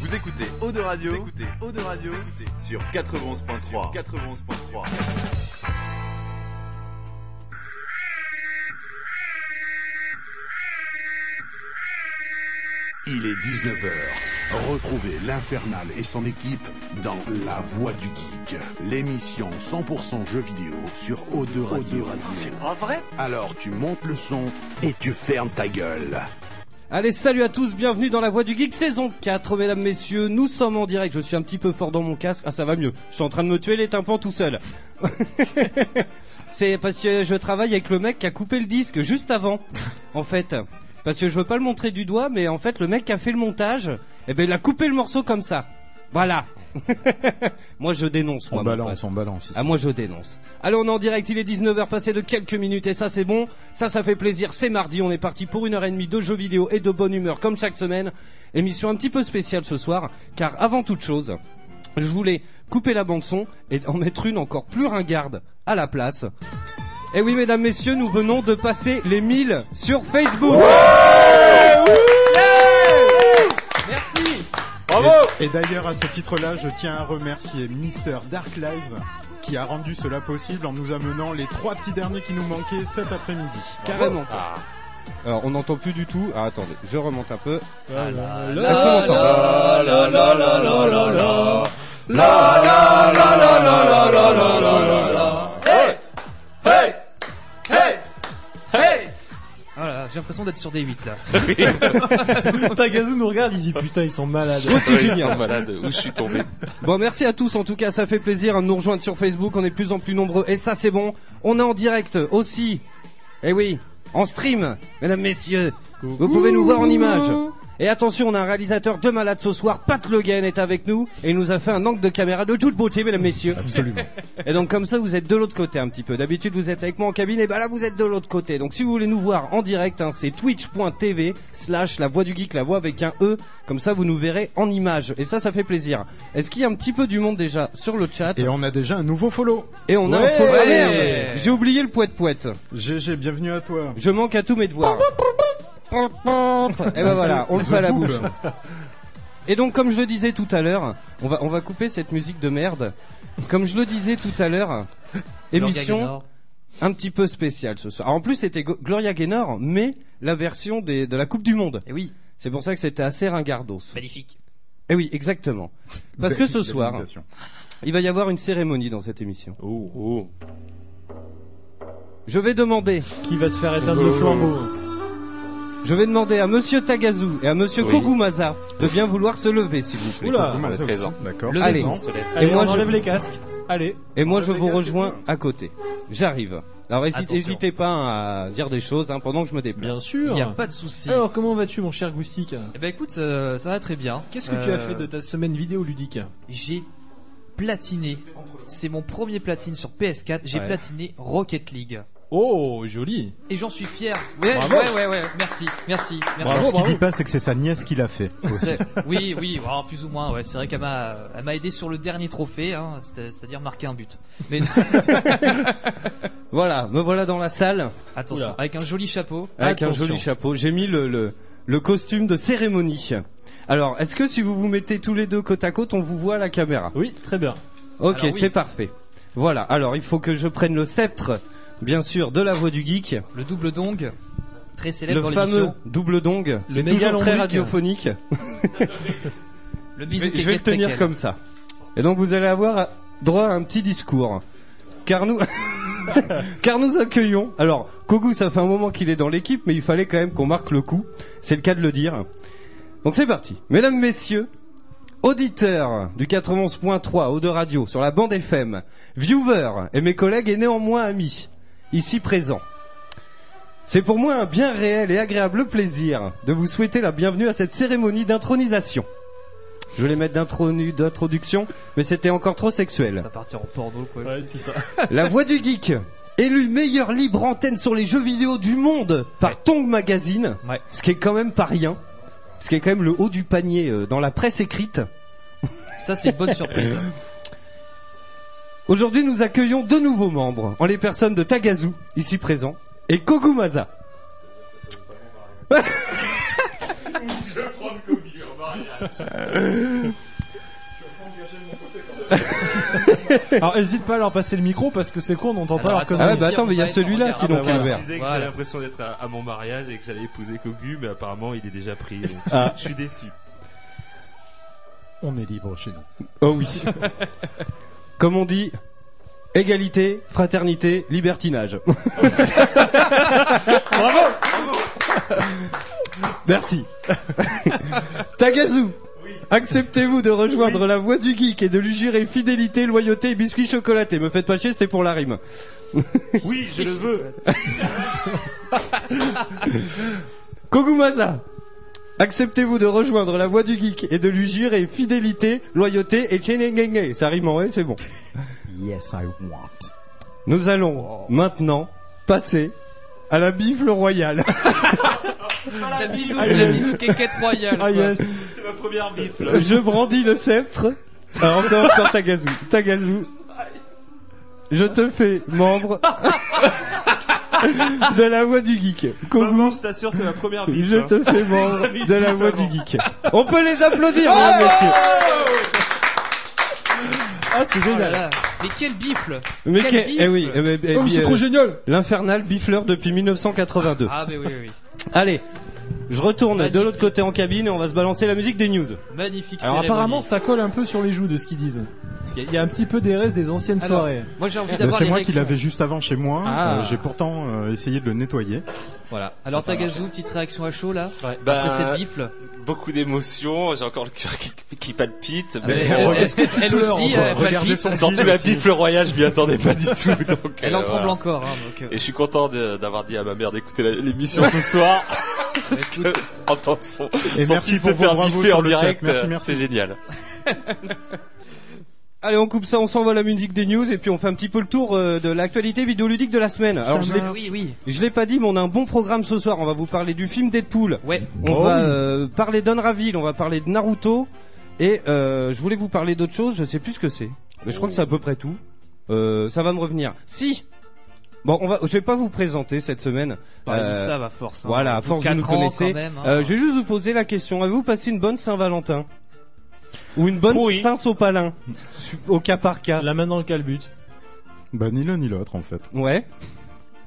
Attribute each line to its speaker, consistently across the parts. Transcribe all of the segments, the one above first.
Speaker 1: Vous écoutez Eau de Radio, Vous écoutez Eau de Radio écoutez sur 91.3. 91.3.
Speaker 2: Il est 19h. Retrouvez l'Infernal et son équipe dans La Voix du Geek, l'émission 100% jeux vidéo sur O2 Radio. Alors tu montes le son et tu fermes ta gueule.
Speaker 3: Allez, salut à tous, bienvenue dans la Voix du Geek saison 4, mesdames, messieurs. Nous sommes en direct, je suis un petit peu fort dans mon casque. Ah, ça va mieux, je suis en train de me tuer les tympans tout seul. C'est parce que je travaille avec le mec qui a coupé le disque juste avant, en fait. Parce que je veux pas le montrer du doigt, mais en fait, le mec qui a fait le montage, eh ben, il a coupé le morceau comme ça. Voilà. moi, je dénonce.
Speaker 4: On
Speaker 3: moi, mon pote.
Speaker 4: balance, on balance. ici.
Speaker 3: Ah moi je dénonce. Allez on est en direct, il est 19h passé de quelques minutes et ça c'est bon, ça ça fait plaisir, c'est mardi, on est parti pour une heure et demie de jeux vidéo et de bonne humeur comme chaque semaine. Émission un petit peu spéciale ce soir, car avant toute chose, je voulais couper la bande son et en mettre une encore plus ringarde à la place. Et oui mesdames, messieurs, nous venons de passer les 1000 sur Facebook. Merci
Speaker 4: Et, et d'ailleurs, à ce titre-là, je tiens à remercier Mister Dark Lives qui a rendu cela possible en nous amenant les trois petits derniers qui nous manquaient cet après-midi.
Speaker 3: Carrément. Alors on n'entend plus du tout. Ah attendez, je remonte un peu.
Speaker 5: Est-ce qu'on m'entend Hey Hey Hey Hey
Speaker 6: Voilà, j'ai l'impression d'être sur des 8 là.
Speaker 7: Tagazu nous regarde, il dit putain, ils sont malades.
Speaker 5: Ouais, ils sont malades, où je suis tombé.
Speaker 3: Bon, merci à tous. En tout cas, ça fait plaisir de nous rejoindre sur Facebook. On est de plus en plus nombreux et ça, c'est bon. On est en direct aussi. Eh oui, en stream, mesdames, messieurs. Vous pouvez nous voir en images. Et attention, on a un réalisateur de malade ce soir. Pat Le Guen est avec nous et il nous a fait un angle de caméra de toute beauté, mesdames, messieurs.
Speaker 4: Absolument.
Speaker 3: Et donc comme ça, vous êtes de l'autre côté un petit peu. D'habitude, vous êtes avec moi en cabine, et ben là, vous êtes de l'autre côté. Donc si vous voulez nous voir en direct, hein, c'est twitch.tv slash la voix du geek, la voix avec un E. Comme ça, vous nous verrez en image. Et ça, ça fait plaisir. Est-ce qu'il y a un petit peu du monde déjà sur le chat
Speaker 4: Et on a déjà un nouveau follow.
Speaker 3: Et on a un
Speaker 6: Ouais.
Speaker 3: faux... Ah, merde J'ai oublié le poète poète.
Speaker 4: GG, bienvenue à toi.
Speaker 3: Je manque à tous mes devoirs. Et ben voilà, on le fait à la bouche. Et donc, comme je le disais tout à l'heure, on va, on va couper cette musique de merde. Comme je le disais tout à l'heure, émission un petit peu spéciale ce soir. Alors, en plus, c'était Go- Gloria Gaynor, mais la version des, de la Coupe du Monde.
Speaker 6: Et Eh oui,
Speaker 3: C'est pour ça que c'était assez ringardos.
Speaker 6: magnifique.
Speaker 3: Et oui, exactement. Parce que ce
Speaker 4: Belle
Speaker 3: soir,
Speaker 4: imitation.
Speaker 3: il va y avoir une cérémonie dans cette émission.
Speaker 5: Oh, oh.
Speaker 3: Je vais demander
Speaker 7: Qui va se faire éteindre le flambeau
Speaker 3: Je vais demander à Monsieur Tagazu et à Monsieur
Speaker 5: Oui.
Speaker 3: Kogumaza de bien vouloir se lever, s'il vous plaît.
Speaker 7: Oula
Speaker 4: Comment ça aussi
Speaker 5: présent.
Speaker 4: D'accord.
Speaker 3: Ah, Le Allez.
Speaker 5: On se lève.
Speaker 7: Allez,
Speaker 3: moi,
Speaker 7: on
Speaker 3: je-
Speaker 7: enlève les casques. Allez.
Speaker 3: Et moi,
Speaker 4: Enlève
Speaker 3: je
Speaker 4: les
Speaker 3: vous
Speaker 4: casques,
Speaker 3: rejoins
Speaker 4: toi.
Speaker 3: à côté. J'arrive. Alors, hési-
Speaker 6: Attention.
Speaker 3: hésitez pas à dire des choses hein, pendant que je me déplace.
Speaker 7: Bien sûr.
Speaker 6: Il n'y a pas de souci.
Speaker 7: Alors, comment vas-tu, mon cher Goustic
Speaker 6: Eh ben écoute, euh, ça va très bien.
Speaker 7: Qu'est-ce que tu
Speaker 6: Euh,
Speaker 7: as fait de ta semaine vidéo ludique
Speaker 6: J'ai platiné. C'est mon premier platine sur PS4. J'ai
Speaker 7: Ouais.
Speaker 6: platiné Rocket League.
Speaker 7: Oh, joli.
Speaker 6: Et j'en suis fier. Ouais,
Speaker 7: Bravo.
Speaker 6: ouais, ouais, ouais. Merci, merci, merci.
Speaker 4: Alors, ce qu'il
Speaker 7: bravo.
Speaker 4: dit pas, c'est que c'est sa nièce qui l'a fait. Aussi.
Speaker 6: C'est- oui, oui, alors, plus ou moins. Ouais, c'est vrai qu'elle m'a, elle m'a aidé sur le dernier trophée, hein, c'est- c'est-à-dire marquer un but. Mais
Speaker 3: Voilà, me voilà dans la salle
Speaker 6: attention,
Speaker 7: Oula.
Speaker 6: avec un joli chapeau.
Speaker 3: avec
Speaker 7: Attention.
Speaker 3: un joli chapeau. J'ai mis le, le, le costume de cérémonie. Alors, est-ce que si vous vous mettez tous les deux côte à côte, on vous voit à la caméra
Speaker 7: Oui, très bien.
Speaker 6: Alors,
Speaker 3: Ok,
Speaker 6: oui.
Speaker 3: c'est parfait. Voilà, alors il faut que je prenne le sceptre, bien sûr, de la voix du geek.
Speaker 6: Le double dong, très célèbre
Speaker 3: Le
Speaker 6: dans
Speaker 3: fameux
Speaker 6: l'émission.
Speaker 3: double dong,
Speaker 7: Le
Speaker 3: c'est toujours très
Speaker 7: mégalombrique.
Speaker 3: radiophonique.
Speaker 6: Le
Speaker 3: Je
Speaker 6: bisou
Speaker 3: vais, je vais le tenir comme ça. Et donc vous allez avoir droit à un petit discours. Car nous, car nous accueillons. Alors, Kogu, ça fait un moment qu'il est dans l'équipe, mais il fallait quand même qu'on marque le coup. C'est le cas de le dire. Donc c'est parti. Mesdames, messieurs, auditeurs du 91.3 Eau de Radio sur la bande FM, viewers et mes collègues et néanmoins amis, ici présents. C'est pour moi un bien réel et agréable plaisir de vous souhaiter la bienvenue à cette cérémonie d'intronisation. Je voulais mettre d'intronu, d'introduction, mais c'était encore trop sexuel.
Speaker 6: Ça partir en porno, quoi.
Speaker 7: Ouais, c'est ça.
Speaker 3: La voix du geek, élue meilleure libre antenne sur les jeux vidéo du monde par Tong Magazine,
Speaker 6: Ouais.
Speaker 3: ce qui est quand même pas rien, ce qui est quand même le haut du panier euh, dans la presse écrite.
Speaker 6: Ça, c'est une bonne surprise.
Speaker 3: Aujourd'hui, nous accueillons deux nouveaux membres, en les personnes de Tagazu, ici présent, et Kogumaza.
Speaker 7: Alors hésite pas à leur passer le micro parce que c'est con, on n'entend pas
Speaker 6: Alors, attends,
Speaker 3: Ah
Speaker 7: leur
Speaker 3: ouais,
Speaker 7: connerie.
Speaker 3: bah attends, mais il y a
Speaker 6: Ah bah
Speaker 3: celui-là,
Speaker 6: voilà.
Speaker 3: sinon,
Speaker 7: Ah bah
Speaker 3: Calvaire.
Speaker 5: Je disais que
Speaker 6: Voilà.
Speaker 5: j'avais l'impression d'être à, à mon mariage et que j'allais épouser Cogu, mais apparemment il est déjà pris. donc je-
Speaker 3: Ah.
Speaker 5: je suis déçu.
Speaker 4: On est libre chez nous.
Speaker 3: Oh oui. Comme on dit, égalité, fraternité, libertinage. Bravo Merci. Tagazu Acceptez-vous de rejoindre la voie du geek et de lui jurer fidélité, loyauté et biscuits chocolatés. Me faites pas chier, c'était pour la rime.
Speaker 5: Oui, je le veux.
Speaker 3: Kogumaza Acceptez-vous de rejoindre la voie du geek et de lui jurer fidélité, loyauté et chenengenge. Ça rime en ouais, c'est bon.
Speaker 4: Yes, I want.
Speaker 3: Nous allons maintenant passer à la bifle royale.
Speaker 6: La bisou, la bisou quéquette royale. quoi.
Speaker 7: Ah yes.
Speaker 5: C'est ma première bif là.
Speaker 3: Je brandis le sceptre. Alors on commence par Tagazu. Tagazu. Je te fais membre de la voix du geek. Kogu,
Speaker 5: Maman, je t'assure, c'est ma première bif.
Speaker 3: je
Speaker 5: hein.
Speaker 3: te fais membre de la voix du geek. On peut les applaudir,
Speaker 4: Oh
Speaker 3: mesdames, messieurs.
Speaker 7: Ah c'est
Speaker 6: Oh là
Speaker 7: génial.
Speaker 6: là. Mais quel bifle
Speaker 3: Mais
Speaker 6: Quelle
Speaker 3: quel-
Speaker 6: bifle
Speaker 3: eh oui, eh ben, eh puis, euh,
Speaker 7: génial.
Speaker 3: l'infernal bifleur depuis 1982.
Speaker 6: Ah mais oui, oui, oui.
Speaker 3: Allez, je retourne de
Speaker 6: Magnifique.
Speaker 3: l'autre côté en cabine et on va se balancer la musique des news.
Speaker 6: Magnifique
Speaker 7: Alors
Speaker 6: cérémonie.
Speaker 7: apparemment ça colle un peu sur les joues de ce qu'ils disent. Il y, a- il y a un petit peu des restes des anciennes
Speaker 6: Alors,
Speaker 7: soirées.
Speaker 6: Moi j'ai envie
Speaker 4: Ben,
Speaker 6: d'avoir
Speaker 4: c'est
Speaker 6: les
Speaker 4: moi qui
Speaker 6: réactions.
Speaker 4: l'avais juste avant chez moi.
Speaker 7: Ah.
Speaker 4: Euh, J'ai pourtant euh, essayé de le nettoyer.
Speaker 6: Voilà. Alors Tagazu, petite réaction à chaud là
Speaker 5: Bah,
Speaker 6: après cette bifle.
Speaker 5: Beaucoup d'émotions, j'ai encore le cœur qui, qui palpite.
Speaker 6: Ah,
Speaker 5: Mais
Speaker 6: mais elle,
Speaker 5: euh,
Speaker 6: elle- elle aussi,
Speaker 4: encore
Speaker 6: elle palpite.
Speaker 4: Regardez son
Speaker 6: Elle,
Speaker 5: surtout
Speaker 4: elle
Speaker 5: la
Speaker 4: aussi.
Speaker 5: bif le royal, je m'y attendais pas du tout. Donc, euh,
Speaker 6: en tremble
Speaker 5: voilà.
Speaker 6: encore. Hein, donc, euh,
Speaker 5: Et je suis content de- d'avoir dit à ma mère d'écouter la- l'émission ce soir. Parce que
Speaker 6: écoute.
Speaker 5: entendre son,
Speaker 4: Et
Speaker 5: son
Speaker 4: merci
Speaker 5: petit se
Speaker 4: pour vos
Speaker 5: faire
Speaker 4: bravos
Speaker 5: biffer
Speaker 4: sur
Speaker 5: en
Speaker 4: le chat.
Speaker 5: direct,
Speaker 4: Merci,
Speaker 5: euh,
Speaker 4: merci.
Speaker 5: c'est génial.
Speaker 3: Allez, on coupe ça, on s'envoie la musique des news et puis on fait un petit peu le tour euh, de l'actualité vidéoludique de la semaine. Alors je l'ai
Speaker 6: oui, oui.
Speaker 3: Je l'ai pas dit, mais on a un bon programme ce soir. On va vous parler du film Deadpool.
Speaker 6: Ouais.
Speaker 3: On
Speaker 7: Oh
Speaker 3: va
Speaker 7: oui.
Speaker 3: euh, parler d'Unraville, on va parler de Naruto. Et euh, je voulais vous parler d'autre chose, je sais plus ce que c'est. Mais je crois que c'est à peu près tout. Euh, ça va me revenir. Si Bon, on va, je vais pas vous présenter cette semaine.
Speaker 6: Bah,
Speaker 3: Euh,
Speaker 6: ça va force. Hein.
Speaker 3: voilà, à
Speaker 6: Au bout de
Speaker 3: force de
Speaker 6: quatre
Speaker 3: nous
Speaker 6: ans,
Speaker 3: connaissez.
Speaker 6: Quand même, hein.
Speaker 3: Euh, je vais juste vous poser la question. Avez-vous passé une bonne Saint-Valentin Ou une bonne
Speaker 5: Oui.
Speaker 3: Saint-Sopalin Au cas par cas.
Speaker 7: La main dans le calbut.
Speaker 4: Bah ni l'un ni l'autre en fait.
Speaker 3: Ouais.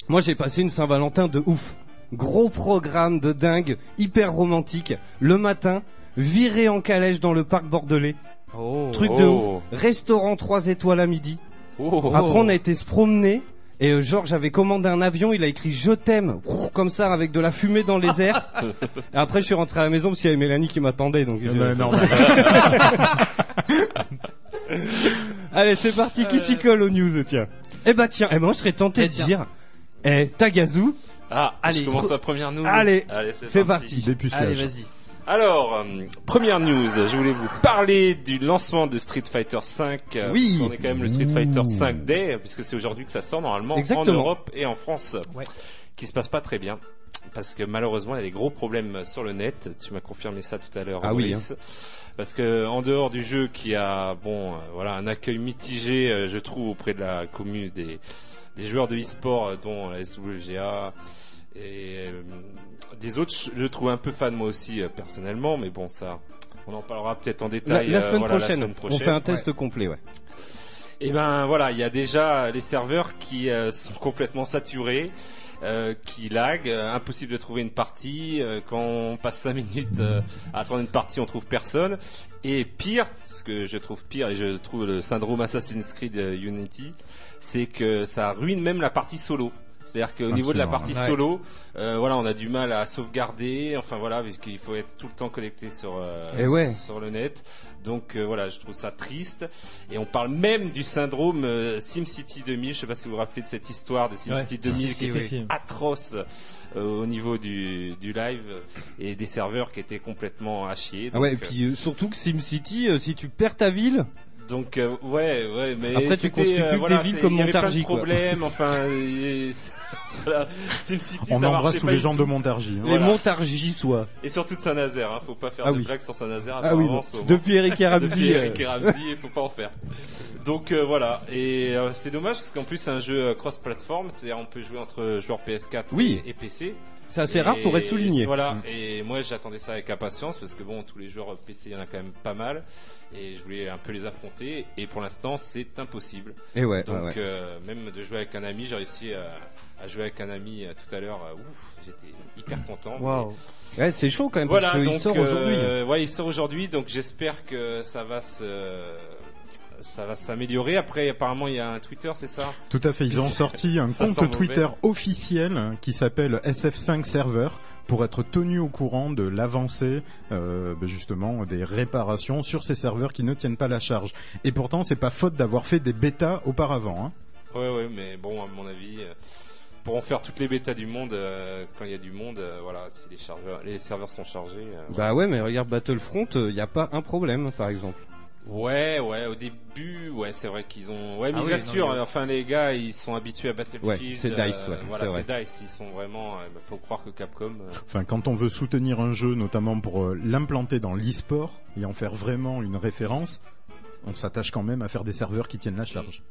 Speaker 3: Moi, j'ai passé une Saint-Valentin de ouf. Gros programme de dingue, hyper romantique. Le matin, viré en calèche dans le parc bordelais.
Speaker 6: Oh.
Speaker 3: Truc de
Speaker 5: Oh.
Speaker 3: ouf. Restaurant 3 étoiles à midi.
Speaker 5: Oh.
Speaker 3: Après, on a été se promener. Et euh, Georges avait commandé un avion, il a écrit je t'aime, Ouh, comme ça, avec de la fumée dans les airs. Et après, je suis rentré à la maison parce qu'il y avait Mélanie qui m'attendait. Donc, je- euh,
Speaker 4: Bah, normal.
Speaker 3: Allez, c'est parti, qui
Speaker 6: Euh.
Speaker 3: s'y colle aux news, tiens. Eh bah tiens, eh ben, je serais tenté
Speaker 6: Eh,
Speaker 3: de
Speaker 6: tiens.
Speaker 3: dire, eh, Tagazu,
Speaker 5: Ah,
Speaker 6: Allez.
Speaker 5: je commence ma première news.
Speaker 3: Allez, c'est
Speaker 6: Allez,
Speaker 4: Dépucelage.
Speaker 6: vas-y.
Speaker 5: Alors, euh, première news, je voulais vous parler du lancement de Street Fighter 5.
Speaker 3: Oui.
Speaker 5: On est quand même le Street Fighter 5 Day, euh, puisque c'est aujourd'hui que ça sort normalement en
Speaker 3: Exactement.
Speaker 5: Europe et en France,
Speaker 6: Ouais.
Speaker 5: qui se passe pas très bien. Parce que malheureusement, il y a des gros problèmes sur le net. Tu m'as confirmé ça tout à l'heure,
Speaker 3: Ah oui,
Speaker 5: Brice. Parce que en dehors du jeu, qui a bon, euh, voilà, un accueil mitigé, euh, je trouve, auprès de la commune des des joueurs de e-sport, euh, dont la SWGA et euh, des autres, je- je trouve un peu fan moi aussi euh, personnellement, mais bon ça, on en parlera peut-être en
Speaker 3: la,
Speaker 5: détail.
Speaker 3: la
Speaker 5: euh,
Speaker 3: semaine
Speaker 5: voilà,
Speaker 3: prochaine,
Speaker 5: semaine
Speaker 3: on fait un test complet, ouais.
Speaker 5: et ben voilà, il y a déjà les serveurs qui euh, sont complètement saturés, euh, qui laguent, euh, impossible de trouver une partie. euh, quand on passe 5 minutes euh, à attendre une partie, on trouve personne. Et pire, ce que je trouve pire, et je trouve le syndrome Assassin's Creed euh, Unity, c'est que ça ruine même la partie solo. C'est-à-dire qu'au niveau de la
Speaker 4: Absolument,
Speaker 5: partie
Speaker 6: ouais.
Speaker 5: solo, euh, voilà, on a du mal à sauvegarder. Enfin voilà, parce qu'il faut être tout le temps connecté sur euh,
Speaker 3: Eh ouais.
Speaker 5: sur le net. Donc euh, voilà, je trouve ça triste. Et on parle même du syndrome euh, SimCity 2000. Je sais pas si vous vous rappelez de cette histoire de SimCity 2000 qui
Speaker 6: Si,
Speaker 5: est
Speaker 6: oui.
Speaker 7: Si.
Speaker 5: atroce euh, au niveau du, du live euh, et des serveurs qui étaient complètement à chier.
Speaker 3: Ah
Speaker 5: Donc,
Speaker 3: ouais, et puis euh, surtout que SimCity, euh, si tu perds ta ville,
Speaker 5: euh, donc euh, ouais, ouais, mais
Speaker 3: Après, tu
Speaker 5: c'était, euh,
Speaker 3: construis plus que des
Speaker 5: voilà,
Speaker 3: villes
Speaker 5: c'est-
Speaker 3: comme
Speaker 5: il y avait plein de
Speaker 3: Montargis, quoi.
Speaker 5: problèmes, enfin, et- voilà, SimCity,
Speaker 4: On
Speaker 5: ça
Speaker 4: embrasse
Speaker 5: marchait
Speaker 4: tous
Speaker 5: pas
Speaker 4: les
Speaker 5: du
Speaker 4: gens
Speaker 5: tout.
Speaker 4: de Montargis. hein.
Speaker 5: Voilà.
Speaker 3: les Montargis soient.
Speaker 5: Et surtout de Saint-Nazaire, hein, faut pas faire
Speaker 3: Ah
Speaker 5: de
Speaker 3: oui.
Speaker 5: blagues sur Saint-Nazaire.
Speaker 3: Ah oui,
Speaker 5: apparemment,
Speaker 3: non.
Speaker 5: c'est au moins-
Speaker 3: depuis Eric et
Speaker 5: depuis
Speaker 3: Ramsey. euh,
Speaker 5: Eric et Ramsey, il faut pas en faire. Donc euh, voilà, et euh, c'est dommage parce qu'en plus c'est un jeu euh, cross-platform, c'est-à-dire on peut jouer entre joueurs PS4
Speaker 3: Oui. Ah,
Speaker 5: et, et PC.
Speaker 3: C'est assez
Speaker 5: Et
Speaker 3: rare pour être souligné. Mm.
Speaker 5: Voilà, et moi j'attendais ça avec impatience parce que bon, tous les joueurs PC, il y en a quand même pas mal et je voulais un peu les affronter et pour l'instant c'est impossible.
Speaker 3: Et Eh ouais,
Speaker 5: Donc
Speaker 3: Ah ouais, ouais.
Speaker 5: euh, même de jouer avec un ami, j'ai réussi à, à jouer avec un ami euh, tout à l'heure, euh, ouf, j'étais hyper content.
Speaker 6: Waouh.
Speaker 3: Ouais, c'est chaud quand même
Speaker 5: Voilà,
Speaker 3: parce qu'il
Speaker 5: donc
Speaker 3: sort
Speaker 5: euh,
Speaker 3: aujourd'hui.
Speaker 5: ouais, il sort aujourd'hui, donc j'espère que ça va se ça va s'améliorer. Après, apparemment, il y a un Twitter, c'est ça
Speaker 4: Tout à fait. Ils ont
Speaker 5: Ça-
Speaker 4: sorti un
Speaker 5: ça sent
Speaker 4: compte
Speaker 5: mauvais.
Speaker 4: Twitter officiel qui s'appelle SF5 Server pour être tenu au courant de l'avancée euh, ben justement des réparations sur ces serveurs qui ne tiennent pas la charge. Et pourtant, c'est pas faute d'avoir fait des bêtas auparavant. hein.
Speaker 5: Ouais, ouais, mais bon, à mon avis, euh, pour en faire toutes les bêtas du monde, euh, quand il y a du monde, euh, voilà, si les chargeurs, les serveurs sont chargés. euh,
Speaker 3: Bah ouais, mais regarde Battlefront, il n'y a pas un problème, par exemple.
Speaker 5: Ouais, ouais, au début, ouais, c'est vrai qu'ils ont. Ouais, mais
Speaker 6: Ah oui,
Speaker 5: bien
Speaker 6: non,
Speaker 5: sûr,
Speaker 6: mais-
Speaker 5: enfin, les gars, ils sont habitués à Battlefield. euh,
Speaker 3: Ouais, c'est DICE, ouais,
Speaker 5: voilà,
Speaker 3: c'est
Speaker 5: c'est DICE, ils sont vraiment. euh, bah, faut croire que Capcom. euh,
Speaker 4: Enfin, quand on veut soutenir un jeu, notamment pour euh, l'implanter dans l'e-sport et en faire vraiment une référence, on s'attache quand même à faire des serveurs qui tiennent la charge.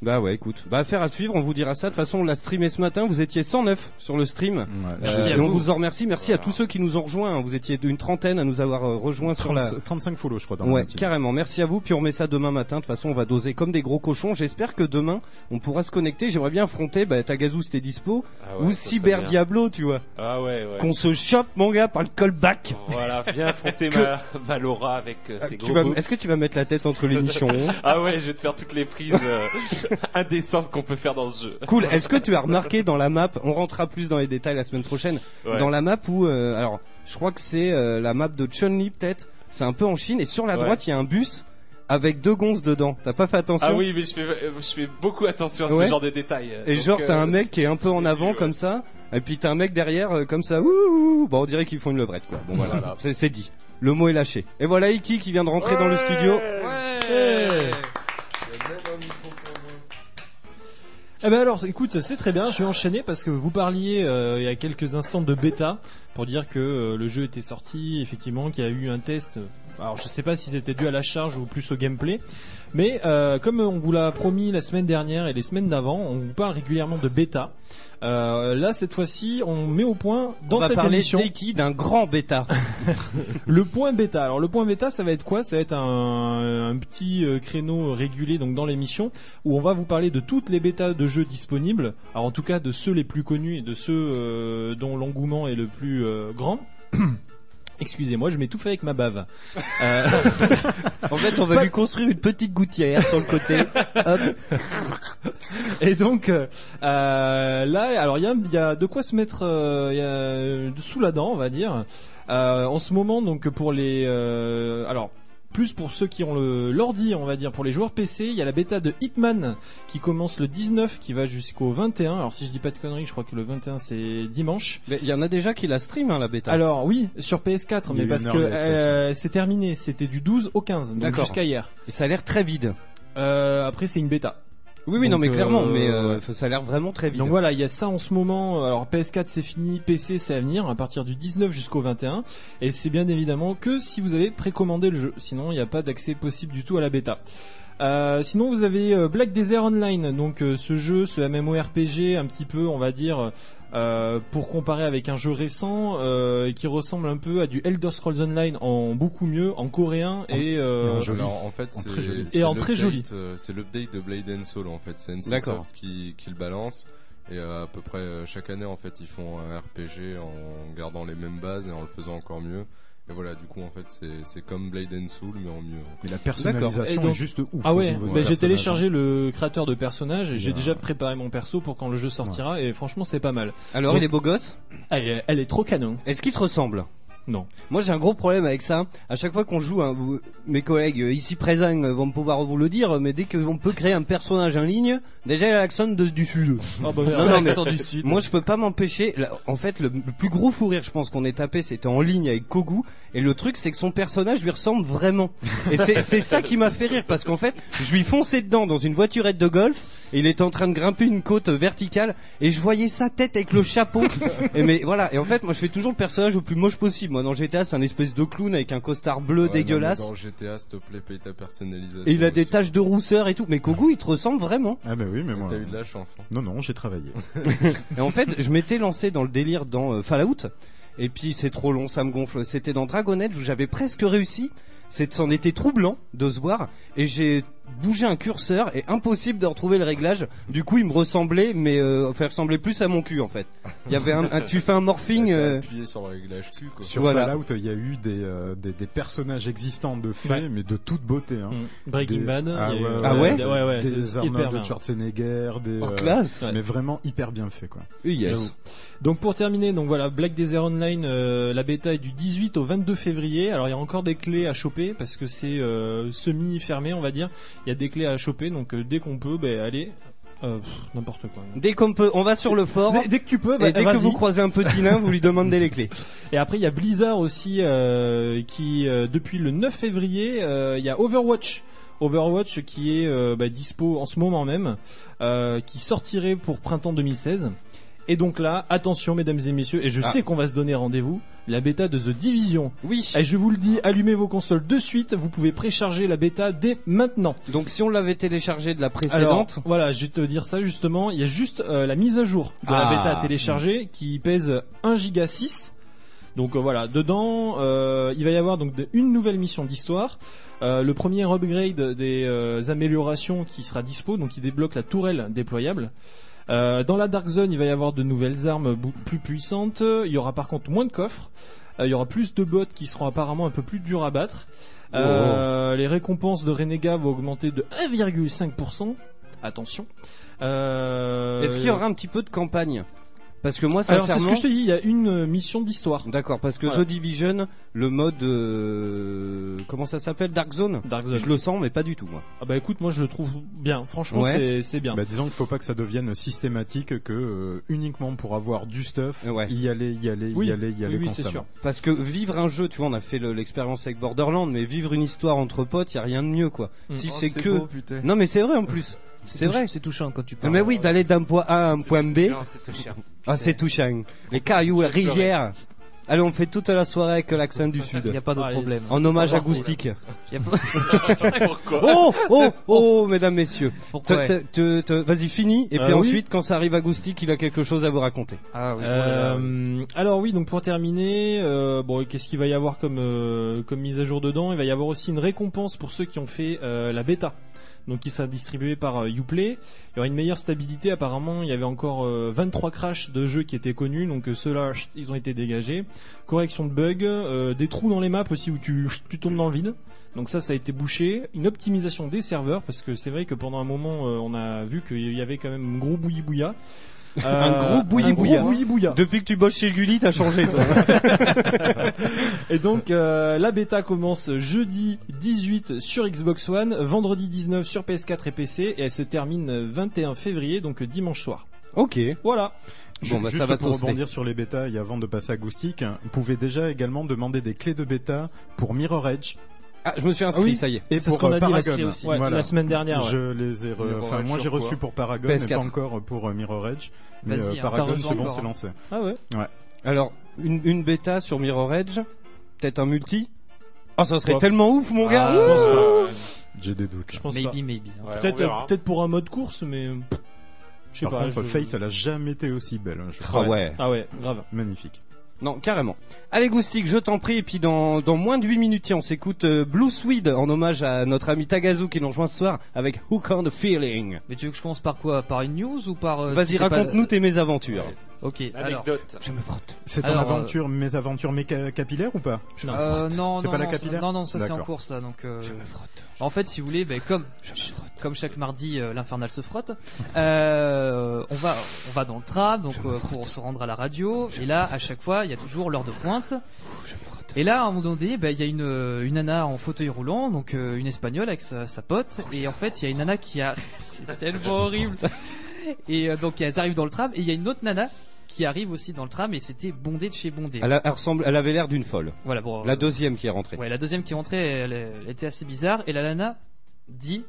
Speaker 3: Bah ouais, écoute. Bah affaire à suivre, on vous dira ça. De toute façon, on l'a streamé ce matin, vous étiez 109 sur le stream.
Speaker 4: Ouais.
Speaker 6: Merci
Speaker 3: Euh,
Speaker 6: à
Speaker 3: et on
Speaker 6: vous.
Speaker 3: vous en remercie. Merci à
Speaker 5: Voilà.
Speaker 3: tous ceux qui nous ont rejoints. hein. Vous étiez une trentaine à nous avoir euh, rejoints sur la...
Speaker 4: 30 35 follow, je crois, dans
Speaker 3: Ouais,
Speaker 4: le
Speaker 3: carrément. Merci à vous. Puis on met ça demain matin. De toute façon, on va doser comme des gros cochons. J'espère que demain, on pourra se connecter. J'aimerais bien affronter bah, Tagazu, c'était dispo.
Speaker 5: ah ouais,
Speaker 3: ou
Speaker 5: ça, ça
Speaker 3: Cyber
Speaker 5: vient.
Speaker 3: Diablo, tu vois.
Speaker 5: Ah ouais, ouais.
Speaker 3: Qu'on se chope, mon gars, par le callback.
Speaker 5: Voilà, viens affronter
Speaker 3: Que-
Speaker 5: ma, ma Laura avec euh,
Speaker 3: Ah,
Speaker 5: ses
Speaker 3: tu
Speaker 5: gros
Speaker 3: vas-
Speaker 5: boobs.
Speaker 3: Est-ce que tu vas mettre la tête entre les nichons
Speaker 5: Ah ouais, je vais te faire toutes les prises euh, indécentes qu'on peut faire dans ce jeu.
Speaker 3: Cool. Est-ce que tu as remarqué dans la map On rentrera plus dans les détails la semaine prochaine.
Speaker 5: Ouais.
Speaker 3: Dans la map où, euh, alors, je crois que c'est euh, la map de Chun-Li peut-être. C'est un peu en Chine et sur la
Speaker 5: Ouais.
Speaker 3: droite il y a un bus avec deux gonzes dedans. T'as pas fait attention
Speaker 5: Ah oui, mais je fais, euh, je fais beaucoup attention à
Speaker 3: Ouais.
Speaker 5: ce genre de détails. euh,
Speaker 3: Et
Speaker 5: donc,
Speaker 3: genre t'as
Speaker 5: euh,
Speaker 3: un mec qui est un peu en
Speaker 5: l'ai
Speaker 3: avant
Speaker 5: vu, ouais.
Speaker 3: comme ça, et puis t'as un mec derrière euh, comme ça. Ouh, ouh, ouh. Bon, on dirait qu'ils font une levrette quoi. Bon voilà,
Speaker 5: Voilà.
Speaker 3: c'est c'est dit. Le mot est lâché. Et voilà Iki qui vient de rentrer dans le studio.
Speaker 6: Ouais.
Speaker 7: Eh ben alors, écoute, c'est très bien. Je vais enchaîner parce que vous parliez euh, il y a quelques instants de bêta pour dire que euh, le jeu était sorti, effectivement, qu'il y a eu un test. Alors, je sais pas si c'était dû à la charge ou plus au gameplay, mais euh, comme on vous l'a promis la semaine dernière et les semaines d'avant, on vous parle régulièrement de bêta. Euh, là, cette fois-ci, on met au point dans
Speaker 3: on va
Speaker 7: cette
Speaker 3: parler
Speaker 7: émission
Speaker 3: d'Iki d'un grand bêta.
Speaker 7: le point bêta. Alors le point bêta, ça va être quoi Ça va être un, un petit euh, créneau régulé donc dans l'émission où on va vous parler de toutes les bêtas de jeux disponibles. Alors en tout cas de ceux les plus connus et de ceux euh, dont l'engouement est le plus euh, grand. Excusez-moi, je m'étouffe avec ma bave. Euh,
Speaker 3: en fait, on va
Speaker 7: Pas-
Speaker 3: lui construire une petite gouttière sur le côté. Hop.
Speaker 7: Et donc euh, euh, là, alors il y a, il y a de quoi se mettre euh, il y a, euh, sous la dent, on va dire. Euh, en ce moment, donc pour les, euh, alors plus pour ceux qui ont le l'ordi, on va dire pour les joueurs PC, il y a la bêta de Hitman qui commence le 19, qui va jusqu'au 21. Alors si je dis pas de conneries, je crois que le 21 c'est dimanche.
Speaker 3: Mais il y en a déjà qui la stream hein, la bêta.
Speaker 7: Alors oui, sur PS4,
Speaker 4: Il y a
Speaker 7: mais
Speaker 4: eu
Speaker 7: parce
Speaker 4: une
Speaker 7: que
Speaker 4: early access,
Speaker 7: euh, c'est terminé, c'était du 12 au 15, donc
Speaker 3: D'accord.
Speaker 7: jusqu'à hier.
Speaker 3: Et ça a l'air très vide.
Speaker 7: Euh, après c'est une bêta.
Speaker 3: Oui, oui, non,
Speaker 7: Donc,
Speaker 3: mais
Speaker 7: euh,
Speaker 3: clairement, mais euh,
Speaker 7: ouais.
Speaker 3: ça a l'air vraiment très vide.
Speaker 7: Donc voilà, il y a ça en ce moment. Alors PS4 c'est fini, PC c'est à venir à partir du 19 jusqu'au 21 et c'est bien évidemment que si vous avez précommandé le jeu. Sinon, il n'y a pas d'accès possible du tout à la bêta. Euh, sinon, vous avez euh, Black Desert Online, donc euh, ce jeu, ce MMORPG, un petit peu, on va dire, euh, pour comparer avec un jeu récent euh, qui ressemble un peu à du Elder Scrolls Online en beaucoup mieux, en coréen et euh,
Speaker 4: Et en joli.
Speaker 8: Alors en fait
Speaker 4: En
Speaker 8: c'est
Speaker 4: très joli.
Speaker 8: c'est
Speaker 7: Et en très
Speaker 8: l'update,
Speaker 7: joli.
Speaker 8: euh, C'est l'update de Blade and Soul en fait, c'est
Speaker 3: D'accord.
Speaker 8: NCSoft qui, qui le balance et euh, à peu près euh, chaque année en fait ils font un RPG en gardant les mêmes bases et en le faisant encore mieux. Et voilà, du coup en fait c'est c'est comme Blade and Soul mais en mieux.
Speaker 4: Mais la
Speaker 7: Et
Speaker 4: personnalisation
Speaker 7: donc-
Speaker 4: est juste ouf.
Speaker 7: Ah
Speaker 4: au
Speaker 7: ouais,
Speaker 4: niveau
Speaker 7: bah,
Speaker 4: des
Speaker 7: j'ai
Speaker 4: personnages.
Speaker 7: téléchargé le créateur de personnages et j'ai
Speaker 4: Ouais.
Speaker 7: déjà préparé mon perso pour quand le jeu sortira et franchement c'est pas mal.
Speaker 3: Alors,
Speaker 7: Donc-
Speaker 3: il est beau gosse.
Speaker 7: Elle est, elle est trop canon.
Speaker 3: Est-ce qu'il te ressemble
Speaker 7: Non.
Speaker 3: Moi, j'ai un gros problème avec ça. À chaque fois qu'on joue, hein, vous- mes collègues euh, ici présents euh, vont pouvoir vous le dire, mais dès qu'on peut créer un personnage en ligne, déjà il y a l'accent de- du sud.
Speaker 4: Oh, bah,
Speaker 3: Non, non, mais-
Speaker 6: L'accent du sud.
Speaker 3: Moi, je peux pas m'empêcher. là, En fait, le, le plus gros fou rire, je pense qu'on est tapé, c'était en ligne avec Kogu. Et le truc, c'est que son personnage lui ressemble vraiment. Et c'est c'est ça qui m'a fait rire parce qu'en fait, je lui fonçais dedans dans une voiturette de golf. et il était en train de grimper une côte verticale et je voyais sa tête avec le chapeau. et mais voilà. Et en fait, moi, je fais toujours le personnage le plus moche possible. Moi, dans GTA, c'est un espèce de clown avec un costard bleu
Speaker 8: Ouais, non, mais
Speaker 3: dégueulasse.
Speaker 8: Dans GTA, s'il te plaît, paye ta personnalisation.
Speaker 3: Et il a des
Speaker 8: aussi.
Speaker 3: taches de rousseur et tout. Mais Kogu, il te ressemble vraiment.
Speaker 4: Ah bah oui, mais moi.
Speaker 8: T'as eu de la chance. hein.
Speaker 4: Non, non, j'ai travaillé.
Speaker 3: Et en fait, je m'étais lancé dans le délire dans euh, Fallout. Et puis c'est trop long, ça me gonfle. C'était dans Dragon Age où j'avais presque réussi. C'est c'en était troublant de se voir et j'ai bougé un curseur et impossible de retrouver le réglage. Du coup, il me ressemblait, mais euh, enfin, il ressemblait plus à mon cul en fait. Il y avait un, un- tu fais un morphing.
Speaker 8: T'as
Speaker 3: euh,
Speaker 8: appuyé sur le réglage cul, quoi.
Speaker 4: Sur
Speaker 3: Voilà.
Speaker 4: Fallout, il y a eu des, euh, des, des personnages existants de faits,
Speaker 7: Ouais.
Speaker 4: mais de toute beauté. Hein.
Speaker 7: Mm. Breaking
Speaker 4: Des-
Speaker 7: Bad.
Speaker 4: Ah
Speaker 7: il y a eu- euh,
Speaker 4: ouais,
Speaker 3: Ah ouais
Speaker 7: des- ouais, ouais,
Speaker 4: Des
Speaker 7: hyper
Speaker 4: Arnold
Speaker 7: bien.
Speaker 4: Schwarzenegger, des.
Speaker 3: hors
Speaker 4: euh,
Speaker 3: classe.
Speaker 7: ouais.
Speaker 4: Mais vraiment hyper bien fait, quoi.
Speaker 3: Yes.
Speaker 7: Donc pour terminer, donc voilà, Black Desert Online, euh, la bêta est du 18 au 22 février. Alors il y a encore des clés à choper parce que c'est euh, semi fermé, on va dire. Il y a des clés à choper, donc euh, dès qu'on peut, ben allez, euh, pff, n'importe quoi.
Speaker 3: Dès qu'on peut, on va sur le fort.
Speaker 7: Dès, dès que tu peux, bah,
Speaker 3: Et dès que
Speaker 7: vas-y.
Speaker 3: vous croisez un petit nain, vous lui demandez les clés.
Speaker 7: Et après, il y a Blizzard aussi, euh, qui euh, depuis le 9 février, euh, il y a Overwatch. Overwatch qui est euh, bah, dispo en ce moment même, euh, qui sortirait pour printemps 2016. Et donc là, attention mesdames et messieurs, et je
Speaker 3: Ah.
Speaker 7: sais qu'on va se donner rendez-vous, la bêta de The Division.
Speaker 3: Oui.
Speaker 7: Et je vous le dis, allumez vos consoles de suite, vous pouvez précharger la bêta dès maintenant.
Speaker 3: Donc si on l'avait téléchargé de la
Speaker 7: Alors,
Speaker 3: précédente,
Speaker 7: voilà, je vais te dire ça justement. Il y a juste euh, la mise à jour de la
Speaker 3: Ah.
Speaker 7: bêta à télécharger qui pèse 1 giga 6. Donc euh, voilà, dedans, euh, il va y avoir donc de- une nouvelle mission d'histoire. Euh, le premier upgrade des euh, améliorations qui sera dispo, donc qui débloque la tourelle déployable. Euh, dans la Dark Zone, il va y avoir de nouvelles armes bou- plus puissantes. Il y aura par contre moins de coffres. Euh, il y aura plus de bots qui seront apparemment un peu plus durs à battre.
Speaker 3: Oh.
Speaker 7: Euh, Les récompenses de Renega vont augmenter de 1,5%. Attention. Euh,
Speaker 3: est-ce qu'il y aura un petit peu de campagne Parce que moi,
Speaker 7: Alors
Speaker 3: sincèrement,
Speaker 7: c'est ce que je te dis, il y a une euh, mission d'histoire.
Speaker 3: D'accord, parce que
Speaker 7: Voilà.
Speaker 3: The Division, le mode euh, comment ça s'appelle Dark Zone.
Speaker 7: Dark Zone.
Speaker 3: Je le sens, mais pas du tout moi.
Speaker 7: Ah bah écoute, moi je le trouve bien. Franchement,
Speaker 3: Ouais.
Speaker 7: c'est- c'est bien.
Speaker 4: Bah, disons qu'il faut pas que ça devienne systématique, que euh, uniquement pour avoir du stuff,
Speaker 3: Ouais.
Speaker 4: y aller, y aller,
Speaker 7: Oui.
Speaker 4: y aller, y aller
Speaker 7: oui, oui, c'est
Speaker 4: constamment.
Speaker 7: sûr.
Speaker 3: Parce que vivre un jeu, tu vois, on a fait le- l'expérience avec Borderlands, mais vivre une histoire entre potes, y a rien de mieux quoi.
Speaker 7: Mm.
Speaker 3: Si
Speaker 8: Oh,
Speaker 3: c'est que,
Speaker 8: beau, putain.
Speaker 3: non mais c'est vrai en plus. C'est
Speaker 6: touch-
Speaker 3: vrai.
Speaker 6: C'est touchant quand tu parles.
Speaker 3: Mais oui, d'aller d'un point A à un point B,
Speaker 5: Non, c'est touchant.
Speaker 3: ah c'est touchant. Les cailloux, les rivières. Allez, on fait toute la soirée avec l'accent du
Speaker 6: Il n'y
Speaker 3: sud.
Speaker 6: a pas d'autre
Speaker 7: Allez,
Speaker 6: problème.
Speaker 3: En hommage à
Speaker 6: Savoir
Speaker 3: Goustique.
Speaker 6: Il y a pas-
Speaker 5: Pourquoi
Speaker 3: Oh, oh, oh, mesdames, messieurs. Te-
Speaker 6: Pourquoi
Speaker 3: te- te- te- Vas-y, finis. Et
Speaker 7: Euh,
Speaker 3: puis
Speaker 7: oui.
Speaker 3: ensuite, quand ça arrive à Goustique, il a quelque chose à vous raconter.
Speaker 6: Ah oui, oh là là, oui.
Speaker 7: Euh, alors oui, donc pour terminer, euh, bon, qu'est-ce qu'il va y avoir comme euh, comme mise à jour dedans Il va y avoir aussi une récompense pour ceux qui ont fait euh, la bêta. Donc qui sera distribuée par euh, Uplay. Il y aura une meilleure stabilité. Apparemment, il y avait encore euh, 23 crashs de jeux qui étaient connus, donc euh, ceux-là, chut, ils ont été dégagés. Correction de bugs, euh, des trous dans les maps aussi où tu chut, tu tombes dans le vide. Donc ça, ça a été bouché. Une optimisation des serveurs parce que c'est vrai que pendant un moment, euh, on a vu qu'il y avait quand même un gros Euh, bouilli bouilla.
Speaker 3: gros bouilli-bouilla.
Speaker 7: bouilla.
Speaker 3: Depuis que tu bosses chez Gulli, t'as changé, toi.
Speaker 7: Et donc euh, la bêta commence jeudi 18 sur Xbox One, vendredi 19 sur PS4 et PC et elle se termine euh, 21 février donc euh, dimanche soir.
Speaker 3: ok.
Speaker 7: Voilà.
Speaker 3: Bon,
Speaker 4: Ju-
Speaker 3: bah,
Speaker 4: Juste
Speaker 3: ça va
Speaker 4: pour
Speaker 3: toaster.
Speaker 4: rebondir sur les bêtas et avant de passer à Goustic, hein, vous pouvez déjà également demander des clés de bêta pour Mirror Edge
Speaker 3: Ah, je me suis inscrit,
Speaker 7: Ah oui.
Speaker 3: ça y est.
Speaker 4: et
Speaker 7: C'est
Speaker 4: pour
Speaker 7: ce
Speaker 4: euh,
Speaker 7: qu'on a dit
Speaker 4: Paragon.
Speaker 7: l'inscrit aussi ouais,
Speaker 4: Voilà.
Speaker 7: la semaine dernière. ouais.
Speaker 4: Je les ai re-
Speaker 8: Mirror
Speaker 4: enfin
Speaker 8: Edge
Speaker 4: moi j'ai
Speaker 8: sur
Speaker 4: reçu
Speaker 8: quoi
Speaker 4: pour Paragon mais
Speaker 3: PS4.
Speaker 4: pas encore pour euh, Mirror Edge mais
Speaker 6: Vas-y,
Speaker 4: euh,
Speaker 6: hein,
Speaker 4: Paragon
Speaker 7: t'as
Speaker 4: c'est bon
Speaker 6: encore,
Speaker 4: c'est
Speaker 6: hein.
Speaker 4: lancé.
Speaker 7: Ah ouais.
Speaker 3: Alors, une, une bêta sur Mirror Edge, peut-être un multi. Oh, ça serait
Speaker 7: Ouais.
Speaker 3: tellement ouf, mon gars.
Speaker 5: Je pense pas, ouais.
Speaker 4: J'ai des doutes.
Speaker 7: Je pense pas.
Speaker 6: Maybe, maybe. hein.
Speaker 5: Ouais, on
Speaker 7: Peut-être
Speaker 5: verra.
Speaker 7: euh, peut-être pour un mode course mais euh, pff, je sais
Speaker 4: Par
Speaker 7: pas.
Speaker 4: contre
Speaker 7: je-
Speaker 4: Face elle a jamais été aussi belle. hein, je
Speaker 3: Ah
Speaker 4: crois.
Speaker 3: ouais.
Speaker 7: Ah ouais, grave.
Speaker 4: Magnifique.
Speaker 3: Non, carrément. Allez, Goustic, je t'en prie. Et puis, dans, dans moins de 8 minutes, tiens, on s'écoute euh, Blue Swede en hommage à notre ami Tagazu qui nous rejoint ce soir avec Who Can't Feeling.
Speaker 6: Mais tu veux que je commence par quoi Par une news ou par. euh, ce qui
Speaker 3: Vas-y,
Speaker 6: s'est pas-
Speaker 3: raconte-nous tes mésaventures.
Speaker 5: Ouais.
Speaker 6: Ok, alors.
Speaker 5: Anecdote.
Speaker 3: Je me frotte.
Speaker 4: C'est ton
Speaker 6: Alors,
Speaker 4: aventure mes aventures méca capillaires ou pas
Speaker 7: Je m'en
Speaker 6: Euh, non,
Speaker 4: C'est
Speaker 6: non,
Speaker 4: pas la
Speaker 6: non, ça-
Speaker 4: capillaire
Speaker 6: non, non, ça c'est en
Speaker 4: D'accord.
Speaker 6: cours ça. Donc, euh,
Speaker 3: Je me frotte.
Speaker 6: en fait, si vous voulez, ben, comme comme chaque mardi, euh, l'infernal se frotte. Euh, on va on va dans le tram, donc euh, pour se rendre à la radio. et là, à chaque fois, il y a toujours l'heure de pointe. Et là, à un moment donné, ben, il y a une, euh, une nana en fauteuil roulant, donc euh, une espagnole avec sa, sa pote. Et en fait, il y a une nana qui a... C'est tellement horrible. Et euh, donc, elles arrivent dans le tram. Et il y a une autre nana qui arrive aussi dans le tram. Et c'était bondé de chez bondé.
Speaker 3: Elle, a- elle ressemble, elle avait l'air d'une folle.
Speaker 6: Voilà, bon, euh,
Speaker 3: La deuxième qui est rentrée.
Speaker 6: Ouais, la deuxième qui est rentrée, elle, elle était assez bizarre. Et la Lana dit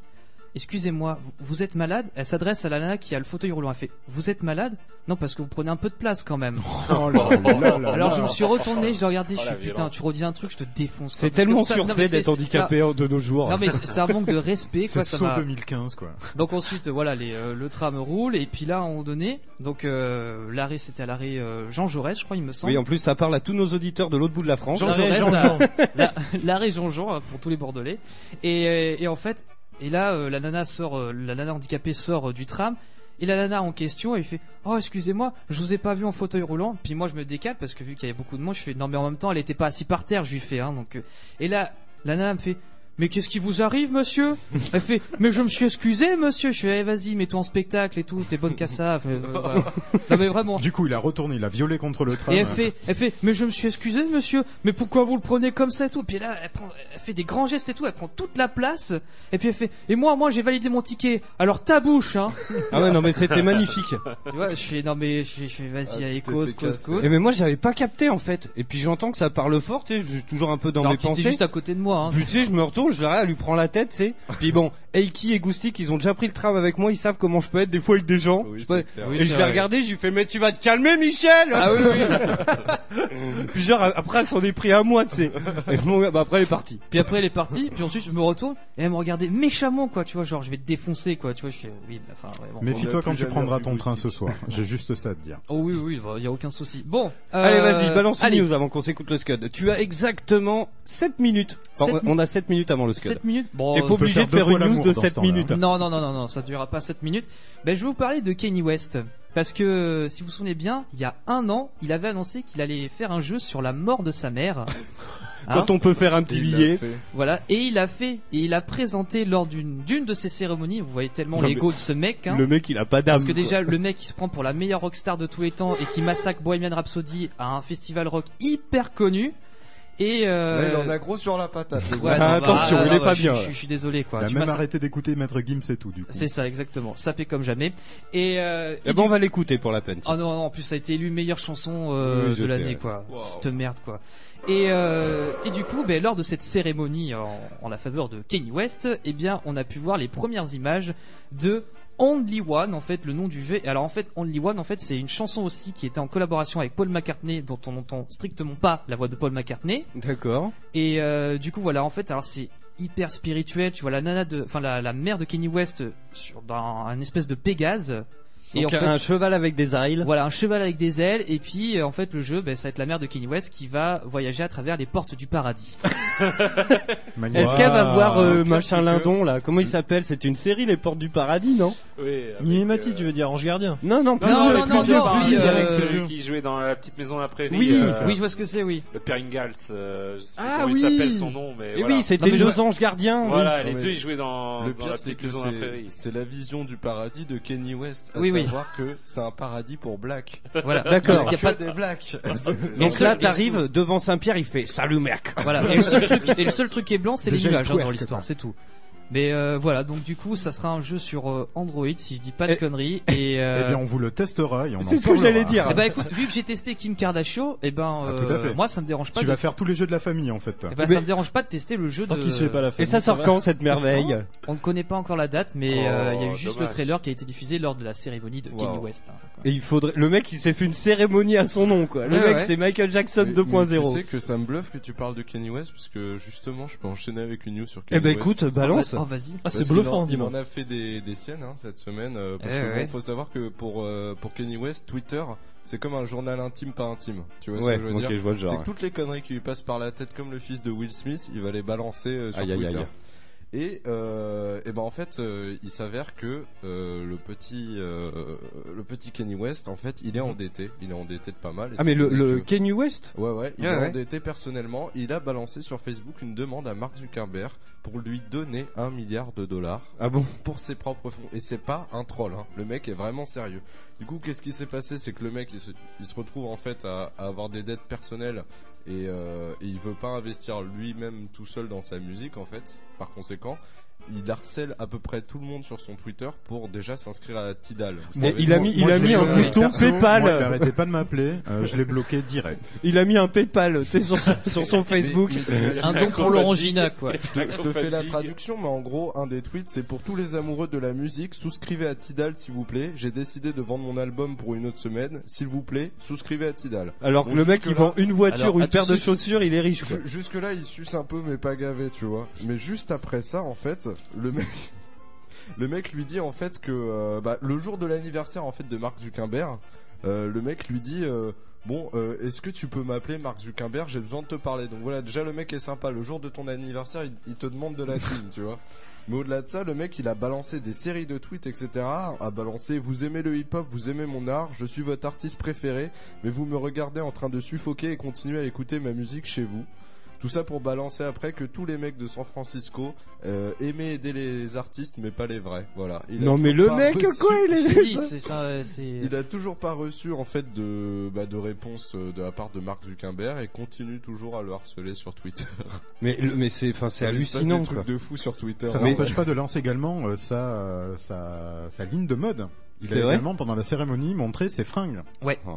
Speaker 6: excusez-moi, vous- vous êtes malade Elle s'adresse à la nana qui a le fauteuil roulant. Elle fait, vous êtes malade Non, parce que vous prenez un peu de place quand même.
Speaker 4: Oh là là là
Speaker 6: Alors
Speaker 4: là.
Speaker 6: je me suis retourné, je l'ai regardé, je
Speaker 5: Oh,
Speaker 6: suis
Speaker 5: la
Speaker 6: putain,
Speaker 5: violence.
Speaker 6: tu redis un truc, je te défonce. quoi.
Speaker 3: C'est
Speaker 6: Parce
Speaker 3: tellement
Speaker 6: que ça- non, mais
Speaker 3: surfait
Speaker 6: c'est-
Speaker 3: d'être
Speaker 6: c'est-
Speaker 3: handicapé de nos jours.
Speaker 6: ça- Non mais c'est c'est un manque de respect
Speaker 4: C'est
Speaker 6: quoi. Ça
Speaker 4: saut
Speaker 6: m'a-
Speaker 4: 2015 quoi.
Speaker 6: donc ensuite, voilà, les, euh, le tram roule et puis là, on donnait. Donc euh, l'arrêt, c'était à l'arrêt euh, Jean Jaurès, je crois, il me semble.
Speaker 3: Oui, en plus, ça parle à tous nos auditeurs de l'autre bout de la France.
Speaker 6: Jean Jaurès, à- la- l'arrêt Jean Jean hein, pour tous les Bordelais. Et, euh, et en fait, et là, euh, la nana sort, euh, la nana handicapée sort euh, du tram. Et la nana en question, elle fait Oh, excusez-moi, je vous ai pas vu en fauteuil roulant. Puis moi, je me décale parce que vu qu'il y avait beaucoup de monde, je fais Non, mais en même temps, elle était pas assise par terre, je lui fais. Hein, donc, euh. et là, la nana me fait Mais qu'est-ce qui vous arrive, monsieur Elle fait Mais je me suis excusé, monsieur. Je fais Eh, Vas-y, mets-toi en spectacle et tout, t'es bonne qu'à ça. Euh, voilà. Non, mais vraiment.
Speaker 4: Du coup, il a retourné, il a violé contre le tram.
Speaker 6: Et elle fait, elle fait, mais je me suis excusé, monsieur, mais pourquoi vous le prenez comme ça et tout Puis là, elle, prend, elle fait des grands gestes et tout, elle prend toute la place, et puis elle fait, et moi, moi, j'ai validé mon ticket, alors ta bouche, hein
Speaker 3: Ah ouais, non, mais c'était magnifique.
Speaker 6: Tu vois, je fais, non mais, je fais, je fais, vas-y,
Speaker 8: Ah,
Speaker 6: allez,
Speaker 8: tu t'es
Speaker 6: cause,
Speaker 8: fait
Speaker 6: cause,
Speaker 8: casser.
Speaker 6: cause.
Speaker 3: Et mais moi, j'avais pas capté en fait. Et puis j'entends que ça parle fort, tu sais, je suis toujours un peu dans
Speaker 6: Alors
Speaker 3: mes
Speaker 6: qu'il était
Speaker 3: pensées.
Speaker 6: juste à côté de moi, hein.
Speaker 3: Puis tu sais, je me retourne, je la regarde, elle lui prend la tête, tu sais. Puis bon, Eiki et Goustik, ils ont déjà pris le tram avec moi, ils savent comment je peux être des fois avec des gens.
Speaker 8: Oui,
Speaker 3: Je sais pas.
Speaker 8: c'est clair.
Speaker 6: Oui,
Speaker 3: et
Speaker 6: c'est
Speaker 3: je l'ai
Speaker 6: vrai.
Speaker 3: regardé, je lui fais mais tu vas te calmer Michel
Speaker 6: Ah oui, oui.
Speaker 3: Puis genre après elle s'en est pris à moi tu sais. Et bon, bah, après elle est partie.
Speaker 6: Puis après, elle est partie, puis ensuite, je me retourne, et elle me regardait méchamment, quoi, tu vois, genre, je vais te défoncer, quoi, tu vois, je fais, oui, bah, enfin, ouais, bon.
Speaker 4: Méfie-toi
Speaker 8: On a
Speaker 4: quand
Speaker 8: plus
Speaker 4: tu
Speaker 8: jamais
Speaker 4: prendras
Speaker 8: revu
Speaker 4: ton train ce
Speaker 8: Moustique.
Speaker 4: soir. J'ai juste ça à te dire.
Speaker 6: Oh oui, oui, il y a aucun souci. Bon, euh,
Speaker 3: Allez vas-y, balance une
Speaker 6: allez,
Speaker 3: news avant qu'on s'écoute le scud. Tu as exactement 7 minutes. Enfin,
Speaker 6: Sept
Speaker 3: on- on a 7 minutes avant le scud.
Speaker 6: 7 minutes. Bon,
Speaker 3: T'es
Speaker 6: euh,
Speaker 3: pas obligé
Speaker 4: faire
Speaker 3: de
Speaker 4: deux
Speaker 3: faire
Speaker 4: fois
Speaker 3: une news
Speaker 4: l'amour
Speaker 3: de
Speaker 4: dans
Speaker 3: 7
Speaker 4: ce temps-là.
Speaker 3: minutes.
Speaker 6: Non, non, non, non, non, ça durera pas 7 minutes. Ben, je vais vous parler de Kanye West. Parce que, euh, si vous vous souvenez bien, il y a un an, il avait annoncé qu'il allait faire un jeu sur la mort de sa mère. Hein,
Speaker 3: Quand on peut faire un petit
Speaker 8: Il l'a
Speaker 3: billet.
Speaker 8: fait.
Speaker 6: Voilà. Et il a fait, et il a présenté lors d'une, d'une de ses cérémonies, vous voyez tellement
Speaker 3: Non, mais
Speaker 6: l'ego de ce mec, hein.
Speaker 3: Le mec il a pas d'âme.
Speaker 6: Parce que
Speaker 3: quoi.
Speaker 6: déjà, le mec, il se prend pour la meilleure rockstar de tous les temps et qui massacre Bohemian Rhapsody à un festival rock hyper connu. Et, euh,
Speaker 8: Là, il en a gros sur la patate. le
Speaker 6: ouais,
Speaker 8: gars.
Speaker 3: Ah,
Speaker 6: non,
Speaker 3: attention,
Speaker 6: bah,
Speaker 3: il
Speaker 6: non,
Speaker 3: est
Speaker 6: bah,
Speaker 3: pas
Speaker 6: je-
Speaker 3: bien,
Speaker 6: Je,
Speaker 3: ouais.
Speaker 6: je suis désolé, quoi.
Speaker 4: Il a
Speaker 6: Tu
Speaker 4: même
Speaker 6: massacres-
Speaker 4: arrêté d'écouter Maître Gims et tout, du coup.
Speaker 6: C'est ça, exactement. Sapé comme jamais. Et, euh,
Speaker 3: Eh
Speaker 6: il-
Speaker 3: ben on va l'écouter pour la peine.
Speaker 6: Oh non, non, en plus ça a été élu meilleure chanson euh,
Speaker 3: Oui, je
Speaker 6: de
Speaker 3: sais,
Speaker 6: l'année
Speaker 3: ouais.
Speaker 6: quoi. Cette merde quoi. Et, euh, et du coup, ben, lors de cette cérémonie en, en la faveur de Kanye West, eh bien on a pu voir les premières images de Only One, en fait le nom du jeu. Et alors en fait Only One, en fait c'est une chanson aussi qui était en collaboration avec Paul McCartney, dont on n'entend strictement pas la voix de Paul McCartney.
Speaker 3: D'accord.
Speaker 6: Et euh, du coup, voilà, en fait, alors c'est hyper spirituel. Tu vois la nana de, enfin la, la mère de Kenny West euh, sur dans un espèce de Pégase. Et
Speaker 3: Donc
Speaker 6: en fait,
Speaker 3: un cheval avec des ailes.
Speaker 6: voilà, un cheval avec des ailes. Et puis, euh, en fait, le jeu, ben, ça va être la mère de Kenny West qui va voyager à travers les portes du paradis.
Speaker 4: Magnifique.
Speaker 3: Est-ce qu'elle va voir euh, machin
Speaker 5: c'est que-
Speaker 3: Lindon là Comment il s'appelle C'est une série Les Portes du Paradis, non
Speaker 5: Oui, avec,
Speaker 7: Mimématique,
Speaker 5: euh,
Speaker 7: tu veux dire, Ange Gardien.
Speaker 3: Non, non, plus
Speaker 6: Non,
Speaker 3: vieux,
Speaker 6: non,
Speaker 3: plus
Speaker 6: non,
Speaker 3: vieux.
Speaker 6: non,
Speaker 5: Paradis,
Speaker 6: oui, euh,
Speaker 5: avec celui qui jouait dans la petite maison à la prairie.
Speaker 3: Oui,
Speaker 5: euh,
Speaker 6: Oui, je vois ce que c'est, oui.
Speaker 5: le Père Ingalls, euh, je sais plus
Speaker 3: Ah
Speaker 5: comment
Speaker 3: oui.
Speaker 5: il s'appelle son nom, mais
Speaker 3: Et
Speaker 5: voilà.
Speaker 3: oui,
Speaker 6: Non,
Speaker 3: c'était
Speaker 6: mais je
Speaker 3: deux
Speaker 6: vois-
Speaker 3: anges gardiens. oui.
Speaker 5: Voilà,
Speaker 8: oui.
Speaker 5: les deux ils jouaient dans,
Speaker 8: Le
Speaker 5: dans
Speaker 8: pire,
Speaker 5: la
Speaker 8: c'est
Speaker 5: petite
Speaker 8: que
Speaker 5: maison à la
Speaker 8: c'est-
Speaker 5: prairie.
Speaker 8: c'est la vision du paradis de Kenny West. À
Speaker 6: Oui, oui.
Speaker 8: savoir que c'est un paradis pour Black.
Speaker 6: Voilà.
Speaker 3: D'accord.
Speaker 6: Y a
Speaker 8: que
Speaker 6: pas de-
Speaker 8: des Blacks.
Speaker 3: Donc
Speaker 6: seul- et
Speaker 3: là,
Speaker 6: Ah,
Speaker 3: t'arrives devant Saint-Pierre, il fait salut mec.
Speaker 6: Voilà. Et le seul truc, et le seul truc qui est blanc, c'est les
Speaker 4: Déjà, il
Speaker 6: nuages hein, dans
Speaker 4: twerk,
Speaker 6: l'histoire,
Speaker 4: quoi.
Speaker 6: c'est tout. Mais euh, voilà, donc du coup, ça sera un jeu sur euh, Android, si je dis pas de
Speaker 3: Eh-
Speaker 6: conneries. Et, euh,
Speaker 4: Eh bien, on vous le testera et on en
Speaker 3: C'est ce que j'allais
Speaker 4: parlera.
Speaker 3: dire.
Speaker 6: eh ben, écoute, vu que j'ai testé Kim Kardashian, et ben
Speaker 4: Ah, tout à
Speaker 6: euh,
Speaker 4: fait.
Speaker 6: moi, ça me dérange pas.
Speaker 4: Tu
Speaker 6: de...
Speaker 4: vas faire tous les jeux de la famille, en fait. toi.
Speaker 6: Eh ben,
Speaker 3: Mais-
Speaker 6: ça me dérange pas de tester le jeu
Speaker 7: Tant
Speaker 6: de.
Speaker 7: qu'il se fait pas la
Speaker 3: Et
Speaker 7: famille,
Speaker 3: ça sort
Speaker 7: va.
Speaker 3: quand cette merveille
Speaker 6: On ne connaît pas encore la date, mais
Speaker 5: Oh,
Speaker 6: euh, il y a eu juste le
Speaker 5: dommage.
Speaker 6: trailer qui a été diffusé lors de la cérémonie de
Speaker 3: Wow.
Speaker 6: Kenny West. hein.
Speaker 3: Et il faudrait le mec il s'est fait une cérémonie à son nom quoi. Le
Speaker 6: Ouais,
Speaker 3: mec
Speaker 6: ouais.
Speaker 3: c'est Michael Jackson
Speaker 8: Mais- mais
Speaker 3: 2.0.
Speaker 8: Tu sais que ça me bluffe que tu parles de Kenny West parce que justement, je peux enchaîner avec une news sur Kenny
Speaker 3: Eh ben
Speaker 8: West.
Speaker 3: écoute, balance.
Speaker 6: Oh, vas-y.
Speaker 7: Ah,
Speaker 8: Parce
Speaker 7: c'est
Speaker 8: qu'il
Speaker 7: bluffant,
Speaker 8: en- Il
Speaker 7: dis-moi.
Speaker 8: en a fait des, des siennes hein, cette semaine. euh, parce
Speaker 6: Eh
Speaker 8: que bon,
Speaker 6: ouais.
Speaker 8: faut savoir que pour euh, pour Kenny West, Twitter, c'est comme un journal intime pas intime. Tu vois ce
Speaker 3: Ouais,
Speaker 8: que je veux
Speaker 3: ok,
Speaker 8: dire
Speaker 3: je vois le
Speaker 8: C'est
Speaker 3: genre.
Speaker 8: que toutes les conneries qui lui passent par la tête, comme le fils de Will Smith, il va les balancer euh, sur
Speaker 3: Aïe, aïe,
Speaker 8: Twitter.
Speaker 3: aïe.
Speaker 8: Et, euh, et ben en fait, euh, il s'avère que euh, le petit euh, le petit Kenny West, en fait, il est endetté. Il est endetté de pas mal.
Speaker 3: Ah mais le,
Speaker 8: Dès
Speaker 3: le
Speaker 8: que-
Speaker 3: Kanye West
Speaker 8: Ouais ouais, il
Speaker 6: Ouais,
Speaker 8: est
Speaker 6: ouais.
Speaker 8: endetté personnellement. Il a balancé sur Facebook une demande à Mark Zuckerberg pour lui donner un milliard de dollars
Speaker 3: Ah bon
Speaker 8: pour ses propres fonds. Et c'est pas un troll, hein. le mec est vraiment sérieux. Du coup, qu'est-ce qui s'est passé C'est que le mec, il se, il se retrouve en fait à, à avoir des dettes personnelles et, euh, et il veut pas investir lui-même tout seul dans sa musique en fait. Par conséquent, il harcèle à peu près tout le monde sur son Twitter pour déjà s'inscrire à Tidal. Vous
Speaker 3: Mais
Speaker 8: savez,
Speaker 3: il a mis, il a mis un
Speaker 7: euh,
Speaker 3: bouton
Speaker 4: Perso, Moi, il
Speaker 3: PayPal.
Speaker 4: arrêtait pas de m'appeler, euh, je l'ai bloqué direct.
Speaker 3: Il a mis un PayPal, tu sais, sur, son- sur son
Speaker 8: mais-
Speaker 3: Facebook.
Speaker 8: mais t'imagines-
Speaker 6: Un don pour Laurent Gina, quoi.
Speaker 8: Je te fais la traduction, mais en gros, un des tweets, c'est pour tous les amoureux de la musique, souscrivez à Tidal s'il vous plaît. J'ai décidé de vendre mon album pour une autre semaine, s'il vous plaît, souscrivez à Tidal.
Speaker 3: Alors que
Speaker 8: Bon,
Speaker 3: le mec, il
Speaker 8: jusque-là-
Speaker 3: vend une voiture
Speaker 6: Alors,
Speaker 3: ou
Speaker 6: à
Speaker 3: une paire
Speaker 6: tout
Speaker 3: de
Speaker 6: de suite.
Speaker 3: chaussures, il est riche, quoi.
Speaker 8: Ju- Jusque-là, il suce un peu, mais pas gavé, tu vois. Mais juste après ça, en fait, le mec. Le mec lui dit en fait que euh, bah, le jour de l'anniversaire en fait de Mark Zuckerberg, euh, le mec lui dit euh, bon euh, est-ce que tu peux m'appeler Mark Zuckerberg j'ai besoin de te parler donc voilà déjà le mec est sympa le jour de ton anniversaire il, il te demande de la thune tu vois mais au-delà de ça le mec il a balancé des séries de tweets etc a balancé vous aimez le hip-hop vous aimez mon art je suis votre artiste préféré mais vous me regardez en train de suffoquer et continuez à écouter ma musique chez vous tout ça pour balancer après que tous les mecs de San Francisco euh, aimaient aider les artistes, mais pas les vrais. Voilà. Il a
Speaker 3: Non, mais le
Speaker 8: toujours pas
Speaker 3: mec,
Speaker 8: reçu-
Speaker 3: quoi, il est
Speaker 6: Oui, c'est ça, euh, c'est.
Speaker 8: Il a toujours pas reçu en fait de bah, de réponse euh, de la part de Mark Zuckerberg et continue toujours à le harceler sur Twitter.
Speaker 3: Mais, le- mais c'est, enfin, c'est
Speaker 8: Il se passe
Speaker 3: hallucinant,
Speaker 8: Des trucs
Speaker 3: quoi.
Speaker 8: de fou sur Twitter.
Speaker 4: Ça
Speaker 3: Mais-
Speaker 4: n'empêche pas de lancer également euh, sa, euh, sa, sa ligne de mode. Il
Speaker 3: C'est
Speaker 4: a
Speaker 3: vrai
Speaker 4: également pendant la cérémonie montré ses fringues.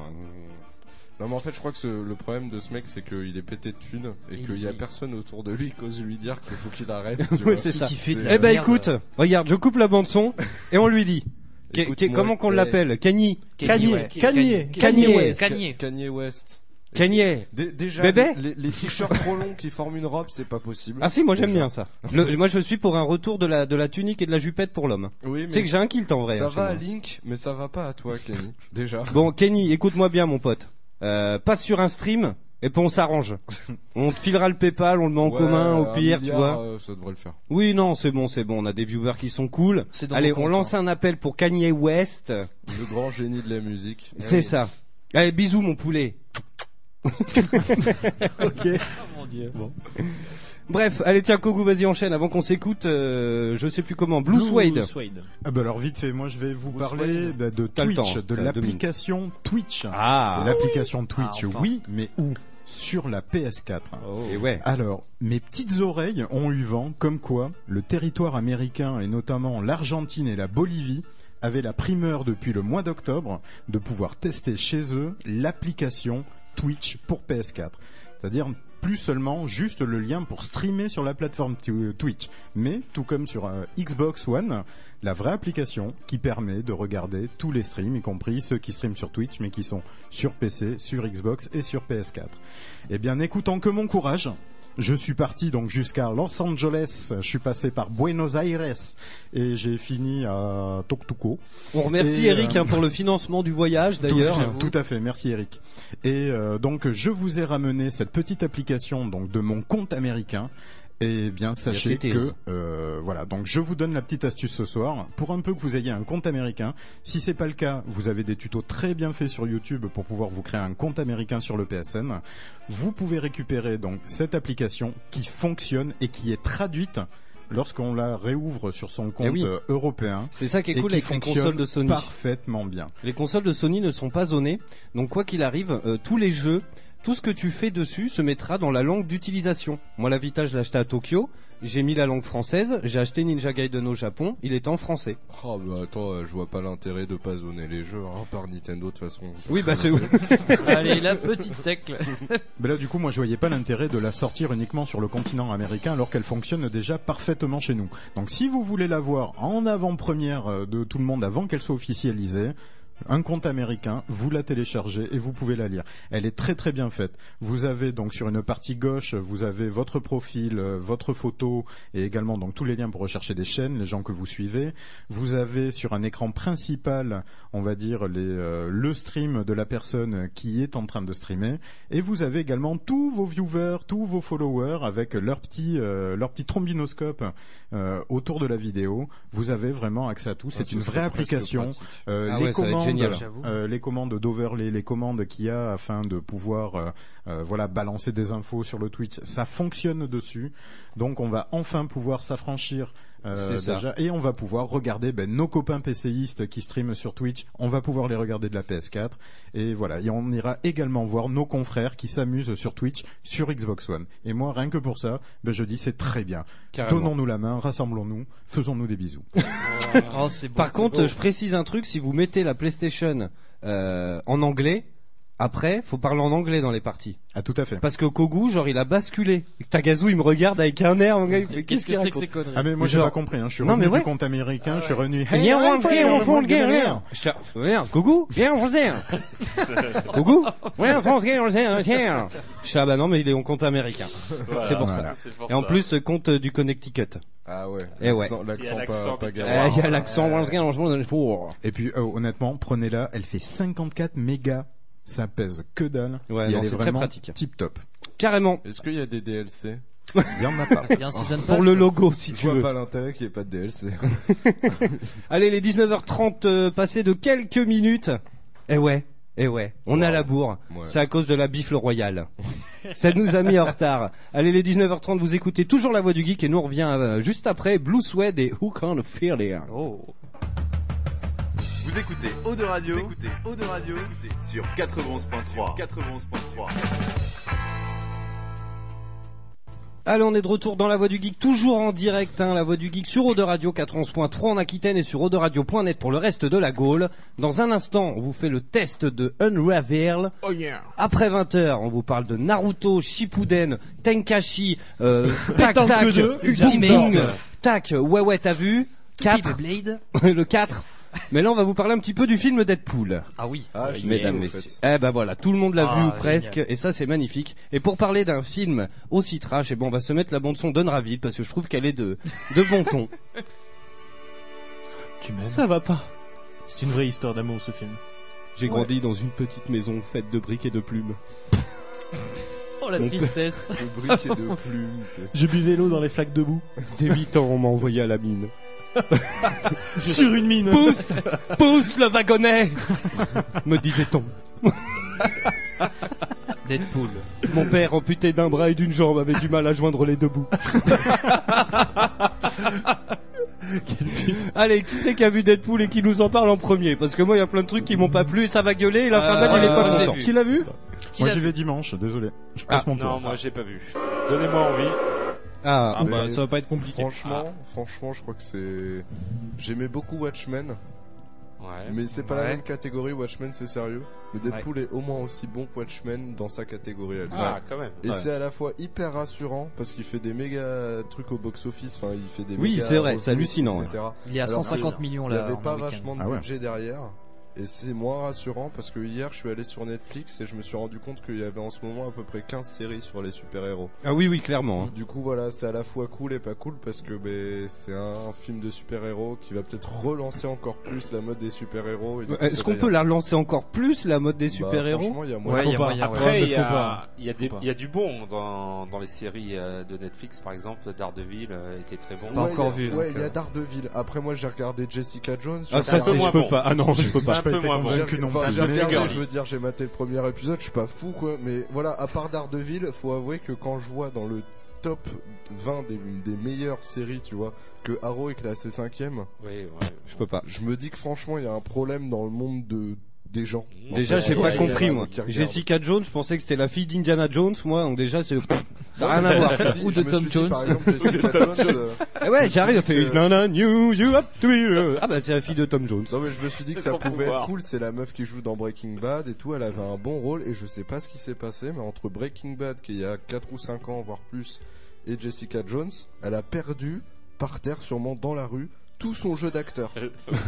Speaker 8: euh, Non mais en fait je crois que ce- le problème de ce mec c'est qu'il est pété de thunes et
Speaker 6: Il-
Speaker 8: qu'il y a personne autour de lui qui ose lui dire qu'il faut qu'il arrête. tu
Speaker 3: Ouais,
Speaker 8: vois.
Speaker 3: c'est ça.
Speaker 6: Qui fait de la
Speaker 3: Eh ben,
Speaker 6: merde.
Speaker 3: écoute, regarde, je coupe la bande son et on lui dit. Qu'est-
Speaker 8: Écoute,
Speaker 3: qu'est-
Speaker 8: moi,
Speaker 3: comment qu'on
Speaker 8: eh,
Speaker 3: l'appelle? Kanye.
Speaker 7: Kanye, Kanye,
Speaker 3: Kanye West.
Speaker 6: Kanye.
Speaker 8: Kanye West.
Speaker 3: Kanye.
Speaker 8: Dé- déjà
Speaker 3: Bébé
Speaker 8: les, les t-shirts trop longs qui forment une robe c'est pas possible.
Speaker 3: Ah si, moi j'aime bien ça. Le- moi je suis pour un retour de la de la tunique et de la jupette pour l'homme.
Speaker 8: Oui
Speaker 3: Tu sais que j'ai un kilt en vrai.
Speaker 8: Ça
Speaker 3: hein, chez
Speaker 8: va à
Speaker 3: moi.
Speaker 8: Link, mais ça va pas à toi, Kenny. Déjà.
Speaker 3: Bon, Kenny, écoute-moi bien, mon pote. Euh, passe sur un stream et puis on s'arrange. on te filera le PayPal, on le met en
Speaker 8: Ouais,
Speaker 3: commun au
Speaker 8: un
Speaker 3: pire, tu
Speaker 8: milliard,
Speaker 3: vois.
Speaker 8: euh, ça devrait le faire.
Speaker 3: Oui, non, c'est bon, c'est bon. On a des viewers qui sont cool.
Speaker 6: C'est dans
Speaker 3: Allez,
Speaker 6: mon
Speaker 3: on
Speaker 6: compte, hein.
Speaker 3: lance un appel pour Kanye West.
Speaker 8: Le grand génie de la musique.
Speaker 3: c'est ça. Allez, bisous, mon poulet.
Speaker 7: ok. mon dieu.
Speaker 3: Bref, allez tiens Kogu, vas-y enchaîne avant qu'on s'écoute. euh, je sais plus comment. Blue, Suede.
Speaker 4: Ah bah alors vite fait, moi je vais vous parler bah, de
Speaker 3: T'as le
Speaker 4: Twitch,
Speaker 3: temps,
Speaker 4: de
Speaker 3: t'as deux
Speaker 4: l'application Twitch.
Speaker 3: Ah.
Speaker 4: Et l'application Twitch,
Speaker 6: Ah, enfin.
Speaker 4: oui, mais où Sur la PS4.
Speaker 3: Et ouais.
Speaker 4: Alors, mes petites oreilles ont eu vent comme quoi le territoire américain et notamment l'Argentine et la Bolivie avaient la primeur depuis le mois d'octobre de pouvoir tester chez eux l'application Twitch pour PS4. C'est-à-dire plus seulement juste le lien pour streamer sur la plateforme tu- euh, Twitch, mais tout comme sur euh, Xbox One, la vraie application qui permet de regarder tous les streams, y compris ceux qui streament sur Twitch mais qui sont sur PC, sur Xbox et sur PS4. Eh bien, n'écoutant que mon courage, je suis parti donc jusqu'à Los Angeles, je suis passé par Buenos Aires et j'ai fini à Toctuco.
Speaker 3: On remercie
Speaker 4: Et, euh,
Speaker 3: Eric hein, pour le financement du voyage d'ailleurs.
Speaker 4: Tout, tout à fait, merci Eric. Et euh, donc je vous ai ramené cette petite application donc de mon compte américain. Et bien sachez
Speaker 3: Merci,
Speaker 4: que euh, voilà donc je vous donne la petite astuce ce soir pour un peu que vous ayez un compte américain. Si c'est pas le cas, vous avez des tutos très bien faits sur YouTube pour pouvoir vous créer un compte américain sur le PSN. Vous pouvez récupérer donc cette application qui fonctionne et qui est traduite lorsqu'on la réouvre sur son compte
Speaker 3: Eh oui.
Speaker 4: euh, européen.
Speaker 3: C'est ça qui est
Speaker 4: et
Speaker 3: cool
Speaker 4: qui
Speaker 3: avec les
Speaker 4: fonctionne
Speaker 3: consoles de Sony.
Speaker 4: Parfaitement bien.
Speaker 3: Les consoles de Sony ne sont pas zonées, donc quoi qu'il arrive, euh, tous les jeux, tout ce que tu fais dessus se mettra dans la langue d'utilisation. Moi, la Vita, je l'ai acheté à Tokyo, j'ai mis la langue française, j'ai acheté Ninja Gaiden au Japon, il est en français.
Speaker 8: Oh, bah attends, euh, je vois pas l'intérêt de pas zoner les jeux, hein, par Nintendo de toute façon.
Speaker 3: Oui, bah c'est
Speaker 6: Allez, la petite tacle.
Speaker 4: Mais là, du coup, moi, je voyais pas l'intérêt de la sortir uniquement sur le continent américain, alors qu'elle fonctionne déjà parfaitement chez nous. Donc, si vous voulez la voir en avant-première euh, de tout le monde, avant qu'elle soit officialisée, un compte américain, vous la téléchargez et vous pouvez la lire. Elle est très très bien faite. Vous avez donc sur une partie gauche, vous avez votre profil, euh, votre photo et également donc tous les liens pour rechercher des chaînes, les gens que vous suivez. Vous avez sur un écran principal, on va dire les, euh, le stream de la personne qui est en train de streamer. Et vous avez également tous vos viewers, tous vos followers avec leur petit, euh, leur petit trombinoscope euh, autour de la vidéo. Vous avez vraiment accès à tout. C'est une vraie application. Euh,
Speaker 3: Ah ouais,
Speaker 4: les
Speaker 3: ça va être
Speaker 4: commandes,
Speaker 3: génial.
Speaker 6: J'avoue.
Speaker 4: euh, les commandes d'overlay, les commandes qu'il y a afin de pouvoir euh, euh, voilà balancer des infos sur le Twitch, ça fonctionne dessus. Donc on va enfin pouvoir s'affranchir euh,
Speaker 3: C'est ça.
Speaker 4: déjà et on va pouvoir regarder ben, nos copains PCistes qui streament sur Twitch, on va pouvoir les regarder de la PS4 et voilà, et on ira également voir nos confrères qui s'amusent sur Twitch sur Xbox One. Et moi rien que pour ça, ben, je dis c'est très bien.
Speaker 5: Carrément.
Speaker 4: Donnons-nous la main, rassemblons-nous, faisons-nous des bisous.
Speaker 6: Oh, c'est beau,
Speaker 3: Par
Speaker 6: c'est
Speaker 3: contre,
Speaker 6: beau.
Speaker 3: je précise un truc, si vous mettez la PlayStation euh, en anglais, après, faut parler en anglais dans les parties.
Speaker 4: Ah tout à fait.
Speaker 3: Parce que Kogu, genre, il a basculé. Et que Tagazu, il me regarde avec un air, mon gars, il fait, qu'est-ce qu'il
Speaker 6: c'est que
Speaker 3: raconte
Speaker 6: ces conneries
Speaker 4: Ah mais moi j'ai
Speaker 3: Genre-
Speaker 4: pas compris, hein. je suis
Speaker 3: Non,
Speaker 4: revenu
Speaker 3: mais ouais.
Speaker 4: du compte américain, je suis revenu...
Speaker 3: Hey,
Speaker 4: Hey,
Speaker 3: on
Speaker 4: hey,
Speaker 3: va faire, on va faire le game,
Speaker 4: game,
Speaker 3: là. Je te- Viens, Kogu, viens, on se dit. Kogu, viens, on se dit, on se dit, on se dit. Je suis, ah bah non, mais il est en compte américain.
Speaker 5: Voilà.
Speaker 3: C'est pour ça.
Speaker 5: C'est pour
Speaker 3: Et en
Speaker 5: ça.
Speaker 3: plus, euh, compte euh, du Connecticut.
Speaker 8: Ah ouais.
Speaker 3: Eh ouais.
Speaker 8: L'accent-
Speaker 5: Il y a
Speaker 8: L'accent
Speaker 5: l'accent
Speaker 8: pas, pas
Speaker 5: qui
Speaker 3: Eh, Il
Speaker 8: galère.
Speaker 5: Wow.
Speaker 3: y a l'accent, on se dit, on se dit, on se dit, oh.
Speaker 4: Et puis euh, honnêtement, prenez-la, elle fait 54 mégas, ça pèse que dalle.
Speaker 3: Ouais, non,
Speaker 4: et elle est
Speaker 3: c'est très
Speaker 4: vraiment
Speaker 3: pratique.
Speaker 4: Tip top.
Speaker 3: Carrément.
Speaker 8: Est-ce qu'il y a des DLC
Speaker 4: Il y en a pas.
Speaker 6: Il y a un season
Speaker 3: Pour
Speaker 6: pass.
Speaker 3: le logo, si
Speaker 8: Je
Speaker 3: tu
Speaker 8: vois
Speaker 3: veux.
Speaker 8: pas l'intérêt qu'il n'y ait pas de DLC.
Speaker 3: Allez, les 19h30 euh, passées de quelques minutes. Eh ouais, eh ouais, on a la bourre.
Speaker 8: Ouais.
Speaker 3: C'est à cause de la bifle royale. Ça nous a mis en retard. Allez, les 19h30, vous écoutez toujours la voix du geek et nous on revient euh, juste après Blue Suede et Who Can Fear It.
Speaker 6: Oh.
Speaker 1: Vous écoutez Eau de Radio, vous écoutez Eau de Radio vous écoutez sur 91.3. 91.3.
Speaker 3: Allez, on est de retour dans la voix du geek, toujours en direct, hein, la voix du geek sur Eau de Radio 411.3 en Aquitaine et sur Radio.net pour le reste de la Gaule. Dans un instant, on vous fait le test de Unravel.
Speaker 6: Oh,
Speaker 3: Après 20h, on vous parle de Naruto, Shippuden, Tenkashi, euh, Tac Tac,
Speaker 7: que deux,
Speaker 3: Ultimate,
Speaker 7: Ultimate.
Speaker 3: Tac, ouais ouais t'as vu, 4,
Speaker 6: Blade.
Speaker 3: le 4. Mais là, on va vous parler un petit peu du film Deadpool.
Speaker 6: Ah oui.
Speaker 8: Ah, je l'ai
Speaker 3: Mesdames,
Speaker 8: vu, en
Speaker 3: messieurs.
Speaker 8: fait.
Speaker 3: Eh ben voilà, tout le monde l'a
Speaker 6: Ah,
Speaker 3: vu ou
Speaker 6: génial.
Speaker 3: presque, et ça c'est magnifique. Et pour parler d'un film aussi trash, et bon, on va se mettre la bande son d'Unravel parce que je trouve qu'elle est de de bon ton.
Speaker 7: Tu m'aimes.
Speaker 3: ça va pas.
Speaker 7: C'est une vraie histoire d'amour ce film.
Speaker 3: J'ai grandi dans une petite maison faite de briques et de plumes.
Speaker 6: Oh la
Speaker 3: Donc-
Speaker 6: tristesse.
Speaker 8: De briques et de plumes, tu sais.
Speaker 7: J'ai bu l'eau dans les flaques de boue.
Speaker 3: Dès 8 ans, on m'a envoyé à la mine.
Speaker 7: Sur une mine.
Speaker 3: Pousse, pousse le wagonnet, me disait-on.
Speaker 6: Deadpool.
Speaker 3: Mon père, amputé d'un bras et d'une jambe, avait du mal à joindre les deux bouts. Allez, qui c'est qui a vu Deadpool et qui nous en parle en premier Parce que moi, il y a plein de trucs qui m'ont pas plu et ça va gueuler et l'infernal,
Speaker 6: Euh,
Speaker 3: il est
Speaker 6: moi,
Speaker 3: pas
Speaker 6: je l'ai
Speaker 3: content.
Speaker 6: vu.
Speaker 7: Qui l'a vu
Speaker 6: Qui
Speaker 4: moi
Speaker 6: l'a
Speaker 4: j'y
Speaker 6: vu
Speaker 4: vais dimanche, désolé. Je passe mon
Speaker 5: Non,
Speaker 4: tour.
Speaker 5: moi j'ai pas vu. Donnez-moi envie.
Speaker 3: Ah,
Speaker 7: Ah bah
Speaker 8: mais-
Speaker 7: ça va pas être compliqué.
Speaker 8: Franchement, franchement, je crois que c'est. J'aimais beaucoup Watchmen,
Speaker 5: Ouais.
Speaker 8: mais c'est pas la
Speaker 6: Ouais.
Speaker 8: même catégorie. Watchmen, c'est sérieux. Mais Deadpool est au moins aussi bon que Watchmen dans sa catégorie à lui.
Speaker 5: Ah, quand même.
Speaker 8: Et c'est à la fois hyper rassurant parce qu'il fait des méga trucs au box-office. Enfin, il fait des
Speaker 3: Oui,
Speaker 8: méga
Speaker 3: c'est vrai,
Speaker 8: revenus,
Speaker 3: c'est hallucinant,
Speaker 8: etc.
Speaker 6: Il est à
Speaker 8: Alors,
Speaker 6: 150 millions
Speaker 8: Il n'y
Speaker 6: là.
Speaker 8: avait
Speaker 6: en
Speaker 8: pas
Speaker 6: un week-end.
Speaker 8: vachement de
Speaker 4: Ah ouais.
Speaker 8: budget derrière. Et c'est moins rassurant parce que hier, je suis allé sur Netflix et je me suis rendu compte qu'il y avait en ce moment à peu près 15 séries sur les super-héros.
Speaker 3: Ah oui, oui, clairement. hein.
Speaker 8: Du coup, voilà, c'est à la fois cool et pas cool parce que ben, c'est un film de super-héros qui va peut-être relancer encore plus la mode des super-héros. et du coup,
Speaker 3: Est-ce
Speaker 8: ça
Speaker 3: qu'on
Speaker 8: va y-
Speaker 3: peut la relancer encore plus, la mode des
Speaker 8: Bah,
Speaker 3: super-héros
Speaker 8: Franchement, il y a moyen.
Speaker 6: Ouais, il y a
Speaker 7: Faut pas.
Speaker 6: moyen, ouais.
Speaker 5: Après,
Speaker 7: mais
Speaker 5: il y,
Speaker 7: faut
Speaker 5: a,
Speaker 7: pas.
Speaker 5: il, y a des,
Speaker 7: pas.
Speaker 5: il y a du bon dans, dans les séries euh, de Netflix, par exemple. Daredevil euh, était très bon.
Speaker 6: Pas
Speaker 8: Ouais,
Speaker 6: encore
Speaker 8: il y a-
Speaker 6: vu,
Speaker 8: Ouais,
Speaker 6: donc,
Speaker 8: il y a
Speaker 6: euh.
Speaker 8: Daredevil. Après, moi, j'ai regardé Jessica Jones.
Speaker 3: Ah,
Speaker 8: j'ai
Speaker 3: ça,
Speaker 8: regardé-
Speaker 3: c'est,
Speaker 5: moins
Speaker 3: je peux
Speaker 5: bon.
Speaker 3: pas. Ah non, je peux
Speaker 5: C'est
Speaker 3: pas.
Speaker 5: un peu moins bon.
Speaker 8: J'ai-
Speaker 4: que non
Speaker 8: enfin,
Speaker 4: plus.
Speaker 8: j'ai
Speaker 5: Mais
Speaker 8: regardé,
Speaker 5: girly.
Speaker 8: je veux dire, j'ai maté le premier épisode, je suis pas fou quoi, mais voilà, à part Daredevil, faut avouer que quand je vois dans le top 20 des, des meilleures séries, tu vois, que Arrow est classé cinquième,
Speaker 5: Oui, ouais.
Speaker 3: Je peux pas.
Speaker 8: je me dis que franchement, il y a un problème dans le monde de des gens.
Speaker 5: Mmh.
Speaker 3: Déjà,
Speaker 8: fait,
Speaker 3: j'ai
Speaker 8: il y
Speaker 3: pas
Speaker 8: a- il
Speaker 3: compris,
Speaker 8: y a-
Speaker 3: moi.
Speaker 8: qui regarde.
Speaker 3: Jessica Jones, je pensais que c'était la fille d'Indiana Jones, moi, donc déjà, c'est... Ça n'a rien à
Speaker 8: Je me
Speaker 3: voir.
Speaker 8: suis dit-
Speaker 6: Ou de
Speaker 8: je me
Speaker 6: Tom
Speaker 8: suis dit,
Speaker 6: Jones.
Speaker 8: par exemple, Jessica Jones, euh,
Speaker 3: Eh ouais, j'arrive, elle fait
Speaker 8: que-
Speaker 3: Is Nana News, you up to you. Ah bah c'est la fille de Tom Jones.
Speaker 8: Non mais je me suis dit que
Speaker 5: C'est
Speaker 8: ça
Speaker 5: son
Speaker 8: pouvait
Speaker 5: pouvoir.
Speaker 8: être cool, c'est la meuf qui joue dans Breaking Bad et tout, elle avait un bon rôle et je sais pas ce qui s'est passé mais entre Breaking Bad qui il y a 4 ou 5 ans voire plus et Jessica Jones, elle a perdu par terre sûrement dans la rue tout son jeu d'acteur.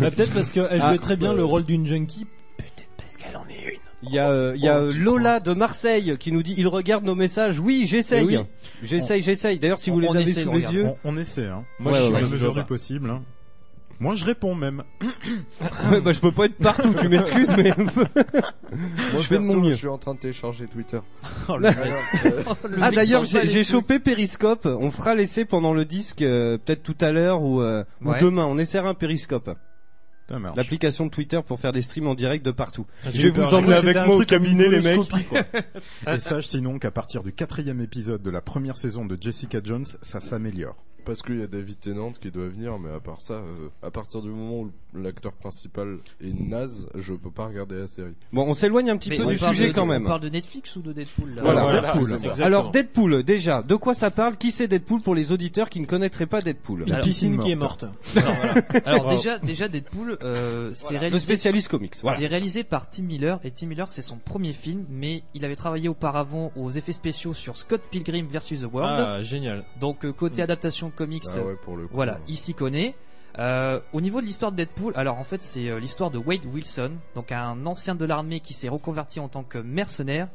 Speaker 7: Bah, peut-être parce qu'elle
Speaker 3: Ah,
Speaker 7: jouait très bien
Speaker 3: euh,
Speaker 7: le rôle d'une junkie.
Speaker 3: Il y a, euh, il y a
Speaker 8: Oh,
Speaker 3: euh, Lola de Marseille qui nous dit il regarde nos messages. Oui, j'essaye.
Speaker 7: Eh oui.
Speaker 3: J'essaye, j'essaye. D'ailleurs, si vous
Speaker 6: On-
Speaker 3: les
Speaker 6: on
Speaker 3: avez
Speaker 6: essaye,
Speaker 3: sous
Speaker 6: on
Speaker 3: les
Speaker 6: regarde.
Speaker 3: yeux,
Speaker 4: On, on essaie. Hein.
Speaker 7: Moi,
Speaker 3: Ouais,
Speaker 7: je
Speaker 3: ouais, ouais.
Speaker 4: Dans la
Speaker 7: suis dans le
Speaker 4: mesure
Speaker 7: jeu,
Speaker 4: du
Speaker 7: là.
Speaker 4: possible. hein. Moi je réponds même.
Speaker 3: Ouais, bah, je peux pas être partout, tu m'excuses, mais
Speaker 8: Moi
Speaker 3: fais de
Speaker 8: perso,
Speaker 3: mon mieux.
Speaker 8: Je suis en train de télécharger Twitter.
Speaker 6: Oh, le
Speaker 8: Voilà,
Speaker 6: mec.
Speaker 8: euh,
Speaker 6: Le
Speaker 3: Ah
Speaker 6: mec
Speaker 3: d'ailleurs,
Speaker 6: sort pas
Speaker 3: j'ai
Speaker 6: les
Speaker 3: j'ai
Speaker 6: trucs.
Speaker 3: chopé Périscope. On fera l'essai pendant le disque, euh, peut-être tout à l'heure ou, euh, ou
Speaker 6: Ouais.
Speaker 3: demain. On essaiera un Périscope.
Speaker 4: Putain, mais alors,
Speaker 3: L'application de Twitter pour faire des streams en direct de partout.
Speaker 7: J'ai
Speaker 3: Je vais
Speaker 7: eu peur,
Speaker 3: vous
Speaker 7: j'ai
Speaker 3: emmener
Speaker 7: cru que
Speaker 3: avec
Speaker 7: c'était
Speaker 3: moi au
Speaker 7: un truc comme
Speaker 3: cabinet, les mecs.
Speaker 7: colonoscopie, quoi.
Speaker 4: Et sache sinon qu'à partir du quatrième épisode de la première saison de Jessica Jones, ça s'améliore.
Speaker 8: Parce qu'il y a David Tennant qui doit venir, mais à part ça, euh, à partir du moment où l'acteur principal est naze, je peux pas regarder la série.
Speaker 3: Bon, on s'éloigne un petit
Speaker 6: Mais
Speaker 3: peu
Speaker 6: on
Speaker 3: du
Speaker 6: parle
Speaker 3: sujet
Speaker 6: de-
Speaker 3: quand même.
Speaker 6: On parle de Netflix ou de Deadpool là
Speaker 3: Voilà,
Speaker 4: Deadpool.
Speaker 7: c'est exactement.
Speaker 3: Alors Deadpool, déjà, de quoi ça parle Qui c'est Deadpool pour les auditeurs qui ne connaîtraient pas Deadpool
Speaker 7: une
Speaker 6: Alors,
Speaker 7: piscine qui est morte.
Speaker 6: Alors
Speaker 7: Bravo.
Speaker 6: déjà, déjà Deadpool, euh, c'est
Speaker 3: Le
Speaker 6: réalisé
Speaker 3: spécialiste comics, voilà.
Speaker 6: C'est réalisé par Tim Miller et Tim Miller c'est son premier film mais il avait travaillé auparavant aux effets spéciaux sur Scott Pilgrim versus the World
Speaker 7: Ah, génial.
Speaker 6: donc euh, côté
Speaker 7: Mm.
Speaker 6: adaptation comics
Speaker 3: Bah
Speaker 8: Ah ouais, pour le coup.
Speaker 6: voilà
Speaker 8: hein.
Speaker 6: il s'y connaît Euh, au niveau de l'histoire de Deadpool alors en fait c'est euh, l'histoire de Wade Wilson donc un ancien de l'armée qui s'est reconverti en tant que mercenaire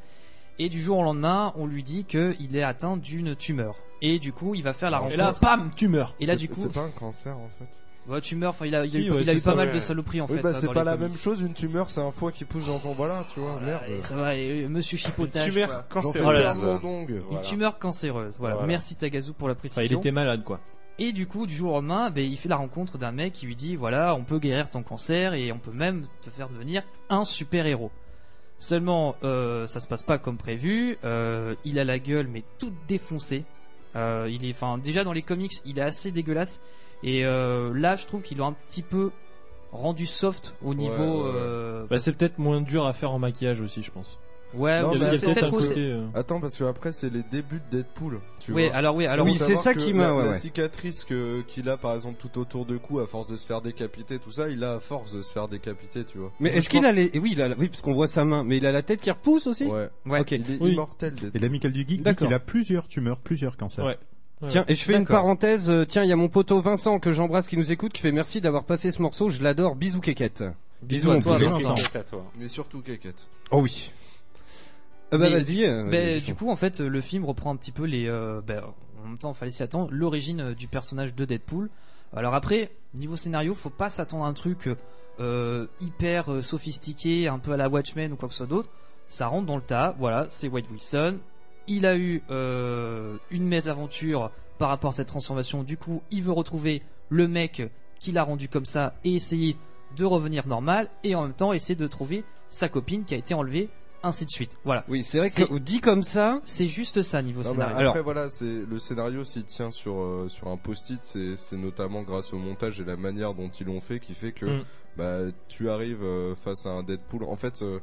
Speaker 6: et du jour au lendemain on lui dit qu'il est atteint d'une tumeur et du coup il va faire la
Speaker 7: Et
Speaker 6: rencontre
Speaker 7: là, pam, tu meurs.
Speaker 6: Et là,
Speaker 8: C'est-
Speaker 6: du coup
Speaker 8: C'est pas un cancer en fait.
Speaker 6: bah, tumeur enfin il a, il a
Speaker 7: Si,
Speaker 6: eu,
Speaker 7: ouais,
Speaker 6: il a
Speaker 7: c'est
Speaker 6: eu pas
Speaker 7: ça,
Speaker 6: mal
Speaker 5: ouais.
Speaker 6: de saloperies en
Speaker 8: oui,
Speaker 6: fait
Speaker 8: bah
Speaker 6: hein,
Speaker 8: c'est
Speaker 6: dans
Speaker 8: pas
Speaker 6: les
Speaker 8: la
Speaker 6: comics.
Speaker 8: même chose, une tumeur c'est un foie qui pousse dans ton. Voilà, tu vois,
Speaker 6: Voilà, et
Speaker 8: merde.
Speaker 6: ça va et, euh, monsieur chipotage
Speaker 5: tumeur
Speaker 6: quoi.
Speaker 8: J'en fais
Speaker 5: Oh là là.
Speaker 8: plein mon dong.
Speaker 6: Une tumeur cancéreuse. Voilà.
Speaker 5: Voilà.
Speaker 6: Merci Tagazu pour la
Speaker 7: Enfin,
Speaker 6: précision.
Speaker 7: il était malade, quoi.
Speaker 6: Et du coup, du jour au lendemain, ben, il fait la rencontre d'un mec qui lui dit voilà, on peut guérir ton cancer et on peut même te faire devenir un super héros. Seulement, euh, ça se passe pas comme prévu. euh, il a la gueule mais toute défoncée. Euh, il est, enfin, déjà dans les comics, il est assez dégueulasse. Et euh, là, je trouve qu'il est un petit peu rendu soft au niveau.
Speaker 8: ouais, ouais.
Speaker 6: euh,
Speaker 7: Bah, c'est peut-être moins dur à faire en maquillage aussi, je pense.
Speaker 6: ouais,
Speaker 8: Non,
Speaker 7: Il
Speaker 6: mais
Speaker 7: y a-
Speaker 8: bah,
Speaker 7: il y a
Speaker 6: c'est-
Speaker 7: peut-être
Speaker 6: cette
Speaker 7: un
Speaker 6: fausse-
Speaker 7: côté, euh,
Speaker 8: Attends, parce que après c'est les débuts de Deadpool. Tu
Speaker 6: Oui,
Speaker 8: vois.
Speaker 6: alors oui, alors
Speaker 8: Faut
Speaker 3: Oui, c'est
Speaker 8: savoir
Speaker 3: ça
Speaker 8: que
Speaker 3: qui
Speaker 8: la-
Speaker 3: m'a- ouais,
Speaker 8: La
Speaker 3: ouais.
Speaker 8: cicatrice que- qu'il a par exemple tout autour de cou, à force de se faire décapiter, tout ça, il a à force de se faire décapiter, tu vois.
Speaker 3: Mais est-ce qu'il a les... eh Oui, il a la- oui, parce qu'on voit sa main, mais il a la tête qui repousse aussi
Speaker 8: Ouais.
Speaker 6: Ouais.
Speaker 3: Ok.
Speaker 8: Il est
Speaker 7: Oui.
Speaker 8: immortel Deadpool.
Speaker 4: Et l'amical du geek dit
Speaker 3: D'accord.
Speaker 4: qu'il a plusieurs tumeurs, plusieurs cancers.
Speaker 7: Ouais.
Speaker 3: Tiens, et je fais une
Speaker 6: D'accord.
Speaker 3: parenthèse. euh, Tiens, il y a mon poteau Vincent que j'embrasse qui nous écoute, qui fait merci d'avoir passé ce morceau. Je l'adore. Bisous, Kékette. Bisous,
Speaker 6: à
Speaker 3: mon
Speaker 6: toi,
Speaker 3: poulet.
Speaker 6: Vincent.
Speaker 5: à toi.
Speaker 8: Mais surtout Kékette.
Speaker 3: Oh oui. Euh, bah
Speaker 6: Mais-
Speaker 3: vas-y. euh,
Speaker 6: Ben,
Speaker 3: vas-y,
Speaker 6: du coup, en fait, le film reprend un petit peu les. euh, ben, en même temps, fallait s'y attendre. L'origine euh, du personnage de Deadpool. Alors après, niveau scénario, faut pas s'attendre à un truc euh, hyper euh, sophistiqué, un peu à la Watchmen ou quoi que ce soit d'autre. Ça rentre dans le tas. Voilà, c'est White Wilson. Il a eu euh, une mésaventure par rapport à cette transformation. Du coup, il veut retrouver le mec qui l'a rendu comme ça et essayer de revenir normal et en même temps essayer de trouver sa copine qui a été enlevée, ainsi de suite. Voilà.
Speaker 3: Oui, c'est vrai
Speaker 6: C'est-
Speaker 3: que dit comme ça.
Speaker 6: C'est juste ça
Speaker 5: Ah
Speaker 6: niveau
Speaker 5: bah,
Speaker 8: Non, mais
Speaker 6: scénario.
Speaker 8: après
Speaker 3: Alors-
Speaker 8: voilà, c'est le scénario s'il tient sur euh, sur un post-it, c'est c'est notamment grâce au montage et la manière dont ils l'ont fait qui fait que
Speaker 7: Mm.
Speaker 8: bah tu arrives euh, face à un Deadpool. En fait, euh,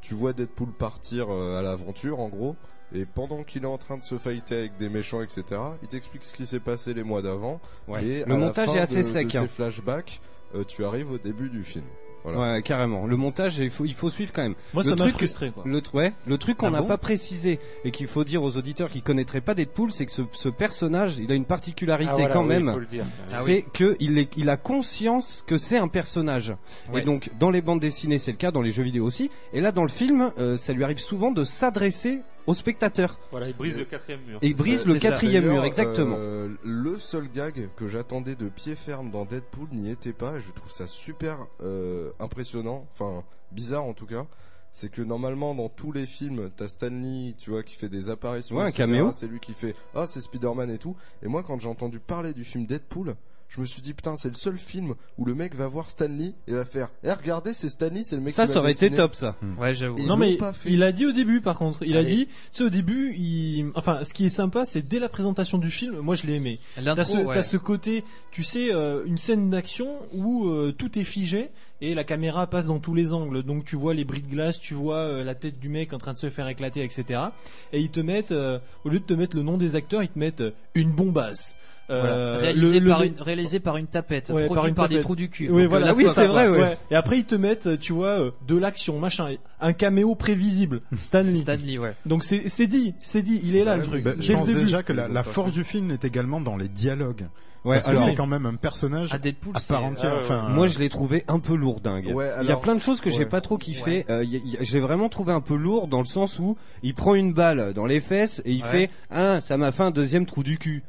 Speaker 8: tu vois Deadpool partir euh, à l'aventure en gros. Et pendant qu'il est en train de se fighter avec des méchants, etc., il t'explique ce qui s'est passé les mois d'avant. Et
Speaker 3: Le
Speaker 8: à la
Speaker 3: montage
Speaker 8: fin
Speaker 3: est assez
Speaker 8: de-
Speaker 3: sec.
Speaker 8: De
Speaker 3: hein.
Speaker 8: ces flashbacks, euh, tu arrives au début du film. Voilà.
Speaker 3: Ouais, carrément. Le montage, il faut, il faut suivre quand même.
Speaker 7: Moi,
Speaker 3: Le
Speaker 7: ça m'a
Speaker 3: truc-
Speaker 7: frustré, quoi.
Speaker 3: Le, tr- ouais, le truc qu'on
Speaker 6: Ah
Speaker 3: n'a
Speaker 6: bon
Speaker 3: pas précisé et qu'il faut dire aux auditeurs qui connaîtraient pas Deadpool, c'est que ce, ce personnage, il a une particularité quand même.
Speaker 5: faut le dire.
Speaker 6: Ah
Speaker 3: c'est que il, est- il a conscience que c'est un personnage. Et
Speaker 6: Ouais.
Speaker 3: donc dans les bandes dessinées c'est le cas, dans les jeux vidéo aussi. Et là dans le film, euh, ça lui arrive souvent de s'adresser au spectateur.
Speaker 5: Ah, Voilà, il brise le quatrième mur.
Speaker 3: Et il brise
Speaker 8: C'est-
Speaker 3: le
Speaker 6: c'est ça.
Speaker 3: quatrième
Speaker 8: D'ailleurs,
Speaker 3: mur, exactement.
Speaker 8: euh, le seul gag que j'attendais de pied ferme dans Deadpool n'y était pas. et Je trouve ça super euh, impressionnant, enfin bizarre en tout cas. C'est que normalement dans tous les films, t'as Stanley, tu vois, qui fait des apparitions.
Speaker 3: Ouais, un
Speaker 8: etc.,
Speaker 3: caméo.
Speaker 8: C'est lui qui fait ah c'est Spider-Man et tout. Et moi quand j'ai entendu parler du film Deadpool. Je me suis dit putain c'est le seul film où le mec va voir Stanley et va faire eh regardez c'est Stanley c'est le mec
Speaker 3: ça,
Speaker 8: qui m'a
Speaker 3: ça aurait été
Speaker 8: dessiné.
Speaker 3: top ça.
Speaker 6: Ouais, j'avoue.
Speaker 8: Et- ils
Speaker 7: non
Speaker 8: l'ont
Speaker 7: mais
Speaker 8: pas fait.
Speaker 7: il a dit au début par contre, il a
Speaker 5: Allez.
Speaker 7: dit, tu sais au début, il... enfin ce qui est sympa c'est dès la présentation du film, moi je l'ai aimé. T'as ce,
Speaker 6: L'intro, ouais.
Speaker 7: t'as ce côté, tu sais, euh, une scène d'action où euh, tout est figé et la caméra passe dans tous les angles. Donc tu vois les bris de glace, tu vois euh, la tête du mec en train de se faire éclater, etc. Et ils te mettent, euh, au lieu de te mettre le nom des acteurs, ils te mettent euh, une bombasse. Euh,
Speaker 6: réalisé,
Speaker 7: le- le-
Speaker 6: par une, réalisé par une tapette,
Speaker 7: Ouais,
Speaker 6: produit
Speaker 7: par
Speaker 6: par,
Speaker 7: une
Speaker 6: des
Speaker 7: tapette.
Speaker 6: trous du cul.
Speaker 7: Oui,
Speaker 6: Donc, euh,
Speaker 7: voilà,
Speaker 6: là,
Speaker 3: oui,
Speaker 7: ça,
Speaker 3: c'est
Speaker 7: ça,
Speaker 3: vrai, ouais.
Speaker 7: Et après ils te mettent, euh, tu vois, euh, de l'action, machin, un caméo prévisible, Stanley.
Speaker 6: Stanley, ouais.
Speaker 7: Donc c'est c'est dit, c'est dit, il est là le truc.
Speaker 4: Bah,
Speaker 7: dès
Speaker 4: je
Speaker 7: le
Speaker 4: pense
Speaker 7: début.
Speaker 4: déjà que la, la force du film est également dans les dialogues.
Speaker 3: Ouais,
Speaker 4: parce que
Speaker 3: alors
Speaker 4: c'est quand même un personnage
Speaker 6: À Deadpool,
Speaker 4: à
Speaker 6: c'est. euh,
Speaker 4: part entière.
Speaker 5: Ah ouais,
Speaker 4: enfin, euh,
Speaker 3: moi je l'ai trouvé un peu lourdingue.
Speaker 8: Ouais,
Speaker 3: Il y a
Speaker 8: alors-
Speaker 3: plein de choses que j'ai
Speaker 8: ouais.
Speaker 3: pas trop kiffé. Euh, y a- y a- j'ai vraiment trouvé un peu lourd dans le sens où il prend une balle dans les fesses et il
Speaker 6: Ouais.
Speaker 3: fait un, ça m'a fait un deuxième trou du cul.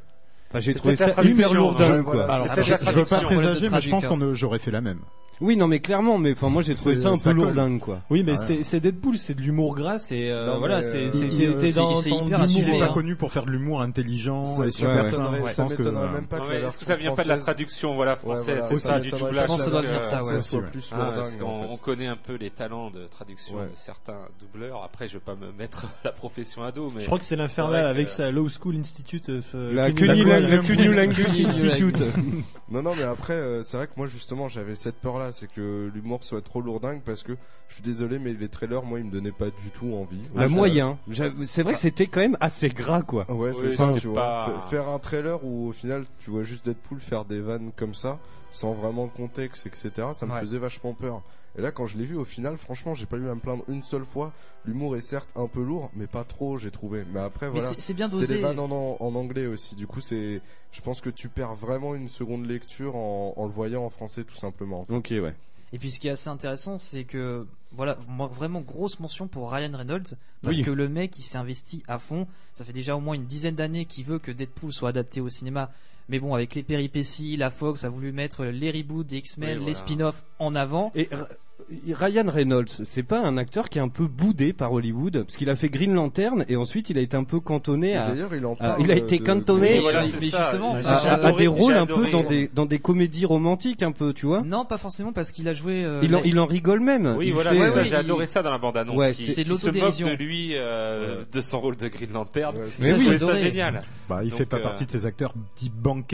Speaker 3: Enfin j'ai trouvé
Speaker 5: peut-être
Speaker 3: ça
Speaker 5: la
Speaker 3: hyper
Speaker 5: traduction,
Speaker 3: lourdingue
Speaker 5: hein.
Speaker 3: quoi.
Speaker 5: Alors,
Speaker 4: Alors,
Speaker 5: c'est
Speaker 4: je,
Speaker 5: ça,
Speaker 4: je veux pas
Speaker 5: traduction.
Speaker 4: présager, mais je pense
Speaker 6: Traducteur.
Speaker 4: qu'on euh, j'aurais fait la même.
Speaker 3: Oui, non, mais clairement, mais enfin, moi j'ai trouvé
Speaker 4: C'est-
Speaker 3: ça un
Speaker 4: ça
Speaker 3: peu
Speaker 4: colle.
Speaker 3: lourdingue, quoi.
Speaker 7: Oui, mais c'est c'est Deadpool, c'est de l'humour gras, c'est euh,
Speaker 8: Non,
Speaker 7: voilà,
Speaker 8: mais,
Speaker 7: c'est
Speaker 8: euh,
Speaker 7: c'est-
Speaker 4: il-
Speaker 7: t'es-
Speaker 4: il-
Speaker 7: t'es
Speaker 6: c'est-
Speaker 7: dans,
Speaker 6: c'est
Speaker 7: dans
Speaker 6: hyper
Speaker 7: l'humour
Speaker 4: Il est
Speaker 6: Ouais,
Speaker 4: pas
Speaker 6: hein.
Speaker 7: gras.
Speaker 4: connu pour faire de l'humour intelligent
Speaker 8: Ça-
Speaker 4: et
Speaker 8: ça
Speaker 4: super fin.
Speaker 8: m'étonnerait-
Speaker 4: Je
Speaker 8: ça
Speaker 4: pense que,
Speaker 8: m'étonnerait
Speaker 4: euh,
Speaker 8: même pas
Speaker 5: Non,
Speaker 8: que
Speaker 5: mais
Speaker 8: la
Speaker 5: Est-ce que ça
Speaker 8: version
Speaker 5: vient pas de la
Speaker 8: française-
Speaker 5: traduction voilà française
Speaker 8: voilà,
Speaker 5: C'est
Speaker 8: ça
Speaker 5: pas du
Speaker 8: m'étonnerait
Speaker 5: doublage.
Speaker 8: pas
Speaker 6: Je pense que ça doit
Speaker 5: parce
Speaker 6: venir
Speaker 5: que-
Speaker 6: ça, ouais.
Speaker 8: ça soit
Speaker 4: Ouais.
Speaker 8: plus
Speaker 5: Ah,
Speaker 8: lourdingue,
Speaker 5: parce qu'on-
Speaker 8: en
Speaker 5: on
Speaker 8: fait.
Speaker 5: connaît un peu les talents de traduction
Speaker 8: Ouais.
Speaker 5: de certains doubleurs. Après, je vais pas me mettre la profession à dos, mais
Speaker 7: Je crois que c'est
Speaker 5: euh, C'est
Speaker 7: l'infernal
Speaker 5: vrai que-
Speaker 7: avec sa Low School Institute. euh,
Speaker 3: La
Speaker 7: Cunning-
Speaker 3: Cunning-
Speaker 7: Lang-
Speaker 3: la
Speaker 7: Lang-
Speaker 3: Cunning
Speaker 7: Lang-
Speaker 3: Language
Speaker 7: Cunning
Speaker 3: Institute.
Speaker 7: Lang-
Speaker 8: Non, non, mais après, euh, c'est vrai que moi, justement, j'avais cette peur-là, c'est que l'humour soit trop lourdingue, parce que je suis désolé, mais les trailers, moi, ils me donnaient pas du tout envie.
Speaker 3: Le moyen. J'avais- C'est vrai que c'était quand même assez gras, quoi.
Speaker 8: Ouais, c'est
Speaker 5: Oui,
Speaker 8: ça,
Speaker 5: c'est
Speaker 8: tu vois.
Speaker 5: pas-
Speaker 8: Fa- Faire un trailer où, au final, tu vois juste Deadpool faire des vannes comme ça, sans vraiment de contexte, etc., ça me
Speaker 6: Ouais.
Speaker 8: faisait vachement peur. Et là, quand je l'ai vu, au final, franchement, j'ai pas eu à me plaindre une seule fois. L'humour est certes un peu lourd, mais pas trop, j'ai trouvé. Mais après,
Speaker 6: Mais
Speaker 8: voilà.
Speaker 6: c'est- c'est bien
Speaker 8: C'était des
Speaker 6: dosé.
Speaker 8: vannes en, en- en anglais aussi. Du coup, c'est, je pense que tu perds vraiment une seconde lecture en, en le voyant en français, tout simplement.
Speaker 3: Ok, ouais.
Speaker 6: Et puis ce qui est assez intéressant, c'est que voilà, moi, vraiment grosse mention pour Ryan Reynolds parce que le mec il s'est investi à fond. Ça fait déjà au moins une dizaine d'années qu'il veut que Deadpool soit adapté au cinéma. Mais bon, avec les péripéties, la Fox a voulu mettre les reboots des X-Men,
Speaker 5: Oui,
Speaker 6: les
Speaker 5: voilà.
Speaker 6: spin-offs en avant.
Speaker 3: Et R- Ryan Reynolds, c'est pas un acteur qui est un peu boudé par Hollywood, parce qu'il a fait Green Lantern et ensuite il a été un peu cantonné
Speaker 8: Et
Speaker 3: à,
Speaker 8: D'ailleurs, il en
Speaker 3: Ah,
Speaker 8: parle.
Speaker 3: il a
Speaker 8: euh,
Speaker 3: été
Speaker 8: de-
Speaker 3: cantonné.
Speaker 5: Oui,
Speaker 8: de-
Speaker 5: voilà,
Speaker 6: mais-
Speaker 5: c'est
Speaker 6: mais
Speaker 5: ça.
Speaker 6: justement,
Speaker 5: J'ai
Speaker 3: à- à- à
Speaker 5: adoré-
Speaker 3: des rôles
Speaker 5: j'ai
Speaker 3: un peu
Speaker 5: adoré.
Speaker 3: dans des dans des comédies romantiques un peu, tu vois.
Speaker 6: Non, pas forcément parce qu'il a joué. euh,
Speaker 3: Il en,
Speaker 6: la-
Speaker 3: il en rigole même.
Speaker 5: Oui,
Speaker 3: Il
Speaker 5: voilà,
Speaker 3: fait- euh,
Speaker 5: c'est
Speaker 6: Ouais,
Speaker 5: ça,
Speaker 6: oui,
Speaker 5: j'ai
Speaker 6: il-
Speaker 5: adoré ça dans la bande-annonce.
Speaker 3: Ouais,
Speaker 5: il,
Speaker 6: c'est-
Speaker 5: il se moque
Speaker 6: l'autodérision.
Speaker 5: de lui, euh, de son rôle de Green Lantern.
Speaker 8: Ouais,
Speaker 3: Mais
Speaker 5: Mais
Speaker 6: Ça,
Speaker 3: oui.
Speaker 5: oui,
Speaker 6: j'ai
Speaker 5: ça
Speaker 6: adoré.
Speaker 8: hein.
Speaker 5: génial.
Speaker 4: Bah, il
Speaker 5: Donc,
Speaker 4: fait pas
Speaker 5: euh,
Speaker 4: partie de ces acteurs dits bankable.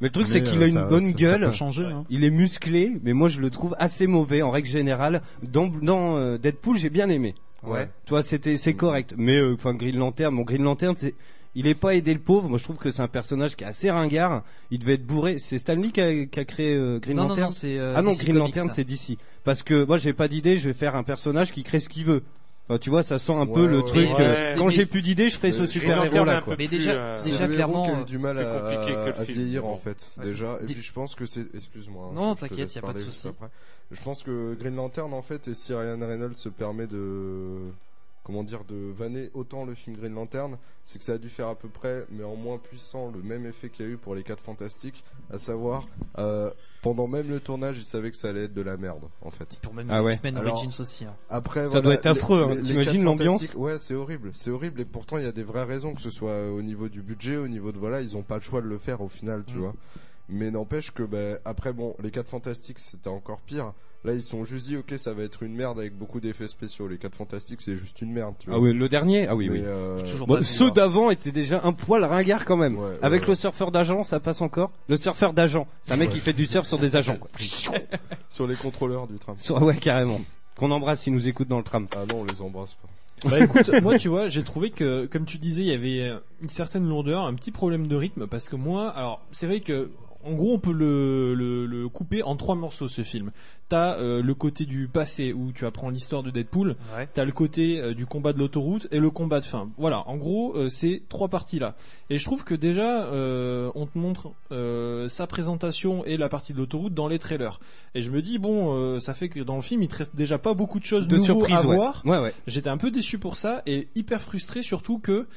Speaker 3: Mais le truc
Speaker 4: mais,
Speaker 3: c'est qu'il
Speaker 4: euh,
Speaker 3: a une
Speaker 4: ça-
Speaker 3: bonne
Speaker 4: ça-
Speaker 3: gueule.
Speaker 4: Ça peut changer, hein.
Speaker 3: Il est musclé, mais moi je le trouve assez mauvais en règle générale. Dans, dans euh, Deadpool, j'ai bien aimé.
Speaker 8: Ouais.
Speaker 3: Toi, c'était c'est correct. Mais euh, enfin Green Lantern, mon Green Lantern, c'est il est pas aidé le pauvre. Moi, je trouve que c'est un personnage qui est assez ringard. Il devait être bourré. C'est Stanley qui a, qui a créé euh, Green
Speaker 6: non, non,
Speaker 3: Lantern.
Speaker 6: non, c'est. euh,
Speaker 3: ah non,
Speaker 6: DC
Speaker 3: Green
Speaker 6: Comics,
Speaker 3: Lantern,
Speaker 6: ça.
Speaker 3: c'est d'ici. Parce que moi, j'ai pas d'idée. Je vais faire un personnage qui crée ce qu'il veut. Enfin, tu vois, ça sent un peu
Speaker 8: Ouais,
Speaker 3: le
Speaker 8: ouais,
Speaker 3: truc.
Speaker 5: ouais. Euh,
Speaker 3: euh,
Speaker 6: Ouais.
Speaker 3: quand
Speaker 6: Mais-
Speaker 3: j'ai plus d'idée, je ferai
Speaker 8: Mais
Speaker 3: ce
Speaker 8: Green
Speaker 3: super
Speaker 5: Lantern
Speaker 3: héros
Speaker 5: est
Speaker 3: là.
Speaker 5: un
Speaker 3: Quoi.
Speaker 5: peu
Speaker 6: Mais
Speaker 5: plus,
Speaker 6: déjà-
Speaker 5: euh,
Speaker 8: C'est
Speaker 6: déjà,
Speaker 8: le héros
Speaker 6: clairement,
Speaker 8: qui a
Speaker 6: euh,
Speaker 8: eu du mal
Speaker 5: plus
Speaker 8: à,
Speaker 5: compliqué que le
Speaker 8: à
Speaker 5: film.
Speaker 8: vieillir en
Speaker 5: Bon.
Speaker 8: fait
Speaker 6: Ouais.
Speaker 8: déjà. Et
Speaker 6: Dis-
Speaker 8: puis je pense que c'est, excuse-moi. hein,
Speaker 6: Non,
Speaker 8: je te
Speaker 6: t'inquiète,
Speaker 8: laisse
Speaker 6: y a pas de
Speaker 8: parler juste
Speaker 6: souci.
Speaker 8: après. Je pense que Green Lantern en fait, et si Ryan Reynolds se permet de, comment dire, de vanner autant le film Green Lantern, c'est que ça a dû faire à peu près, mais en moins puissant, le même effet qu'il y a eu pour les 4 Fantastiques, à savoir, euh, pendant même le tournage, ils savaient que ça allait être de la merde en fait.
Speaker 6: Pour même
Speaker 3: Ah ouais.
Speaker 6: X-Men
Speaker 8: Alors-
Speaker 6: Origins aussi. hein.
Speaker 8: Après,
Speaker 3: Ça
Speaker 8: voilà,
Speaker 3: doit être
Speaker 8: les-
Speaker 3: affreux, hein.
Speaker 8: les- les
Speaker 3: T'imagines
Speaker 8: quatre
Speaker 3: l'ambiance
Speaker 8: fantastiques, Ouais, c'est horrible, c'est horrible. Et pourtant, il y a des vraies raisons, que ce soit euh, au niveau du budget, au niveau de voilà, ils ont pas le choix de le faire au final, tu
Speaker 6: Mm.
Speaker 8: vois. Mais n'empêche que, ben, après, bon, les 4 fantastiques, c'était encore pire. Là, ils se sont juste dit, ok, ça va être une merde avec beaucoup d'effets spéciaux. Les 4 fantastiques, c'est juste une merde, tu vois.
Speaker 3: Ah oui, le dernier. Ah oui, oui.
Speaker 8: Mais, euh,
Speaker 6: Toujours
Speaker 3: Bon, bah,
Speaker 6: pas vu,
Speaker 3: ceux
Speaker 6: hein.
Speaker 3: d'avant étaient déjà un poil ringard quand même.
Speaker 8: Ouais, ouais,
Speaker 3: Avec
Speaker 8: ouais.
Speaker 3: le surfeur d'agent, ça passe encore. Le surfeur d'agent, c'est un mec qui fait du surf sur des agents. Quoi.
Speaker 8: Sur les contrôleurs du tram.
Speaker 3: Sur- ouais, carrément. Qu'on embrasse, s'il nous écoute dans le tram.
Speaker 8: Ah non, on les embrasse pas.
Speaker 7: Bah écoute, moi tu vois, j'ai trouvé que comme tu disais, il y avait euh, une certaine lourdeur, un petit problème de rythme parce que moi, alors c'est vrai que en gros, on peut le, le, le couper en trois morceaux ce film. T'as euh, le côté du passé où tu apprends l'histoire de Deadpool,
Speaker 6: hein. Ouais.
Speaker 7: t'as le côté euh, du combat de l'autoroute et le combat de fin. Voilà, en gros, euh, c'est trois parties là. Et je trouve que déjà, euh, on te montre euh, sa présentation et la partie de l'autoroute dans les trailers. Et je me dis bon, euh, ça fait que dans le film, il te reste déjà pas beaucoup de choses
Speaker 3: De
Speaker 7: nouveaux
Speaker 3: surprise,
Speaker 7: à
Speaker 3: ouais.
Speaker 7: voir.
Speaker 3: Ouais, ouais.
Speaker 7: J'étais un peu déçu pour ça et hyper frustré surtout que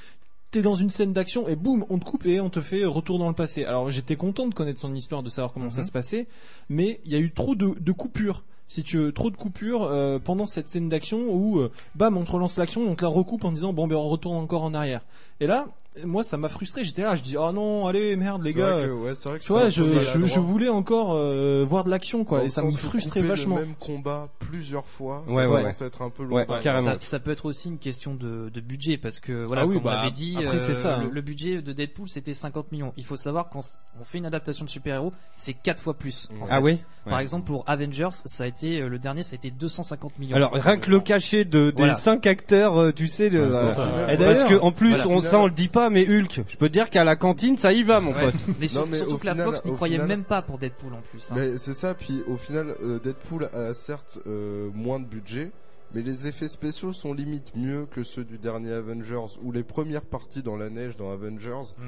Speaker 7: t'es dans une scène d'action et boum, on te coupe et on te fait retour dans le passé. Alors j'étais content de connaître son histoire, de savoir comment ça
Speaker 6: Mhm.
Speaker 7: se passait, mais il y a eu trop de, de coupures. Si tu veux, trop de coupures euh, pendant cette scène d'action où, euh, bam, on te relance l'action, on te la recoupe en disant, bon, ben on retourne encore en arrière. Et là, moi, ça m'a frustré. J'étais là, je dis, oh non, allez, merde, les
Speaker 8: C'est vrai
Speaker 7: gars.
Speaker 8: que- ouais, c'est vrai que
Speaker 7: Tu vois,
Speaker 8: c'est-
Speaker 7: je,
Speaker 8: c'est
Speaker 7: je, je
Speaker 8: maladroit.
Speaker 7: voulais encore euh, voir de l'action, quoi,
Speaker 8: Dans
Speaker 7: et
Speaker 8: le
Speaker 7: ça me
Speaker 8: sens où
Speaker 7: frustrait
Speaker 8: couper le
Speaker 7: vachement.
Speaker 8: même combat plusieurs fois,
Speaker 3: Ouais,
Speaker 8: ça
Speaker 3: ouais,
Speaker 8: commence à être un peu long.
Speaker 3: Ouais, carrément.
Speaker 6: Ça, ça peut être aussi une question de, de budget parce que voilà,
Speaker 7: Ah oui,
Speaker 6: comme
Speaker 7: bah,
Speaker 6: on avait dit, euh,
Speaker 7: après, c'est ça, hein.
Speaker 6: le, le budget de Deadpool c'était 50 millions. Il faut savoir quand on fait une adaptation de super-héros, c'est quatre fois plus. en
Speaker 3: Ah
Speaker 6: fait.
Speaker 3: oui.
Speaker 6: Par
Speaker 3: Ouais.
Speaker 6: exemple, pour Avengers, ça a été euh, le dernier, ça a été 250 millions.
Speaker 3: Alors rien que le cachet de des
Speaker 6: Voilà.
Speaker 3: cinq acteurs, euh, tu sais, de,
Speaker 4: Ouais, c'est
Speaker 3: euh,
Speaker 4: ça.
Speaker 3: parce
Speaker 7: Et d'ailleurs-
Speaker 3: que en plus
Speaker 8: Voilà.
Speaker 3: on ça on le dit pas, mais Hulk, je peux te dire qu'à la cantine ça y va, mon
Speaker 6: Ouais.
Speaker 3: pote.
Speaker 6: Mais, sur-
Speaker 8: Non, mais
Speaker 6: surtout
Speaker 8: au
Speaker 6: que la
Speaker 8: final-
Speaker 6: Fox n'y
Speaker 8: au
Speaker 6: croyait
Speaker 8: final-
Speaker 6: même pas pour Deadpool en plus. hein.
Speaker 8: Mais c'est ça, puis au final, euh, Deadpool a certes euh, moins de budget, mais les effets spéciaux sont limite mieux que ceux du dernier Avengers, ou les premières parties dans la neige dans Avengers.
Speaker 6: Mm.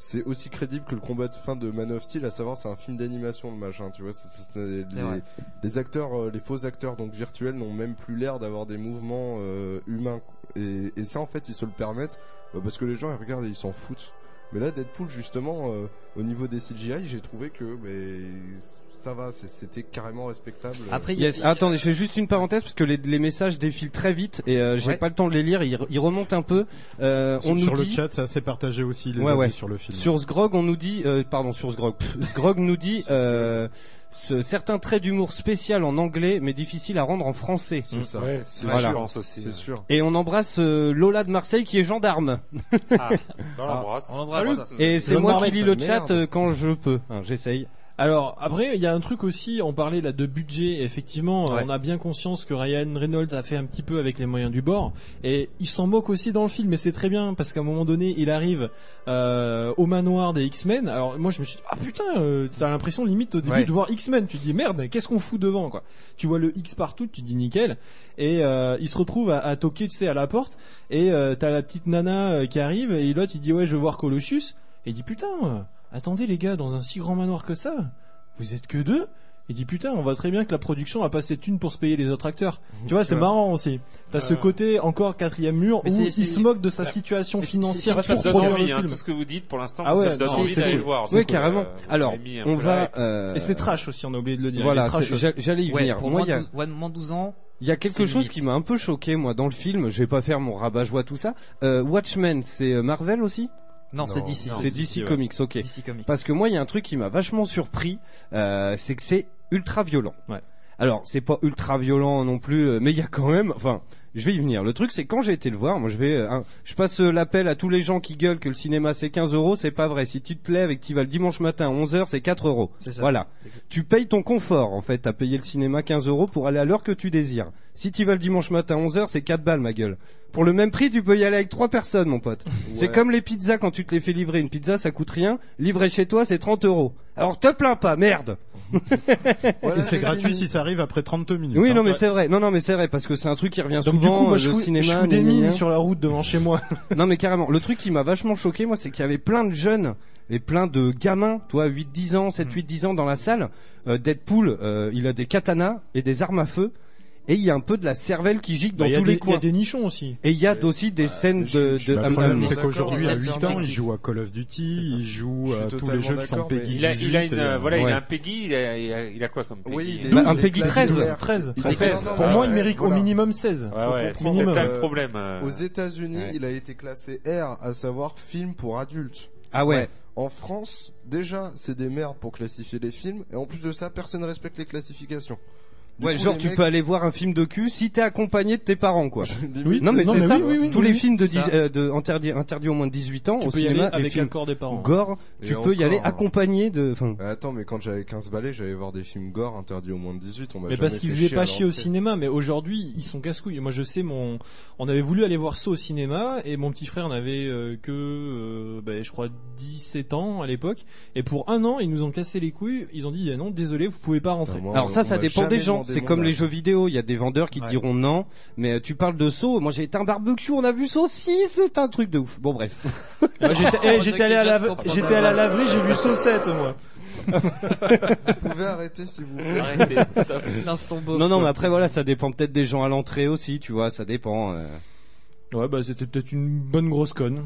Speaker 8: C'est aussi crédible que le combat de fin de Man of Steel, à savoir c'est un film d'animation le machin, tu vois. c'est- c'est- c'est-
Speaker 6: C'est
Speaker 8: les,
Speaker 6: vrai.
Speaker 8: les acteurs, euh, les faux acteurs donc virtuels n'ont même plus l'air d'avoir des mouvements euh, humains. Et, et ça en fait ils se le permettent bah, parce que les gens ils regardent et ils s'en foutent. Mais là, Deadpool, justement, euh, au niveau des CGI, j'ai trouvé que mais, ça va, c'est- c'était carrément respectable.
Speaker 6: Après, il y a-
Speaker 3: Yes. Ah, Attendez, je fais juste une parenthèse parce que les, les messages défilent très vite et euh, j'ai
Speaker 6: Ouais.
Speaker 3: pas le temps de les lire. Ils, re- ils remontent un peu. Euh, on
Speaker 4: sur
Speaker 3: nous
Speaker 4: le
Speaker 3: dit
Speaker 4: chat, c'est assez partagé aussi les
Speaker 3: Ouais,
Speaker 4: avis
Speaker 3: ouais.
Speaker 4: sur le film.
Speaker 3: sur Sgrog, on nous dit, euh, pardon, sur Sgrog, pff, Sgrog nous dit euh, ce, certains traits d'humour spécial en anglais mais difficile à rendre en français.
Speaker 8: c'est ça.
Speaker 5: Ouais, c'est
Speaker 8: Voilà.
Speaker 5: sûr, je pense aussi.
Speaker 8: C'est sûr.
Speaker 3: Et on embrasse euh, Lola de Marseille qui est gendarme.
Speaker 5: Ah, dans la brasse.
Speaker 6: on l'embrasse.
Speaker 3: Et c'est
Speaker 7: Bonne
Speaker 3: moi qui
Speaker 7: marmite,
Speaker 3: lis le
Speaker 8: merde.
Speaker 3: chat euh, quand je peux. Hein, J'essaye.
Speaker 7: Alors après, il y a un truc aussi, on parlait là de budget, effectivement,
Speaker 6: Ouais.
Speaker 7: on a bien conscience que Ryan Reynolds a fait un petit peu avec les moyens du bord, et il s'en moque aussi dans le film, et c'est très bien, parce qu'à un moment donné, il arrive euh, au manoir des X-Men, alors moi je me suis dit, ah putain, euh, t'as l'impression limite au début
Speaker 3: Ouais.
Speaker 7: de voir X-Men, tu te dis, merde, qu'est-ce qu'on fout devant, quoi. Tu vois le X partout, tu te dis, nickel, et euh, il se retrouve à, à toquer, tu sais, à la porte, et euh, t'as la petite nana euh, qui arrive, et l'autre, il dit, ouais, je veux voir Colossus, et il dit, putain... euh, Attendez les gars, dans un si grand manoir que ça, vous êtes que deux Il dit putain, on voit très bien que la production a pas cette thune pour se payer les autres acteurs. Tu vois, c'est
Speaker 8: Ouais.
Speaker 7: marrant aussi. T'as ce
Speaker 5: Euh.
Speaker 7: côté encore quatrième mur
Speaker 6: Mais
Speaker 7: où
Speaker 6: c'est-
Speaker 7: il
Speaker 6: c'est-
Speaker 7: se moque de sa
Speaker 5: Ouais.
Speaker 7: situation
Speaker 6: Mais c'est-
Speaker 7: financière
Speaker 5: Moi, ça me
Speaker 7: pour
Speaker 5: donne
Speaker 7: produire le
Speaker 5: envie, hein,
Speaker 7: film.
Speaker 5: tout ce que vous dites pour l'instant,
Speaker 7: Ah ouais,
Speaker 5: ça me donne
Speaker 7: non,
Speaker 5: envie
Speaker 7: c'est
Speaker 5: d'aller
Speaker 7: cool.
Speaker 5: le voir.
Speaker 3: Oui,
Speaker 5: C'est cool,
Speaker 3: carrément.
Speaker 5: euh, on
Speaker 3: Alors,
Speaker 5: l'a mis un
Speaker 3: on
Speaker 5: peu
Speaker 3: va.
Speaker 5: avec.
Speaker 3: euh,
Speaker 7: Et c'est trash aussi, on a oublié de le dire. il
Speaker 3: Voilà,
Speaker 7: est trash
Speaker 3: c'est-
Speaker 7: aussi.
Speaker 3: j'a- j'allais y
Speaker 6: Ouais,
Speaker 3: venir.
Speaker 6: pour
Speaker 3: Moi,
Speaker 6: moins,
Speaker 3: il y a-
Speaker 6: 12, ouais, moins 12 ans.
Speaker 3: Il y a quelque
Speaker 6: C'est
Speaker 3: chose
Speaker 6: limite.
Speaker 3: qui m'a un peu choqué moi dans le film. Je vais pas faire mon rabat-joie tout ça. Euh, Watchmen, c'est euh, Marvel aussi
Speaker 6: Non, c'est d'ici.
Speaker 3: C'est DC
Speaker 7: ouais.
Speaker 3: Comics, ok.
Speaker 6: DC Comics.
Speaker 3: Parce que moi, il y a un truc qui m'a vachement surpris, euh, c'est que c'est ultra violent.
Speaker 7: Ouais.
Speaker 3: Alors, c'est pas ultra violent non plus, euh, mais il y a quand même. Enfin, je vais y venir. Le truc, c'est quand j'ai été le voir, moi, je vais, euh, hein, je passe euh, l'appel à tous les gens qui gueulent que le cinéma c'est 15 euros. C'est pas vrai. Si tu te lèves et que tu vas le dimanche matin à 11 heures, c'est 4 euros.
Speaker 6: C'est ça.
Speaker 3: Voilà. Tu payes ton confort, en fait. T'as payé le cinéma 15 euros pour aller à l'heure que tu désires. Si tu vas le dimanche matin à 11h, c'est 4 balles, ma gueule. Pour le même prix, tu peux y aller avec trois personnes, mon pote. C'est
Speaker 8: Ouais.
Speaker 3: comme les pizzas quand tu te les fais livrer. Une pizza, ça coûte rien. Livré chez toi, c'est 30 euros. Alors te plains pas, merde.
Speaker 8: Voilà,
Speaker 4: Et c'est gratuit
Speaker 8: fini.
Speaker 4: si ça arrive après 32 minutes.
Speaker 3: Oui,
Speaker 4: hein.
Speaker 3: non, mais c'est vrai. Non, non, mais c'est vrai parce que c'est un truc qui revient
Speaker 7: Donc du
Speaker 3: souvent.
Speaker 7: coup, moi
Speaker 3: euh,
Speaker 7: je
Speaker 3: le
Speaker 7: fous,
Speaker 3: cinéma,
Speaker 7: je fous des
Speaker 3: gna, gna,
Speaker 7: mines
Speaker 3: gna.
Speaker 7: sur la route devant chez moi.
Speaker 3: Non mais carrément, le truc qui m'a vachement choqué moi c'est qu'il y avait plein de jeunes et plein de gamins, toi 8 10 ans,
Speaker 7: Mm.
Speaker 3: 7 8 10 ans dans la salle. Euh, Deadpool, euh, il a des katanas et des armes à feu et il y a un peu de la cervelle qui gicle dans
Speaker 7: Il Bah, y a
Speaker 3: tous
Speaker 7: des-
Speaker 3: les
Speaker 7: Il y
Speaker 3: coins.
Speaker 7: a des nichons aussi.
Speaker 3: Et il y a aussi des scènes
Speaker 8: je-
Speaker 3: de,
Speaker 8: je
Speaker 3: de ah,
Speaker 4: Bah,
Speaker 8: suis
Speaker 3: am-
Speaker 4: le problème,
Speaker 3: am-
Speaker 4: c'est
Speaker 6: d'accord,
Speaker 4: qu'aujourd'hui,
Speaker 6: c'est
Speaker 4: à
Speaker 6: ça,
Speaker 4: 8
Speaker 6: c'est
Speaker 4: ans, il
Speaker 6: authentique.
Speaker 4: joue à Call of Duty, il joue
Speaker 8: Je suis
Speaker 4: à tous les
Speaker 8: totalement
Speaker 4: jeux qui sont
Speaker 8: d'accord, mais
Speaker 4: Peggy
Speaker 5: Il a, il a
Speaker 4: 18,
Speaker 5: une,
Speaker 4: et, euh,
Speaker 5: voilà, il
Speaker 3: ouais.
Speaker 5: a un Peggy, il a, il a, il a quoi comme Peggy
Speaker 8: Oui,
Speaker 5: hein
Speaker 8: il est-
Speaker 3: Bah, un Peggy
Speaker 8: il est
Speaker 3: 13.
Speaker 8: clair.
Speaker 7: 13.
Speaker 8: Il est
Speaker 5: Pour
Speaker 8: clair.
Speaker 7: Pour moi, il
Speaker 8: Ouais,
Speaker 7: mérite au
Speaker 8: voilà.
Speaker 7: minimum 16.
Speaker 5: hein Ouais, ouais, c'est
Speaker 7: minimum.
Speaker 5: peut-être là
Speaker 8: Euh,
Speaker 5: le problème. euh.
Speaker 8: Aux États-Unis,
Speaker 5: Ouais.
Speaker 8: il a été classé R, à savoir film pour adultes.
Speaker 3: Ah ouais.
Speaker 8: En France, déjà, c'est des merdes pour classifier les films, et en plus de ça, personne ne respecte les classifications. Du
Speaker 3: Ouais,
Speaker 8: coup,
Speaker 3: genre
Speaker 8: les
Speaker 3: tu
Speaker 8: mecs-
Speaker 3: peux aller voir un film de cul si t'es accompagné de tes parents quoi.
Speaker 8: Limite,
Speaker 7: Oui,
Speaker 3: Non mais
Speaker 7: Non,
Speaker 3: c'est
Speaker 7: mais
Speaker 3: ça,
Speaker 7: oui, oui, oui,
Speaker 3: tous
Speaker 7: oui,
Speaker 3: les
Speaker 7: oui.
Speaker 3: films de, dix-
Speaker 7: Ça.
Speaker 3: euh, de interdits interdits au moins de 18 ans
Speaker 7: Tu
Speaker 3: au
Speaker 7: peux y aller
Speaker 3: cinéma, les
Speaker 7: avec
Speaker 3: films
Speaker 7: l'accord des parents.
Speaker 3: gore,
Speaker 8: Et
Speaker 3: tu peux y aller
Speaker 8: encore, hein.
Speaker 3: accompagné de enfin
Speaker 8: Mais Euh, Attends, mais quand j'avais 15 balais, j'allais voir des films gore interdits au moins de 18. On m'a
Speaker 7: Mais
Speaker 8: jamais
Speaker 7: parce qu'ils
Speaker 8: fait
Speaker 7: faisaient
Speaker 8: à
Speaker 7: pas chier au
Speaker 8: l'entrée.
Speaker 7: cinéma, mais aujourd'hui ils sont casse-couilles. Moi je sais, mon, on avait voulu aller voir ça au cinéma et mon petit frère n'avait euh, que, euh, ben, je crois, 17 ans à l'époque. Et pour un an, ils nous ont cassé les couilles. Ils ont dit eh non, désolé, vous pouvez pas rentrer.
Speaker 8: Enfin, moi,
Speaker 3: Alors ça,
Speaker 8: on
Speaker 3: ça
Speaker 8: m'a
Speaker 3: dépend
Speaker 8: jamais
Speaker 3: des gens.
Speaker 8: demandé
Speaker 3: C'est
Speaker 8: mon
Speaker 3: comme les
Speaker 8: âge.
Speaker 3: jeux vidéo. Il y a des vendeurs qui te
Speaker 7: Ouais.
Speaker 3: diront non. Mais euh, tu parles de saut. Moi, j'ai été un barbecue. On a vu saucisse. C'est un truc de ouf. Bon, bref.
Speaker 7: Moi, J'étais eh, j'étais allé à la,
Speaker 6: Remarque que les jeunes
Speaker 7: j'étais à la laverie, j'ai vu Saucette moi.
Speaker 8: Vous pouvez arrêter si vous voulez.
Speaker 5: Arrêtez, stop.
Speaker 6: L'instant beau.
Speaker 3: Non, non, mais après, voilà, ça dépend peut-être des gens à l'entrée aussi. Tu vois, ça dépend. euh.
Speaker 7: Ouais, bah c'était peut-être une bonne grosse conne.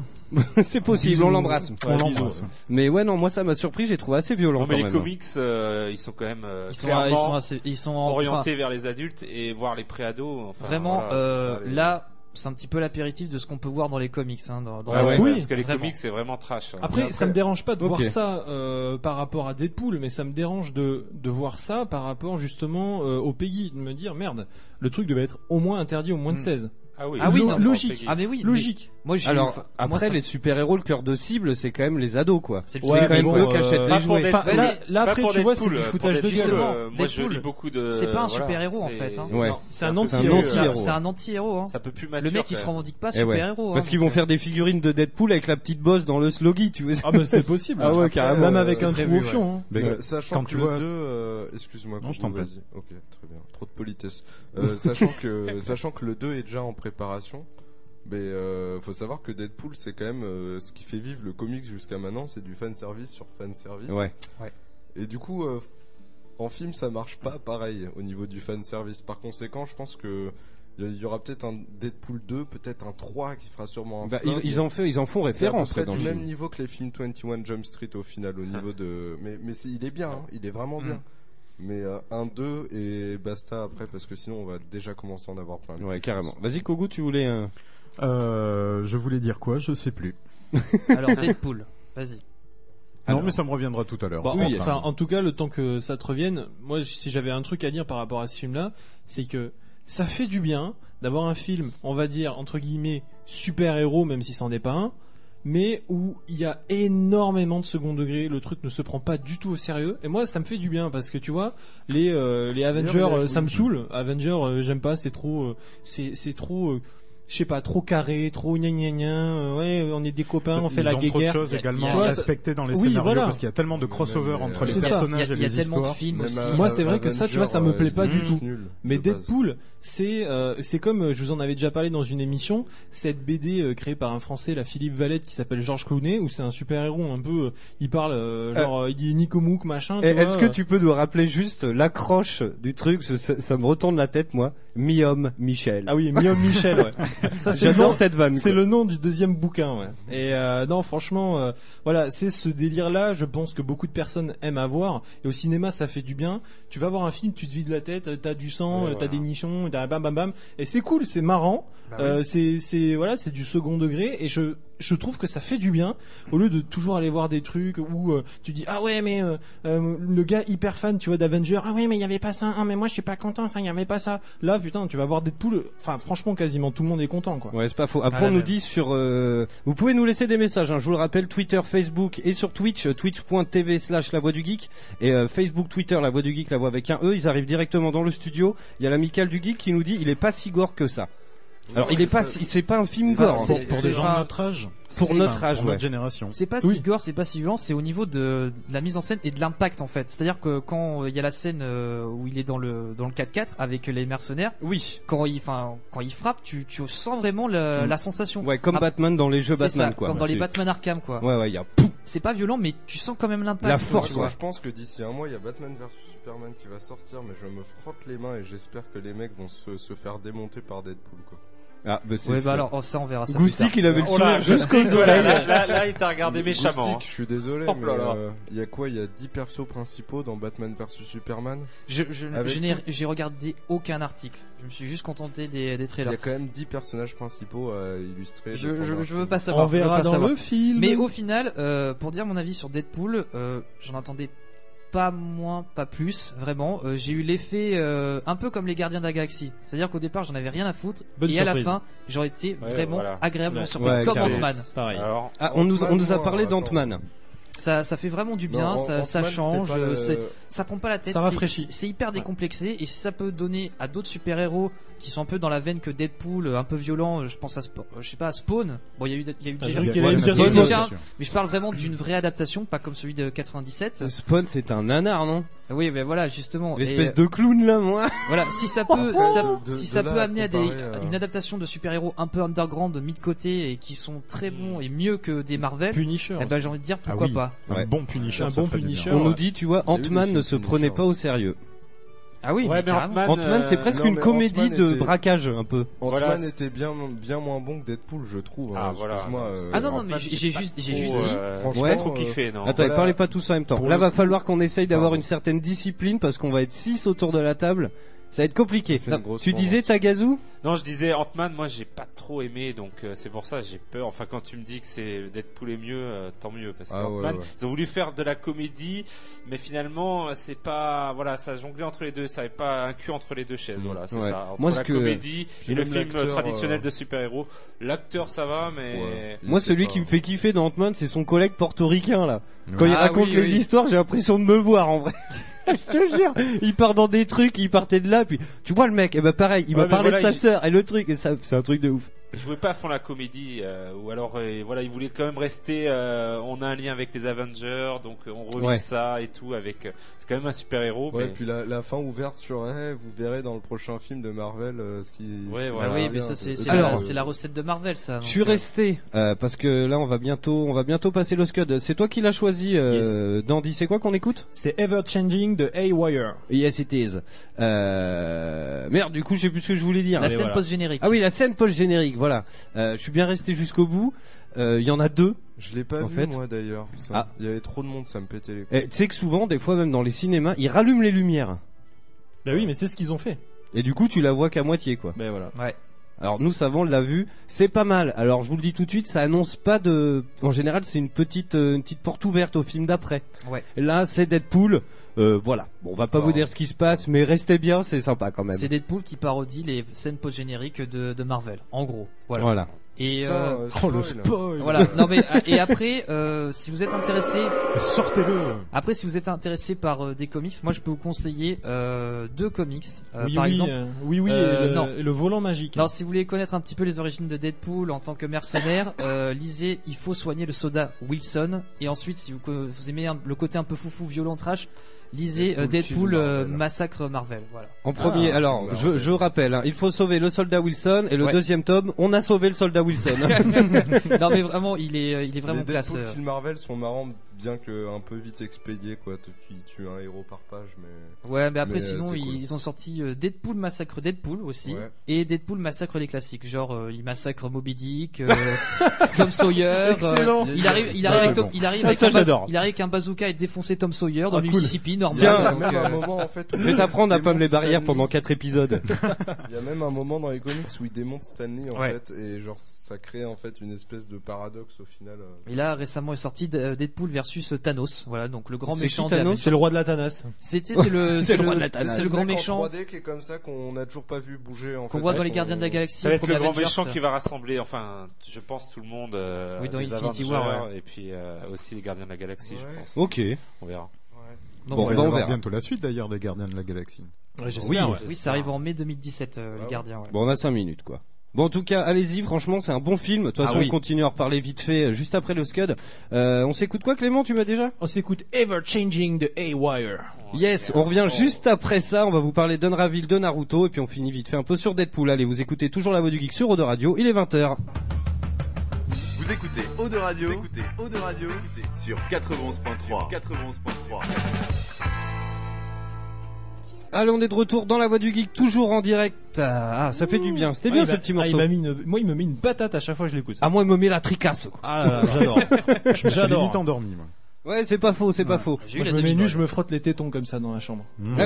Speaker 3: C'est possible. On l'embrasse.
Speaker 4: on l'embrasse.
Speaker 3: Mais ouais, non, moi, ça m'a surpris. J'ai trouvé assez violent
Speaker 5: Non, mais
Speaker 3: quand
Speaker 5: les
Speaker 3: même. hein.
Speaker 5: comics, euh, ils sont quand même euh,
Speaker 6: Ils sont,
Speaker 5: clairement
Speaker 6: ils sont assez, ils sont en-
Speaker 5: orientés vers les adultes et voir les préados.
Speaker 6: enfin,
Speaker 5: Enfin,
Speaker 6: vraiment,
Speaker 5: voilà,
Speaker 6: euh,
Speaker 5: c'est pas les-
Speaker 6: là, c'est un petit peu l'apéritif de ce qu'on peut voir dans les comics, hein, dans, dans
Speaker 5: Ouais,
Speaker 6: la-
Speaker 5: Ah ouais,
Speaker 7: Oui,
Speaker 5: parce que les
Speaker 6: vraiment. Ah,
Speaker 5: comics c'est vraiment trash. hein.
Speaker 7: Après,
Speaker 8: Après-
Speaker 7: ça me dérange pas de voir
Speaker 3: Ok.
Speaker 7: ça euh, par rapport à Deadpool, mais ça me dérange de, de voir ça par rapport justement euh, au Peggy, de me dire merde, le truc devait être au moins interdit au moins de
Speaker 5: Hmm.
Speaker 7: 16.
Speaker 5: ah oui,
Speaker 6: Ah oui,
Speaker 7: Lo-
Speaker 6: non,
Speaker 7: logique.
Speaker 6: Ah mais oui,
Speaker 7: Logique.
Speaker 6: mais Moi, j'ai
Speaker 3: Alors,
Speaker 6: enfin, moi,
Speaker 3: après,
Speaker 6: ça-
Speaker 3: les super-héros, le cœur de cible, c'est quand même les ados, quoi.
Speaker 6: c'est le
Speaker 7: Ouais,
Speaker 3: c'est quand
Speaker 7: mais
Speaker 3: même
Speaker 7: bon,
Speaker 3: eux
Speaker 7: euh,
Speaker 3: qui achètent
Speaker 7: pas
Speaker 3: les
Speaker 5: Pas pour
Speaker 3: jouets.
Speaker 5: Deadpool,
Speaker 7: Enfin, là-
Speaker 5: mais-
Speaker 7: là,
Speaker 5: pas
Speaker 7: après,
Speaker 5: pour
Speaker 7: tu vois,
Speaker 5: Deadpool,
Speaker 7: c'est du
Speaker 5: pour
Speaker 7: foutage de
Speaker 5: Deadpool,
Speaker 7: gueule.
Speaker 5: euh, Moi, je
Speaker 6: Deadpool,
Speaker 5: lis beaucoup de.
Speaker 6: c'est pas un
Speaker 5: voilà,
Speaker 6: super-héros, en
Speaker 5: c'est-
Speaker 6: fait, hein.
Speaker 3: Ouais.
Speaker 7: C'est un
Speaker 5: peu-
Speaker 3: C'est un
Speaker 7: anti-héros.
Speaker 6: c'est un-
Speaker 3: anti-héros.
Speaker 6: c'est un anti-héros. Hein.
Speaker 5: Ça peut plus
Speaker 6: Le
Speaker 5: mature.
Speaker 6: mec, il se
Speaker 5: quand même.
Speaker 6: revendique pas
Speaker 3: Eh ouais.
Speaker 6: super-héros. hein.
Speaker 3: Parce qu'ils vont faire des figurines de Deadpool avec la petite bosse dans le sloggy, tu vois.
Speaker 7: Ah bah c'est possible.
Speaker 3: Ah ouais,
Speaker 8: carrément.
Speaker 7: Même avec
Speaker 8: C'est
Speaker 7: un trou
Speaker 8: prévu,
Speaker 7: au
Speaker 8: ouais.
Speaker 7: fion. hein.
Speaker 4: Mais
Speaker 8: Sa- Euh, sachant
Speaker 4: quand
Speaker 8: que
Speaker 4: tu
Speaker 8: le
Speaker 4: vois-
Speaker 8: 2 euh, excuse-moi
Speaker 4: Non, je
Speaker 8: Koubou,
Speaker 4: t'en prie.
Speaker 8: vas-y. OK, très bien. Trop de politesse. Euh, sachant que sachant que le 2 est déjà en préparation, mais euh, faut savoir que Deadpool c'est quand même euh, ce qui fait vivre le comics jusqu'à maintenant, c'est du fan service sur fan service.
Speaker 3: Ouais.
Speaker 6: Ouais.
Speaker 8: Et du coup euh, en film ça marche pas pareil au niveau du fan service. Par conséquent, je pense que Il y aura peut-être un Deadpool 2, peut-être un 3 qui fera sûrement un
Speaker 3: Bah,
Speaker 8: flop.
Speaker 3: ils, ils en fait, ils en font
Speaker 8: C'est à peu
Speaker 3: référence
Speaker 8: près
Speaker 3: dans
Speaker 8: du
Speaker 3: le
Speaker 8: même
Speaker 3: film.
Speaker 8: niveau que les films 21 Jump Street au final au niveau de mais mais c'est- il est bien hein, il est vraiment bien mais euh, un 2 et basta après parce que sinon on va déjà commencer à en avoir plein
Speaker 3: Ouais, carrément. Vas-y, Kogu, tu voulais. un-
Speaker 4: Euh, je voulais dire quoi Je sais plus.
Speaker 6: Alors Deadpool, vas-y.
Speaker 4: non, mais ça me reviendra tout à l'heure.
Speaker 7: Bah,
Speaker 4: Enfin,
Speaker 7: en- enfin, en tout cas, le temps que ça te revienne, moi, j- si j'avais un truc à dire par rapport à ce film-là, c'est que ça fait du bien d'avoir un film, on va dire, entre guillemets, super-héros, même si c'en est pas un, mais où il y a énormément de second degré, le truc ne se prend pas du tout au sérieux, et moi, ça me fait du bien, parce que tu vois, les, euh, les Avengers,
Speaker 8: D'ailleurs, il a
Speaker 7: euh, ça
Speaker 8: joué.
Speaker 7: me saoule, Avengers, euh, j'aime pas, c'est trop, euh, c'est c'est trop, euh, je sais pas, trop carré, trop gna gna gna, euh, ouais, on est des copains, on fait
Speaker 4: ils
Speaker 7: la
Speaker 4: ont trop de
Speaker 7: guéguerre.
Speaker 4: choses
Speaker 6: Il y a-
Speaker 4: également
Speaker 6: il y
Speaker 7: a-
Speaker 4: à respecter dans les
Speaker 7: Oui,
Speaker 4: scénarios
Speaker 7: voilà.
Speaker 4: parce qu'il y a tellement de crossover
Speaker 8: Mais, mais,
Speaker 4: entre les
Speaker 8: c'est
Speaker 6: ça. Il
Speaker 4: personnages
Speaker 6: y a,
Speaker 4: et
Speaker 6: il y a
Speaker 4: les
Speaker 6: tellement de
Speaker 4: histoires.
Speaker 6: films
Speaker 8: Même
Speaker 6: aussi.
Speaker 8: à-
Speaker 7: Moi, c'est vrai que ça, tu vois, ça me
Speaker 8: Avenger,
Speaker 7: plaît pas
Speaker 8: euh,
Speaker 7: du
Speaker 8: juste
Speaker 7: tout.
Speaker 8: nul,
Speaker 7: Mais
Speaker 8: de base.
Speaker 7: Deadpool, c'est euh, c'est comme euh, je vous en avais déjà parlé dans une émission, cette BD euh, créée par un Français, la Philippe Valette, qui s'appelle Georges Clooney, où c'est un super héros un peu, euh, il parle euh, genre euh, il dit Nico Mouk machin.
Speaker 3: Et
Speaker 7: tu vois,
Speaker 3: Eh, Est-ce que
Speaker 7: euh,
Speaker 3: tu peux nous rappeler juste l'accroche du truc Parce que ça, ça me retourne la tête, moi. Mi-homme, Michel.
Speaker 7: Ah oui, Miom Michel. Ouais. ça c'est le nom-
Speaker 3: J'adore cette vanne.
Speaker 7: C'est
Speaker 3: quoi.
Speaker 7: le nom du deuxième bouquin, ouais. Et euh, non, franchement, euh, voilà, c'est ce délire-là. Je pense que beaucoup de personnes aiment avoir. Et au cinéma, ça fait du bien. Tu vas voir un film, tu te vides la tête, euh, t'as du sang, euh,
Speaker 5: Ouais,
Speaker 7: t'as
Speaker 5: voilà. Bah
Speaker 7: des nichons, t'as bam bam bam. Et c'est cool, c'est marrant. Euh, c'est c'est voilà, c'est du second degré. Et je je trouve que ça fait du bien au lieu de toujours aller voir des trucs où euh, tu dis ah ouais mais euh, euh, le gars hyper fan tu vois d'Avenger ah ouais mais il y avait pas ça ah mais moi je suis pas content ça il y avait pas ça là putain tu vas voir Deadpool enfin franchement quasiment tout le monde est content quoi
Speaker 3: Ouais, c'est pas faux. Après,
Speaker 6: Ah,
Speaker 3: on nous
Speaker 6: la
Speaker 3: dit sur. euh, Vous pouvez nous laisser des messages. hein. Je vous le rappelle, Twitter, Facebook et sur Twitch, euh, twitch.tv slash La Voix du Geek et euh, Facebook, Twitter, La Voix du Geek, La Voix avec un E. Ils arrivent directement dans le studio. Il y a l'amical du geek qui nous dit il est pas si gore que ça. Alors, il est pas, si- c'est pas un film gore. hein.
Speaker 4: Pour, pour des
Speaker 6: Bah, c'est
Speaker 4: gens
Speaker 6: pas-
Speaker 4: de notre âge,
Speaker 3: Pour
Speaker 6: c'est-
Speaker 3: notre âge,
Speaker 4: pour
Speaker 3: ouais.
Speaker 4: notre génération.
Speaker 6: C'est pas
Speaker 7: Oui.
Speaker 6: si gore, c'est pas si violent, c'est au niveau de, de la mise en scène et de l'impact en fait. C'est-à-dire que quand euh, il y a la scène euh, où il est dans le dans le 4x4 avec les mercenaires,
Speaker 3: Oui.
Speaker 6: quand il enfin quand il frappe, tu, tu sens vraiment la,
Speaker 3: Mm.
Speaker 6: la sensation.
Speaker 3: Ouais, comme
Speaker 6: Ah,
Speaker 3: Batman dans les jeux
Speaker 6: C'est
Speaker 3: Batman,
Speaker 6: ça,
Speaker 3: quoi.
Speaker 6: Comme dans les
Speaker 3: C'est-
Speaker 6: Batman Arkham quoi.
Speaker 3: Ouais, ouais, il y a.
Speaker 6: C'est pas violent mais tu sens quand même l'impact. quoi,
Speaker 3: La force,
Speaker 6: tu
Speaker 8: Parce que
Speaker 6: vois.
Speaker 8: je pense que d'ici un mois, il y a Batman vs Superman qui va sortir, mais je me frotte les mains et j'espère que les mecs vont se, se faire démonter par Deadpool. Quoi.
Speaker 3: Ah, bah, c'est.
Speaker 6: Ouais bah alors oh, ça on verra ça. plus tard.
Speaker 3: Goustic, il avait le
Speaker 5: Oh là,
Speaker 3: sourire jusqu'aux
Speaker 5: Goustic, voilà,
Speaker 3: oreilles.
Speaker 5: Là, là, là, il t'a regardé
Speaker 8: Mais
Speaker 5: méchamment.
Speaker 6: hein.
Speaker 8: Goustic, Je suis désolé,
Speaker 5: Oh
Speaker 8: mais
Speaker 5: là là.
Speaker 8: euh, il y a quoi Il y a 10 persos principaux dans Batman vs Superman
Speaker 6: Je, je,
Speaker 8: Avec-
Speaker 6: je n'ai- j'ai regardé aucun article. Je me suis juste contenté des, des
Speaker 8: Il y
Speaker 6: trailers.
Speaker 8: a quand même 10 personnages principaux à illustrer.
Speaker 6: Je,
Speaker 8: de ton
Speaker 6: je, je veux
Speaker 8: article.
Speaker 6: pas
Speaker 7: on
Speaker 6: savoir. je veux
Speaker 7: verra
Speaker 6: pas
Speaker 7: dans
Speaker 6: savoir.
Speaker 7: le film
Speaker 6: Mais au final, euh, pour dire mon avis sur Deadpool, euh, j'en attendais pas moins, pas plus, vraiment. Euh, j'ai eu l'effet euh, un peu comme les Gardiens de la Galaxie. C'est-à-dire qu'au départ, j'en avais rien à foutre.
Speaker 7: Bonne
Speaker 6: et à la
Speaker 7: surprise.
Speaker 6: fin, j'aurais été
Speaker 5: Ouais,
Speaker 6: vraiment
Speaker 5: voilà.
Speaker 6: agréablement
Speaker 7: Ouais.
Speaker 6: surpris.
Speaker 3: Ouais,
Speaker 6: comme
Speaker 5: carrément.
Speaker 6: Ant-Man.
Speaker 7: pareil
Speaker 5: hein. Alors,
Speaker 3: Ah, on nous, on nous
Speaker 8: Oh,
Speaker 3: a parlé
Speaker 8: Ant-Man,
Speaker 3: d'Ant-Man.
Speaker 6: Ça, ça fait vraiment du bien,
Speaker 8: Non,
Speaker 6: ça,
Speaker 8: Ant-
Speaker 6: ça
Speaker 8: Ant-Man, c'était
Speaker 6: change,
Speaker 8: pas
Speaker 3: euh,
Speaker 8: le-
Speaker 6: c'est- ça prend pas la tête.
Speaker 7: Ça
Speaker 6: c'est-
Speaker 7: rafraîchit.
Speaker 6: C'est hyper décomplexé. Et si ça peut donner à d'autres super-héros qui sont un peu dans la veine que Deadpool, euh, un peu violent, euh, je pense à, Sp- euh, je sais pas, à Spawn. Bon, il y a eu, il y a eu déjà-
Speaker 7: Ah, j'ai cru
Speaker 4: Il
Speaker 7: qu'il allait
Speaker 4: y a-
Speaker 7: me dire
Speaker 4: Ouais,
Speaker 6: Spawn.
Speaker 4: bien sûr.
Speaker 6: mais je parle vraiment d'une vraie adaptation, pas comme celui de 97.
Speaker 3: Spawn, c'est un nanar, non
Speaker 6: Oui, mais voilà, justement. Et, euh,
Speaker 3: L'espèce
Speaker 8: euh,
Speaker 3: de clown, là, moi.
Speaker 6: Voilà, si ça peut, ça-
Speaker 8: de-
Speaker 6: si
Speaker 8: de
Speaker 6: ça
Speaker 8: là
Speaker 6: peut
Speaker 8: à
Speaker 6: amener à des,
Speaker 8: comparer, euh,
Speaker 6: une adaptation de super-héros un peu underground, mis de côté et qui sont très bons et mieux que des Marvel,
Speaker 7: Punisher
Speaker 6: eh ben j'ai envie de dire pourquoi
Speaker 4: Ah oui.
Speaker 6: pas.
Speaker 3: Ouais.
Speaker 4: Un bon Punisher,
Speaker 7: Un
Speaker 4: ça
Speaker 7: bon
Speaker 4: ferait du bien.
Speaker 7: Punisher.
Speaker 3: On
Speaker 7: Ouais.
Speaker 3: nous dit, tu vois,
Speaker 8: Il y a eu
Speaker 3: Ant-Man
Speaker 8: des
Speaker 3: ne se
Speaker 8: films
Speaker 3: prenait
Speaker 8: Punisher.
Speaker 3: pas au sérieux.
Speaker 6: Ah oui,
Speaker 5: ouais,
Speaker 6: mais
Speaker 5: mais
Speaker 6: carrément.
Speaker 5: Ant-Man,
Speaker 3: Ant-Man, c'est
Speaker 5: euh,
Speaker 3: presque
Speaker 8: non,
Speaker 3: une
Speaker 8: mais
Speaker 3: comédie
Speaker 8: Ant-Man
Speaker 3: de
Speaker 8: était-
Speaker 3: braquage, un peu.
Speaker 8: Ant-Man
Speaker 5: Voilà, c'est-
Speaker 8: était bien, bien moins bon que Deadpool, je trouve.
Speaker 5: Ah,
Speaker 8: hein,
Speaker 5: voilà.
Speaker 8: Excuse-moi. euh,
Speaker 6: Ah non, non,
Speaker 5: Ant-Man,
Speaker 6: mais j'ai- j'ai
Speaker 5: c'est
Speaker 6: juste-
Speaker 5: pas
Speaker 6: j'ai
Speaker 5: trop,
Speaker 6: juste
Speaker 5: euh,
Speaker 8: dit-
Speaker 5: Pas
Speaker 8: Franchement,
Speaker 5: trop
Speaker 8: euh,
Speaker 5: kiffé, non.
Speaker 3: Attends,
Speaker 8: Voilà.
Speaker 3: parlez pas tous en même temps.
Speaker 8: Pour
Speaker 3: Là,
Speaker 8: le
Speaker 3: va
Speaker 8: coup-
Speaker 3: falloir qu'on essaye d'avoir
Speaker 8: Pardon.
Speaker 3: une certaine discipline parce qu'on va être 6 autour de la table. Ça va être compliqué.
Speaker 8: Ça fait une grosse
Speaker 3: Tu disais Tagazu
Speaker 5: Non, je disais Ant-Man, moi j'ai pas trop aimé, donc euh, c'est pour ça j'ai peur. Enfin, quand tu me dis que c'est Deadpool est mieux, euh, tant mieux, parce que
Speaker 8: Ah, ouais,
Speaker 5: Ant-Man,
Speaker 8: ouais.
Speaker 5: ils ont voulu faire de la comédie, mais finalement euh, c'est pas, voilà, ça jonglait entre les deux, ça avait pas un cul entre les deux chaises,
Speaker 8: Mhm.
Speaker 5: voilà, c'est
Speaker 3: Ouais.
Speaker 5: ça. Entre
Speaker 3: Moi, ce
Speaker 5: la
Speaker 3: que-
Speaker 5: comédie
Speaker 8: Puis
Speaker 5: et le
Speaker 8: même
Speaker 5: film
Speaker 8: l'acteur,
Speaker 5: traditionnel
Speaker 8: euh,
Speaker 5: de super-héros, l'acteur ça va, mais
Speaker 8: ouais, il
Speaker 3: Moi,
Speaker 8: était
Speaker 3: celui
Speaker 8: pas-
Speaker 3: qui me fait kiffer dans Ant-Man, c'est son collègue portoricain, là.
Speaker 4: Ouais.
Speaker 3: Quand il
Speaker 6: Ah
Speaker 3: raconte
Speaker 6: oui,
Speaker 3: les
Speaker 6: oui.
Speaker 3: histoires, j'ai l'impression de me voir, en vrai. Je te jure, il part dans des trucs, il Ah, partait de là, puis tu vois le mec, et ben pareil, il
Speaker 5: Ouais,
Speaker 3: m'a
Speaker 5: mais
Speaker 3: parlé
Speaker 5: voilà,
Speaker 3: de sa
Speaker 5: il-
Speaker 3: sœur et le truc, et ça, c'est un truc de ouf.
Speaker 5: jouait pas à fond la comédie euh, ou alors euh, voilà il voulait quand même rester euh, on a un lien avec les Avengers donc euh, on revit
Speaker 3: Ouais.
Speaker 5: ça et tout avec euh, c'est quand même un super héros
Speaker 8: Ouais,
Speaker 5: mais
Speaker 8: puis la, la fin ouverte sur eh, vous verrez dans le prochain film de Marvel euh, ce qui.
Speaker 5: Ouais,
Speaker 8: ce qui
Speaker 5: voilà.
Speaker 8: va
Speaker 5: Ah
Speaker 6: oui,
Speaker 8: bien,
Speaker 6: mais ça c'est c'est
Speaker 8: Euh,
Speaker 3: Alors,
Speaker 6: la, c'est la recette de Marvel, ça.
Speaker 3: Je suis resté euh, parce que là on va bientôt on va bientôt passer le scud. C'est toi qui l'as choisi, euh, Dandy. C'est quoi qu'on écoute
Speaker 7: C'est Ever Changing de Haywire.
Speaker 3: Yes it is. Euh... Merde, du coup je sais plus ce que je voulais dire.
Speaker 6: La scène post-générique.
Speaker 3: Ah oui, la scène post générique. Voilà. Euh, je suis bien resté jusqu'au bout. Euh, Il y en a deux.
Speaker 8: Je l'ai pas
Speaker 3: en
Speaker 8: vu
Speaker 3: fait.
Speaker 8: moi d'ailleurs. ça.
Speaker 3: Ah.
Speaker 8: Il y avait trop de monde, ça me pétait les. couilles.
Speaker 3: Et Eh, Tu sais que souvent, des fois même dans les cinémas, ils rallument les lumières.
Speaker 7: Bah oui, mais c'est ce qu'ils ont fait.
Speaker 3: Et du coup, tu la vois qu'à moitié, quoi.
Speaker 7: Bah voilà.
Speaker 6: Ouais.
Speaker 3: Alors nous savons, on l'a vu, c'est pas mal. Alors je vous le dis tout de suite, ça annonce pas de. En général, c'est une petite euh, une petite porte ouverte au film d'après.
Speaker 6: Ouais.
Speaker 3: Là, c'est Deadpool. Euh, voilà. Bon, on va pas
Speaker 8: Oh.
Speaker 3: vous dire ce qui se passe, mais restez bien, c'est sympa quand même.
Speaker 6: C'est Deadpool qui parodie les scènes post-génériques de, de Marvel, en gros. Voilà.
Speaker 3: Voilà.
Speaker 6: Et
Speaker 8: Putain,
Speaker 6: euh,
Speaker 8: euh,
Speaker 4: Oh le
Speaker 8: spoil.
Speaker 4: spoil
Speaker 6: voilà. Non mais euh, et après, euh, si vous êtes intéressé,
Speaker 4: Sortez-le
Speaker 6: après si vous êtes intéressé par euh, des comics, moi je peux vous conseiller euh, deux comics. Euh,
Speaker 7: oui,
Speaker 6: par
Speaker 7: oui,
Speaker 6: exemple,
Speaker 7: euh, oui, oui,
Speaker 6: Euh,
Speaker 7: et le,
Speaker 6: non.
Speaker 7: et le volant magique.
Speaker 6: Non, si vous voulez connaître un petit peu les origines de Deadpool en tant que mercenaire, euh, lisez Il faut soigner le soda Wilson. Et ensuite, si vous, co- vous aimez un- le côté un peu foufou, violent trash, lisez euh,
Speaker 8: Deadpool,
Speaker 6: Deadpool,
Speaker 8: film
Speaker 6: euh,
Speaker 8: Marvel.
Speaker 6: Massacre Marvel. Voilà.
Speaker 3: En premier,
Speaker 7: Ah,
Speaker 3: alors je, je rappelle, hein, il faut sauver le soldat Wilson et le
Speaker 6: Ouais.
Speaker 3: deuxième tome, on a sauvé le soldat Wilson. hein.
Speaker 6: non, mais vraiment, il est, il est vraiment
Speaker 8: les
Speaker 6: classe.
Speaker 8: Deadpool
Speaker 6: euh.
Speaker 8: Kill Marvel sont marrants, bien que un peu vite expédiés quoi. Tu, tu tues un héros par page, mais.
Speaker 6: Ouais, mais après,
Speaker 8: Mais, euh,
Speaker 6: sinon,
Speaker 8: c'est cool.
Speaker 6: ils, ont sorti euh, Deadpool Massacre Deadpool aussi.
Speaker 8: Ouais.
Speaker 6: Et Deadpool Massacre les classiques. Genre, euh, il massacre Moby Dick, euh, Tom Sawyer. euh,
Speaker 3: Excellent.
Speaker 6: il arrive, il
Speaker 4: Ça,
Speaker 6: arrive, avec,
Speaker 4: c'est
Speaker 6: Tom-
Speaker 4: bon.
Speaker 6: il arrive
Speaker 3: Ah,
Speaker 6: avec
Speaker 3: ça,
Speaker 6: un baz-
Speaker 3: j'adore.
Speaker 6: il arrive avec un bazooka et défoncer Tom Sawyer dans
Speaker 3: Ah,
Speaker 6: le
Speaker 3: cool.
Speaker 6: Mississippi, normal.
Speaker 3: Tiens.
Speaker 8: Il y a
Speaker 6: donc,
Speaker 8: même
Speaker 6: euh,
Speaker 8: un moment en fait. où
Speaker 3: je vais t'apprendre à
Speaker 8: il
Speaker 3: pas me les
Speaker 8: démonte
Speaker 3: barrières
Speaker 8: Stan
Speaker 3: pendant
Speaker 8: Lee.
Speaker 3: quatre épisodes.
Speaker 8: Il y a même un moment dans les comics où il démonte Stanley en
Speaker 6: Ouais.
Speaker 8: fait, et genre ça crée en fait une espèce de paradoxe au final. euh.
Speaker 6: Et là, récemment est sorti euh, Deadpool versus Thanos. Voilà, donc le grand
Speaker 3: C'est
Speaker 6: méchant.
Speaker 3: qui,
Speaker 6: des
Speaker 3: Thanos
Speaker 6: Avengers.
Speaker 7: C'est le roi de la Thanas.
Speaker 6: C'est tu sais, c'est le
Speaker 3: C'est
Speaker 6: c'est
Speaker 3: le roi de la
Speaker 6: le,
Speaker 3: Thanos.
Speaker 6: c'est
Speaker 8: C'est
Speaker 6: le
Speaker 8: le
Speaker 6: grand
Speaker 8: mec en
Speaker 6: méchant
Speaker 8: 3D qui est comme ça qu'on a toujours pas vu bouger en
Speaker 6: qu'on
Speaker 8: fait.
Speaker 6: voit dans les
Speaker 8: On-
Speaker 6: Gardiens de la Galaxie.
Speaker 5: ça va être
Speaker 6: premier
Speaker 5: le grand
Speaker 6: Avengers.
Speaker 5: méchant qui va rassembler enfin je pense tout le monde euh,
Speaker 6: Oui, dans
Speaker 5: les
Speaker 6: Infinity
Speaker 5: Avengers
Speaker 6: War,
Speaker 5: et puis euh, aussi les Gardiens de la Galaxie je
Speaker 8: Ouais.
Speaker 5: pense
Speaker 3: ok.
Speaker 5: on verra
Speaker 8: Ouais.
Speaker 6: Donc,
Speaker 3: Bon,
Speaker 4: On
Speaker 6: voilà.
Speaker 4: va y
Speaker 3: bah, on
Speaker 4: avoir
Speaker 3: verra.
Speaker 4: bientôt la suite d'ailleurs des Gardiens de la Galaxie.
Speaker 7: j'espère,
Speaker 5: ouais.
Speaker 6: oui, ça arrive en mai 2017 euh, les
Speaker 8: Ah,
Speaker 6: Gardiens. ouais.
Speaker 3: Bon, on a cinq minutes, quoi. Bon, en tout cas, allez-y. Franchement, c'est un bon film. De toute façon,
Speaker 5: Ah oui.
Speaker 3: on continue à en reparler vite fait euh, juste après le Scud. Euh, on s'écoute quoi, Clément Tu m'as déjà
Speaker 7: On s'écoute Ever Changing de Haywire.
Speaker 3: Yes, on revient juste après ça, on va vous parler d'Unraville, de Naruto, et puis on finit vite fait un peu sur Deadpool. Allez, vous écoutez toujours la voix du geek sur Eau de Radio, il est 20h.
Speaker 1: Vous écoutez Eau de Radio, vous écoutez Eau de Radio vous écoutez sur 91.3. 91.3.
Speaker 3: Allez, on est de retour dans la voix du geek, toujours en direct. Ah, ça fait du bien, c'était bien
Speaker 7: Ah, il
Speaker 3: ce
Speaker 7: m'a-
Speaker 3: petit
Speaker 7: ah,
Speaker 3: morceau. Ah.
Speaker 7: il m'a mis une- Moi, il me met une patate à chaque fois que je l'écoute.
Speaker 3: à moins il me met la tricasse. quoi.
Speaker 7: Ah, là là, j'adore.
Speaker 4: Je me suis
Speaker 7: J'adore.
Speaker 4: limite endormi moi.
Speaker 3: Ouais, c'est pas faux, c'est pas faux.
Speaker 6: J'ai eu
Speaker 7: Moi,
Speaker 6: la
Speaker 7: je me mets nu,
Speaker 6: demi-balle.
Speaker 7: je me frotte les tétons comme ça dans la chambre.
Speaker 6: Oh,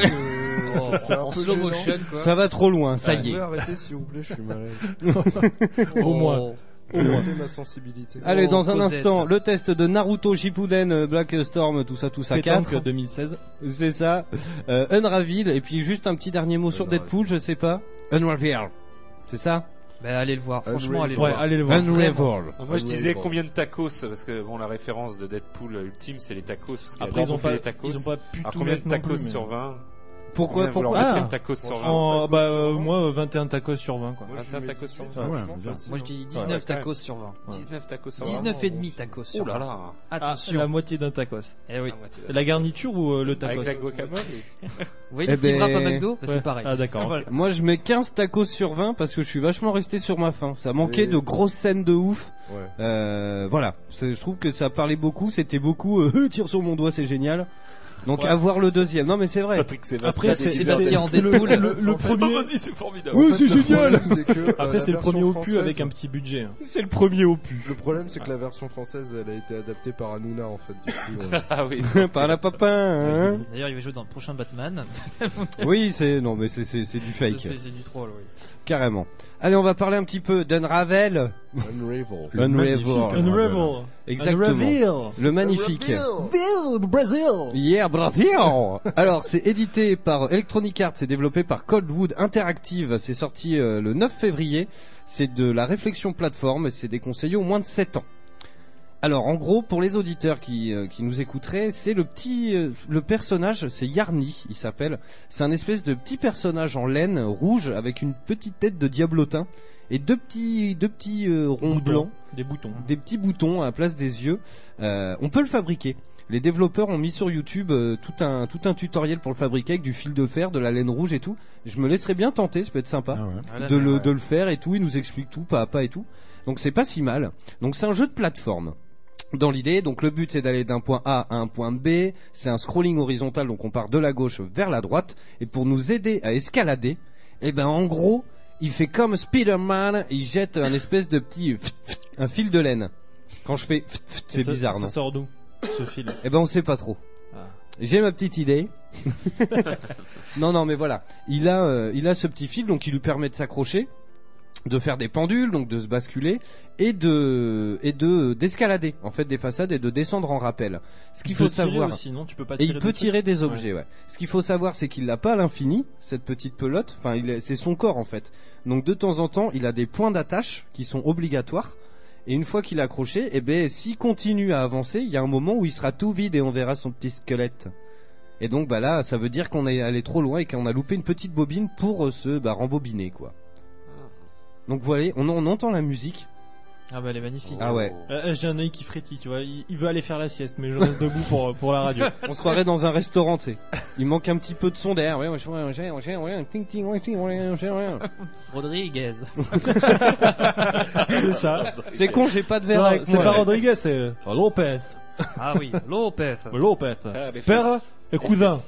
Speaker 8: c'est un
Speaker 6: en
Speaker 8: peu
Speaker 6: slow
Speaker 8: gênant.
Speaker 6: motion quoi.
Speaker 3: Ça va trop loin, ça
Speaker 8: Vous
Speaker 3: y est.
Speaker 8: pouvez arrêter s'il vous plaît, je suis malade.
Speaker 7: Au moins.
Speaker 8: Arrêtez ma sensibilité.
Speaker 3: Allez,
Speaker 6: Oh,
Speaker 3: dans un
Speaker 6: Cosette.
Speaker 3: instant, le test de Naruto, Shippuden, euh, Black Storm, tout ça, tout ça, 4.
Speaker 7: Pétanque 2016.
Speaker 3: C'est ça. Euh, Unraville, et puis juste un petit dernier mot sur
Speaker 8: Unravel.
Speaker 3: Deadpool, je sais pas. Unravel. C'est ça
Speaker 6: Bah, allez le voir, franchement allez le
Speaker 7: Ouais,
Speaker 6: voir.
Speaker 7: allez le voir.
Speaker 3: Unravel.
Speaker 5: Non, moi je
Speaker 8: Ah,
Speaker 5: disais
Speaker 8: bon.
Speaker 5: combien de tacos parce que bon la référence de Deadpool ultime c'est les tacos parce qu'il
Speaker 7: Après, ils
Speaker 5: adore
Speaker 7: ont
Speaker 5: bouffer
Speaker 7: pas,
Speaker 5: les tacos.
Speaker 7: ils ont pas pu
Speaker 5: Alors
Speaker 7: tout
Speaker 5: combien de
Speaker 7: mettre non
Speaker 5: tacos
Speaker 7: plus, mais-
Speaker 5: sur 20
Speaker 3: Pourquoi,
Speaker 5: Combien vous
Speaker 3: pourquoi
Speaker 5: leur
Speaker 7: Ah.
Speaker 5: mettez de tacos sur 20
Speaker 7: En, bah, euh, moi, euh, 21 tacos sur 20, quoi.
Speaker 8: Moi, je
Speaker 5: Un
Speaker 8: lui mets
Speaker 5: taco
Speaker 8: dix-huit,
Speaker 5: sans-
Speaker 8: franchement,
Speaker 4: Ouais, bien.
Speaker 8: facile.
Speaker 6: Moi je dis 19
Speaker 5: Ouais, quand même.
Speaker 6: tacos sur 20.
Speaker 5: 19 tacos sur 20.
Speaker 6: 19 et demi tacos sur
Speaker 5: Oh
Speaker 6: 20.
Speaker 5: là là.
Speaker 6: Attention.
Speaker 7: Ah, la moitié d'un tacos.
Speaker 6: Eh oui.
Speaker 5: Ah, moi, tu-
Speaker 7: La garniture ou euh, le tacos
Speaker 5: Avec la guacamole
Speaker 6: Vous voyez
Speaker 3: Eh
Speaker 6: les petits
Speaker 3: ben-
Speaker 6: wraps à McDo, Bah,
Speaker 7: Ouais.
Speaker 6: c'est pareil.
Speaker 7: Ah, d'accord. ok.
Speaker 3: Moi, je mets 15 tacos sur 20 parce que je suis vachement resté sur ma faim. Ça manquait
Speaker 8: Et-
Speaker 3: de grosses scènes de ouf.
Speaker 8: Ouais.
Speaker 3: Euh, voilà. C'est- Je trouve que ça parlait beaucoup. C'était beaucoup. Euh, tire sur mon doigt, c'est génial. Donc, à voir le deuxième. Non, mais c'est vrai.
Speaker 5: Patrick Sébastien.
Speaker 7: Après, c'est
Speaker 6: c'est
Speaker 7: c'est-
Speaker 6: parti en
Speaker 7: c'est le,
Speaker 6: Deadpool.
Speaker 7: le- le
Speaker 8: En fait,
Speaker 7: premier.
Speaker 5: c'est formidable.
Speaker 3: Ouais,
Speaker 8: En fait,
Speaker 3: c'est
Speaker 8: le
Speaker 3: génial.
Speaker 8: problème, c'est que, euh,
Speaker 7: Après,
Speaker 8: la
Speaker 7: c'est le
Speaker 8: version
Speaker 7: premier opus
Speaker 8: française-
Speaker 7: avec un petit budget. hein.
Speaker 3: C'est le premier opus.
Speaker 8: Le problème, c'est que la version française, elle a été adaptée par Hanouna en fait. Du coup, euh,
Speaker 5: Ah oui.
Speaker 3: Par la papin. hein.
Speaker 6: D'ailleurs, il va jouer dans le prochain Batman.
Speaker 3: oui, c'est non, mais c'est c'est c'est du
Speaker 6: C'est
Speaker 3: fake,
Speaker 6: c'est du troll, oui.
Speaker 3: carrément. Allez, on va parler un petit peu d'Unravel.
Speaker 8: Unravel.
Speaker 4: Le
Speaker 3: Unravel.
Speaker 4: magnifique Unravel.
Speaker 7: Unravel.
Speaker 3: Exactement.
Speaker 7: Unravel.
Speaker 3: Le magnifique.
Speaker 7: Ville, Brazil.
Speaker 3: Yeah, bravo Alors, c'est édité par Electronic Arts, c'est développé par Coldwood Interactive, c'est sorti euh, le 9 février, c'est de la réflexion plateforme, et c'est déconseillé aux moins de 7 ans. Alors en gros pour les auditeurs qui, euh, qui nous écouteraient, c'est le petit euh, le personnage, c'est Yarny, il s'appelle. C'est un espèce de petit personnage en laine rouge avec une petite tête de diablotin et deux petits deux petits euh, ronds blancs
Speaker 7: Des boutons.
Speaker 3: des petits boutons à la place des yeux. Euh, on peut le fabriquer. Les développeurs ont mis sur YouTube euh, tout un tout un tutoriel pour le fabriquer avec du fil de fer, de la laine rouge et tout. Je me laisserais bien tenter, ça peut être sympa
Speaker 4: Ah ouais.
Speaker 6: Voilà,
Speaker 3: de,
Speaker 6: mais-
Speaker 3: le, de le faire et tout. Il nous explique tout, pas à pas et tout. Donc c'est pas si mal. Donc c'est un jeu de plateforme. Dans l'idée, donc le but c'est d'aller d'un point A à un point B. C'est un scrolling horizontal, donc on part de la gauche vers la droite. Et pour nous aider à escalader, eh ben en gros, il fait comme Spider-Man, il jette un espèce de petit un fil de laine. Quand je fais
Speaker 7: Et
Speaker 3: c'est
Speaker 7: ça-
Speaker 3: bizarre,
Speaker 7: Ça
Speaker 3: non
Speaker 7: sort d'où ce fil
Speaker 3: Eh ben on sait pas trop.
Speaker 7: Ah.
Speaker 3: J'ai ma petite idée. non non mais voilà, il a euh, il a ce petit fil donc qui lui permet de s'accrocher, de faire des pendules donc de se basculer et de et de d'escalader en fait des façades et de descendre en rappel. Ce qu'il
Speaker 7: Il
Speaker 3: faut
Speaker 7: peut tirer
Speaker 3: savoir
Speaker 7: aussi, non tu peux pas
Speaker 3: et
Speaker 7: tirer
Speaker 3: il peut
Speaker 7: des trucs
Speaker 3: tirer des objets, ouais. Ce qu'il faut savoir, c'est qu'il l'a pas à l'infini, cette petite pelote. Enfin, il est- c'est son corps en fait. Donc de temps en temps, il a des points d'attache qui sont obligatoires. Et une fois qu'il est accroché, eh ben, s'il continue à avancer, il y a un moment où il sera tout vide et on verra son petit squelette. Et donc bah là, ça veut dire qu'on est allé trop loin et qu'on a loupé une petite bobine pour euh, se bah, rembobiner quoi. Donc voilà, on, on entend la musique.
Speaker 7: Ah bah elle est magnifique.
Speaker 3: Ah ouais.
Speaker 7: Euh, euh, J'ai un œil qui frétille, tu vois. Il, il veut aller faire la sieste, mais je reste debout pour, euh, pour la radio.
Speaker 3: On se croirait dans un restaurant, tu sais. Il manque un petit peu de son derrière. Ouais, ouais, ouais, ouais, ouais, ouais, ting, ting, ouais, ting, ouais, ouais, ouais.
Speaker 6: Rodriguez.
Speaker 7: c'est ça.
Speaker 3: C'est con, j'ai pas de verre
Speaker 7: Non,
Speaker 3: avec
Speaker 7: C'est
Speaker 3: moi.
Speaker 7: pas Rodriguez, c'est euh, Lopez.
Speaker 6: Ah oui, Lopez.
Speaker 7: Lopez.
Speaker 5: Ah, les
Speaker 7: Père
Speaker 5: fesses.
Speaker 7: et cousin.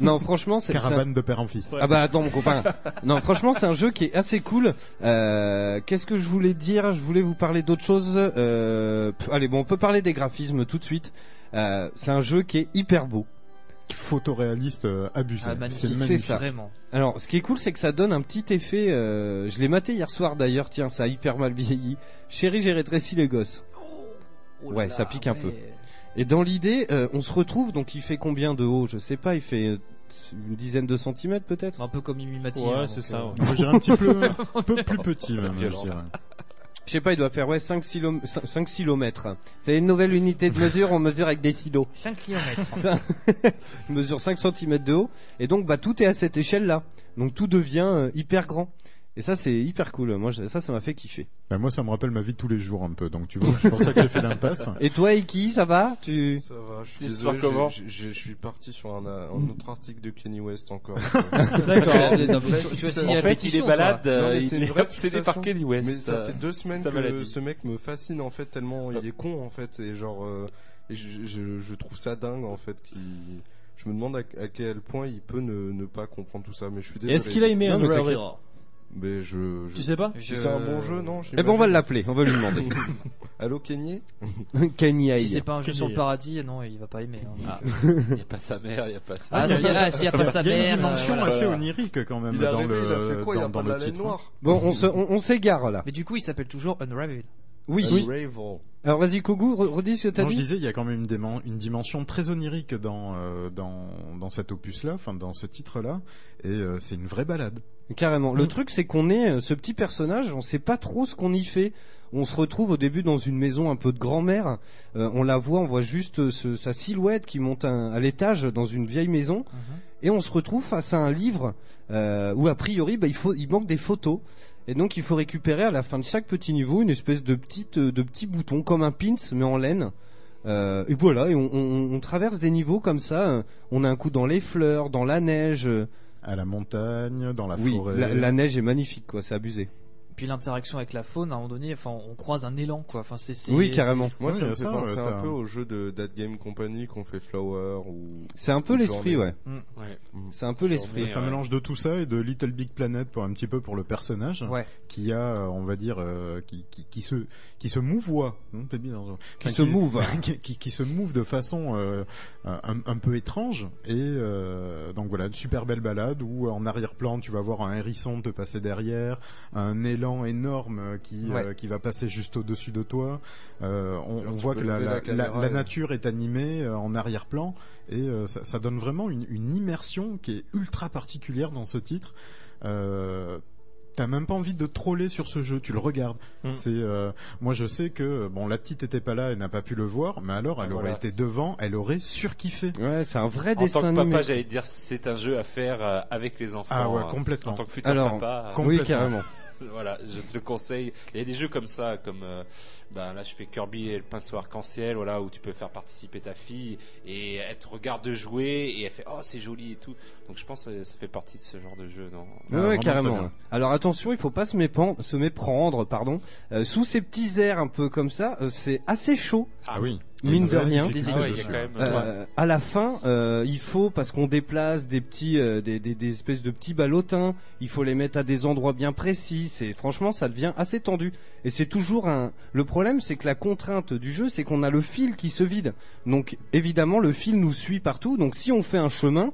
Speaker 3: Non, franchement, c'est. c'est un-
Speaker 4: Caravane de père en fils.
Speaker 3: Ah bah attends mon copain. Non, franchement, c'est un jeu qui est assez cool. Euh, Qu'est-ce que je voulais dire Je voulais vous parler d'autre chose. Euh, pff, allez, bon, on peut parler des graphismes tout de suite. Euh, c'est un jeu qui est hyper beau.
Speaker 4: Photoréaliste euh, abusé.
Speaker 6: Ah, magnifique.
Speaker 4: c'est
Speaker 3: C'est
Speaker 4: magnifique.
Speaker 3: ça.
Speaker 6: Vraiment.
Speaker 3: Alors, ce qui est cool, c'est que ça donne un petit effet. euh, je l'ai maté hier soir d'ailleurs. Tiens, ça a hyper mal vieilli. Chérie, j'ai rétréci les gosses.
Speaker 6: Oh là
Speaker 3: Ouais,
Speaker 6: là,
Speaker 3: ça pique un peu.
Speaker 6: ouais.
Speaker 3: Et dans l'idée, euh, on se retrouve. Donc, il fait combien de haut Je sais pas. Il fait euh, une dizaine de centimètres peut-être.
Speaker 6: Un peu comme hein, Imimati.
Speaker 3: hein,
Speaker 7: Ouais, c'est
Speaker 6: euh,
Speaker 3: euh,
Speaker 7: ça. ouais.
Speaker 4: Moi, je dirais un petit peu, un peu plus petit même. je
Speaker 5: violence.
Speaker 4: dirais.
Speaker 3: Je sais pas, il doit faire ouais 5 km. C'est une nouvelle unité de mesure, on mesure avec des silos.
Speaker 6: 5 km.
Speaker 3: Il mesure 5 cm de haut et donc bah tout est à cette échelle là. Donc tout devient euh, hyper grand. Et ça c'est hyper cool. Moi je- ça ça m'a fait kiffer.
Speaker 4: Bah, moi, ça me rappelle ma vie de tous les jours un peu. Donc tu vois, c'est pour ça que j'ai fait l'impasse.
Speaker 3: Et toi Iki, ça va Tu
Speaker 8: Ça va, je suis
Speaker 5: Tu te sens
Speaker 8: désolé,
Speaker 5: comment
Speaker 8: j'ai- j'ai- je suis parti sur un, un autre article de Kenny West encore.
Speaker 7: D'accord.
Speaker 6: tu as
Speaker 8: En
Speaker 6: signé
Speaker 5: En
Speaker 6: la
Speaker 5: fait, il est
Speaker 6: pétition,
Speaker 5: malade,
Speaker 8: Non, mais
Speaker 5: euh,
Speaker 8: c'est
Speaker 5: il
Speaker 8: une
Speaker 5: est
Speaker 8: vraie
Speaker 5: obsédé
Speaker 8: fixation.
Speaker 5: par Kenny West.
Speaker 8: Mais ça fait deux semaines
Speaker 5: sa
Speaker 8: que
Speaker 5: maladie.
Speaker 8: ce mec me fascine en fait tellement il est con en fait et genre euh, et je, je- je trouve ça dingue en fait qu'il- je me demande à, à quel point il peut ne, ne pas comprendre tout ça mais je suis désolé.
Speaker 7: Est-ce qu'il a aimé
Speaker 3: Non,
Speaker 7: un
Speaker 3: mais
Speaker 7: Rare
Speaker 3: t'inquiète.
Speaker 7: Rare
Speaker 8: Mais je, je-
Speaker 7: Tu sais pas
Speaker 8: si c'est un bon jeu non
Speaker 3: Eh ben on va l'appeler, on va lui demander.
Speaker 8: Allô Kenny
Speaker 3: Kenny
Speaker 6: Si c'est
Speaker 3: Aïe.
Speaker 6: pas un jeu
Speaker 7: Qu'est-ce
Speaker 6: sur le
Speaker 7: qu'il y a
Speaker 6: paradis, non, il va pas aimer. hein.
Speaker 7: Ah.
Speaker 5: Il n'y a pas sa mère, il n'y a pas sa
Speaker 6: Ah, si, ah, s'il y a pas sa
Speaker 4: Il y a bah, une
Speaker 6: mère. euh,
Speaker 4: dimension
Speaker 6: voilà.
Speaker 4: assez
Speaker 5: Voilà.
Speaker 4: onirique quand même
Speaker 8: Il est
Speaker 4: Ah, dans
Speaker 8: arrivé,
Speaker 4: le
Speaker 8: il a fait quoi Il
Speaker 4: dans,
Speaker 8: a pas
Speaker 4: dans
Speaker 8: de
Speaker 4: le
Speaker 8: la laine
Speaker 4: titre. hein.
Speaker 8: noire
Speaker 3: Bon, on se on, on s'égare là.
Speaker 6: Mais du coup, il s'appelle toujours Unravel.
Speaker 3: Oui.
Speaker 8: Un Ravel.
Speaker 3: Alors vas-y Kogu, re- redis ce que t'as
Speaker 4: Non, je
Speaker 3: dit.
Speaker 4: disais, il y a quand même une, déman- une dimension très onirique dans euh, dans, dans cet opus-là, enfin dans ce titre-là, et euh, c'est une vraie balade.
Speaker 3: Carrément. Le
Speaker 7: Mm.
Speaker 3: truc, c'est qu'on est euh, ce petit personnage, on sait pas trop ce qu'on y fait. On se retrouve au début dans une maison un peu de grand-mère. Euh, on la voit, on voit juste euh, ce- sa silhouette qui monte un- à l'étage dans une vieille maison. Et on se retrouve face à un livre euh, où a priori, bah, il faut, il manque des photos. Et donc, il faut récupérer à la fin de chaque petit niveau une espèce de petite, euh, de petit bouton comme un pins mais en laine. Euh, et voilà, et on, on- on traverse des niveaux comme ça. euh, On a un coup dans les fleurs, dans la neige. euh,
Speaker 4: À la montagne, dans la
Speaker 3: oui,
Speaker 4: forêt.
Speaker 3: la, la neige est magnifique, quoi. C'est abusé.
Speaker 6: Puis l'interaction avec la faune, à un moment donné, enfin, on croise un élan, quoi. Enfin, c'est, c'est-
Speaker 3: Oui, carrément.
Speaker 8: Moi
Speaker 4: Ouais,
Speaker 8: ça
Speaker 4: il y
Speaker 8: me
Speaker 4: a
Speaker 8: fait
Speaker 4: ça,
Speaker 8: penser
Speaker 4: ouais,
Speaker 8: un
Speaker 4: t'as-
Speaker 8: peu au jeu de That Game Company qu'on fait Flower ou
Speaker 3: C'est un peu l'esprit, ouais.
Speaker 5: Ouais.
Speaker 3: C'est un peu l'esprit.
Speaker 5: Mais,
Speaker 4: C'est un
Speaker 5: ouais.
Speaker 4: mélange de tout ça et de Little Big Planet pour un petit peu pour le personnage
Speaker 6: Ouais.
Speaker 4: qui a, euh, on va dire, euh, qui, qui, qui se qui se mouvoie, non, Pébi, dans un-
Speaker 3: Qui
Speaker 4: enfin,
Speaker 3: se mouve.
Speaker 4: qui, qui- qui se mouve de façon euh, un, un peu étrange et euh, donc voilà une super belle balade où euh, en arrière-plan tu vas voir un hérisson te passer derrière un élan énorme qui euh, qui va passer juste au-dessus de toi Euh, on,
Speaker 8: Alors,
Speaker 4: on
Speaker 8: tu
Speaker 4: voit
Speaker 8: peux
Speaker 4: que la,
Speaker 8: lever
Speaker 4: la,
Speaker 8: la caméra
Speaker 4: la- la
Speaker 8: et-
Speaker 4: nature est animée euh, en arrière-plan et euh, ça, ça donne vraiment une, une immersion qui est ultra particulière dans ce titre euh, T'as même pas envie de troller sur ce jeu, tu le regardes.
Speaker 7: Mm.
Speaker 4: C'est euh, moi je sais que bon la petite était pas là et n'a pas pu le voir, mais alors elle
Speaker 5: Ah, Voilà.
Speaker 4: aurait été devant, elle aurait surkiffé.
Speaker 3: Ouais, c'est un vrai
Speaker 5: En tant
Speaker 3: dessin
Speaker 5: que papa,
Speaker 3: animé.
Speaker 5: j'allais te dire c'est un jeu à faire euh, avec les enfants.
Speaker 4: Ah ouais,
Speaker 5: euh,
Speaker 4: complètement.
Speaker 5: En tant que futur
Speaker 3: Alors,
Speaker 5: papa, euh,
Speaker 4: com-
Speaker 3: Oui,
Speaker 4: Complètement.
Speaker 3: carrément.
Speaker 5: voilà, je te le conseille. Il y a des jeux comme ça, comme euh, bah, là je fais Kirby et le pinceau arc-en-ciel, voilà, où tu peux faire participer ta fille et elle te regarde jouer et elle fait oh c'est joli et tout. Donc je pense que ça fait partie de ce genre de jeu, non
Speaker 3: Ouais,
Speaker 4: Ah,
Speaker 3: ouais,
Speaker 4: vraiment très
Speaker 3: carrément.
Speaker 4: bien.
Speaker 3: Alors attention, il faut pas se, mépan- se méprendre, pardon. Euh, sous ces petits airs un peu comme ça, euh, c'est assez chaud.
Speaker 5: Ah
Speaker 4: oui.
Speaker 3: Mine
Speaker 4: Une
Speaker 3: de
Speaker 4: vraie
Speaker 3: rien.
Speaker 4: difficulté
Speaker 5: Ah ouais, il y a
Speaker 4: dessus.
Speaker 5: quand même.
Speaker 3: Euh, à la fin, euh, il faut parce qu'on déplace des petits, euh, des, des, des espèces de petits ballotins. Il faut les mettre à des endroits bien précis. C'est franchement, ça devient assez tendu. Et c'est toujours un. Le problème, c'est que la contrainte du jeu, c'est qu'on a le fil qui se vide. Donc évidemment, le fil nous suit partout. Donc si on fait un chemin.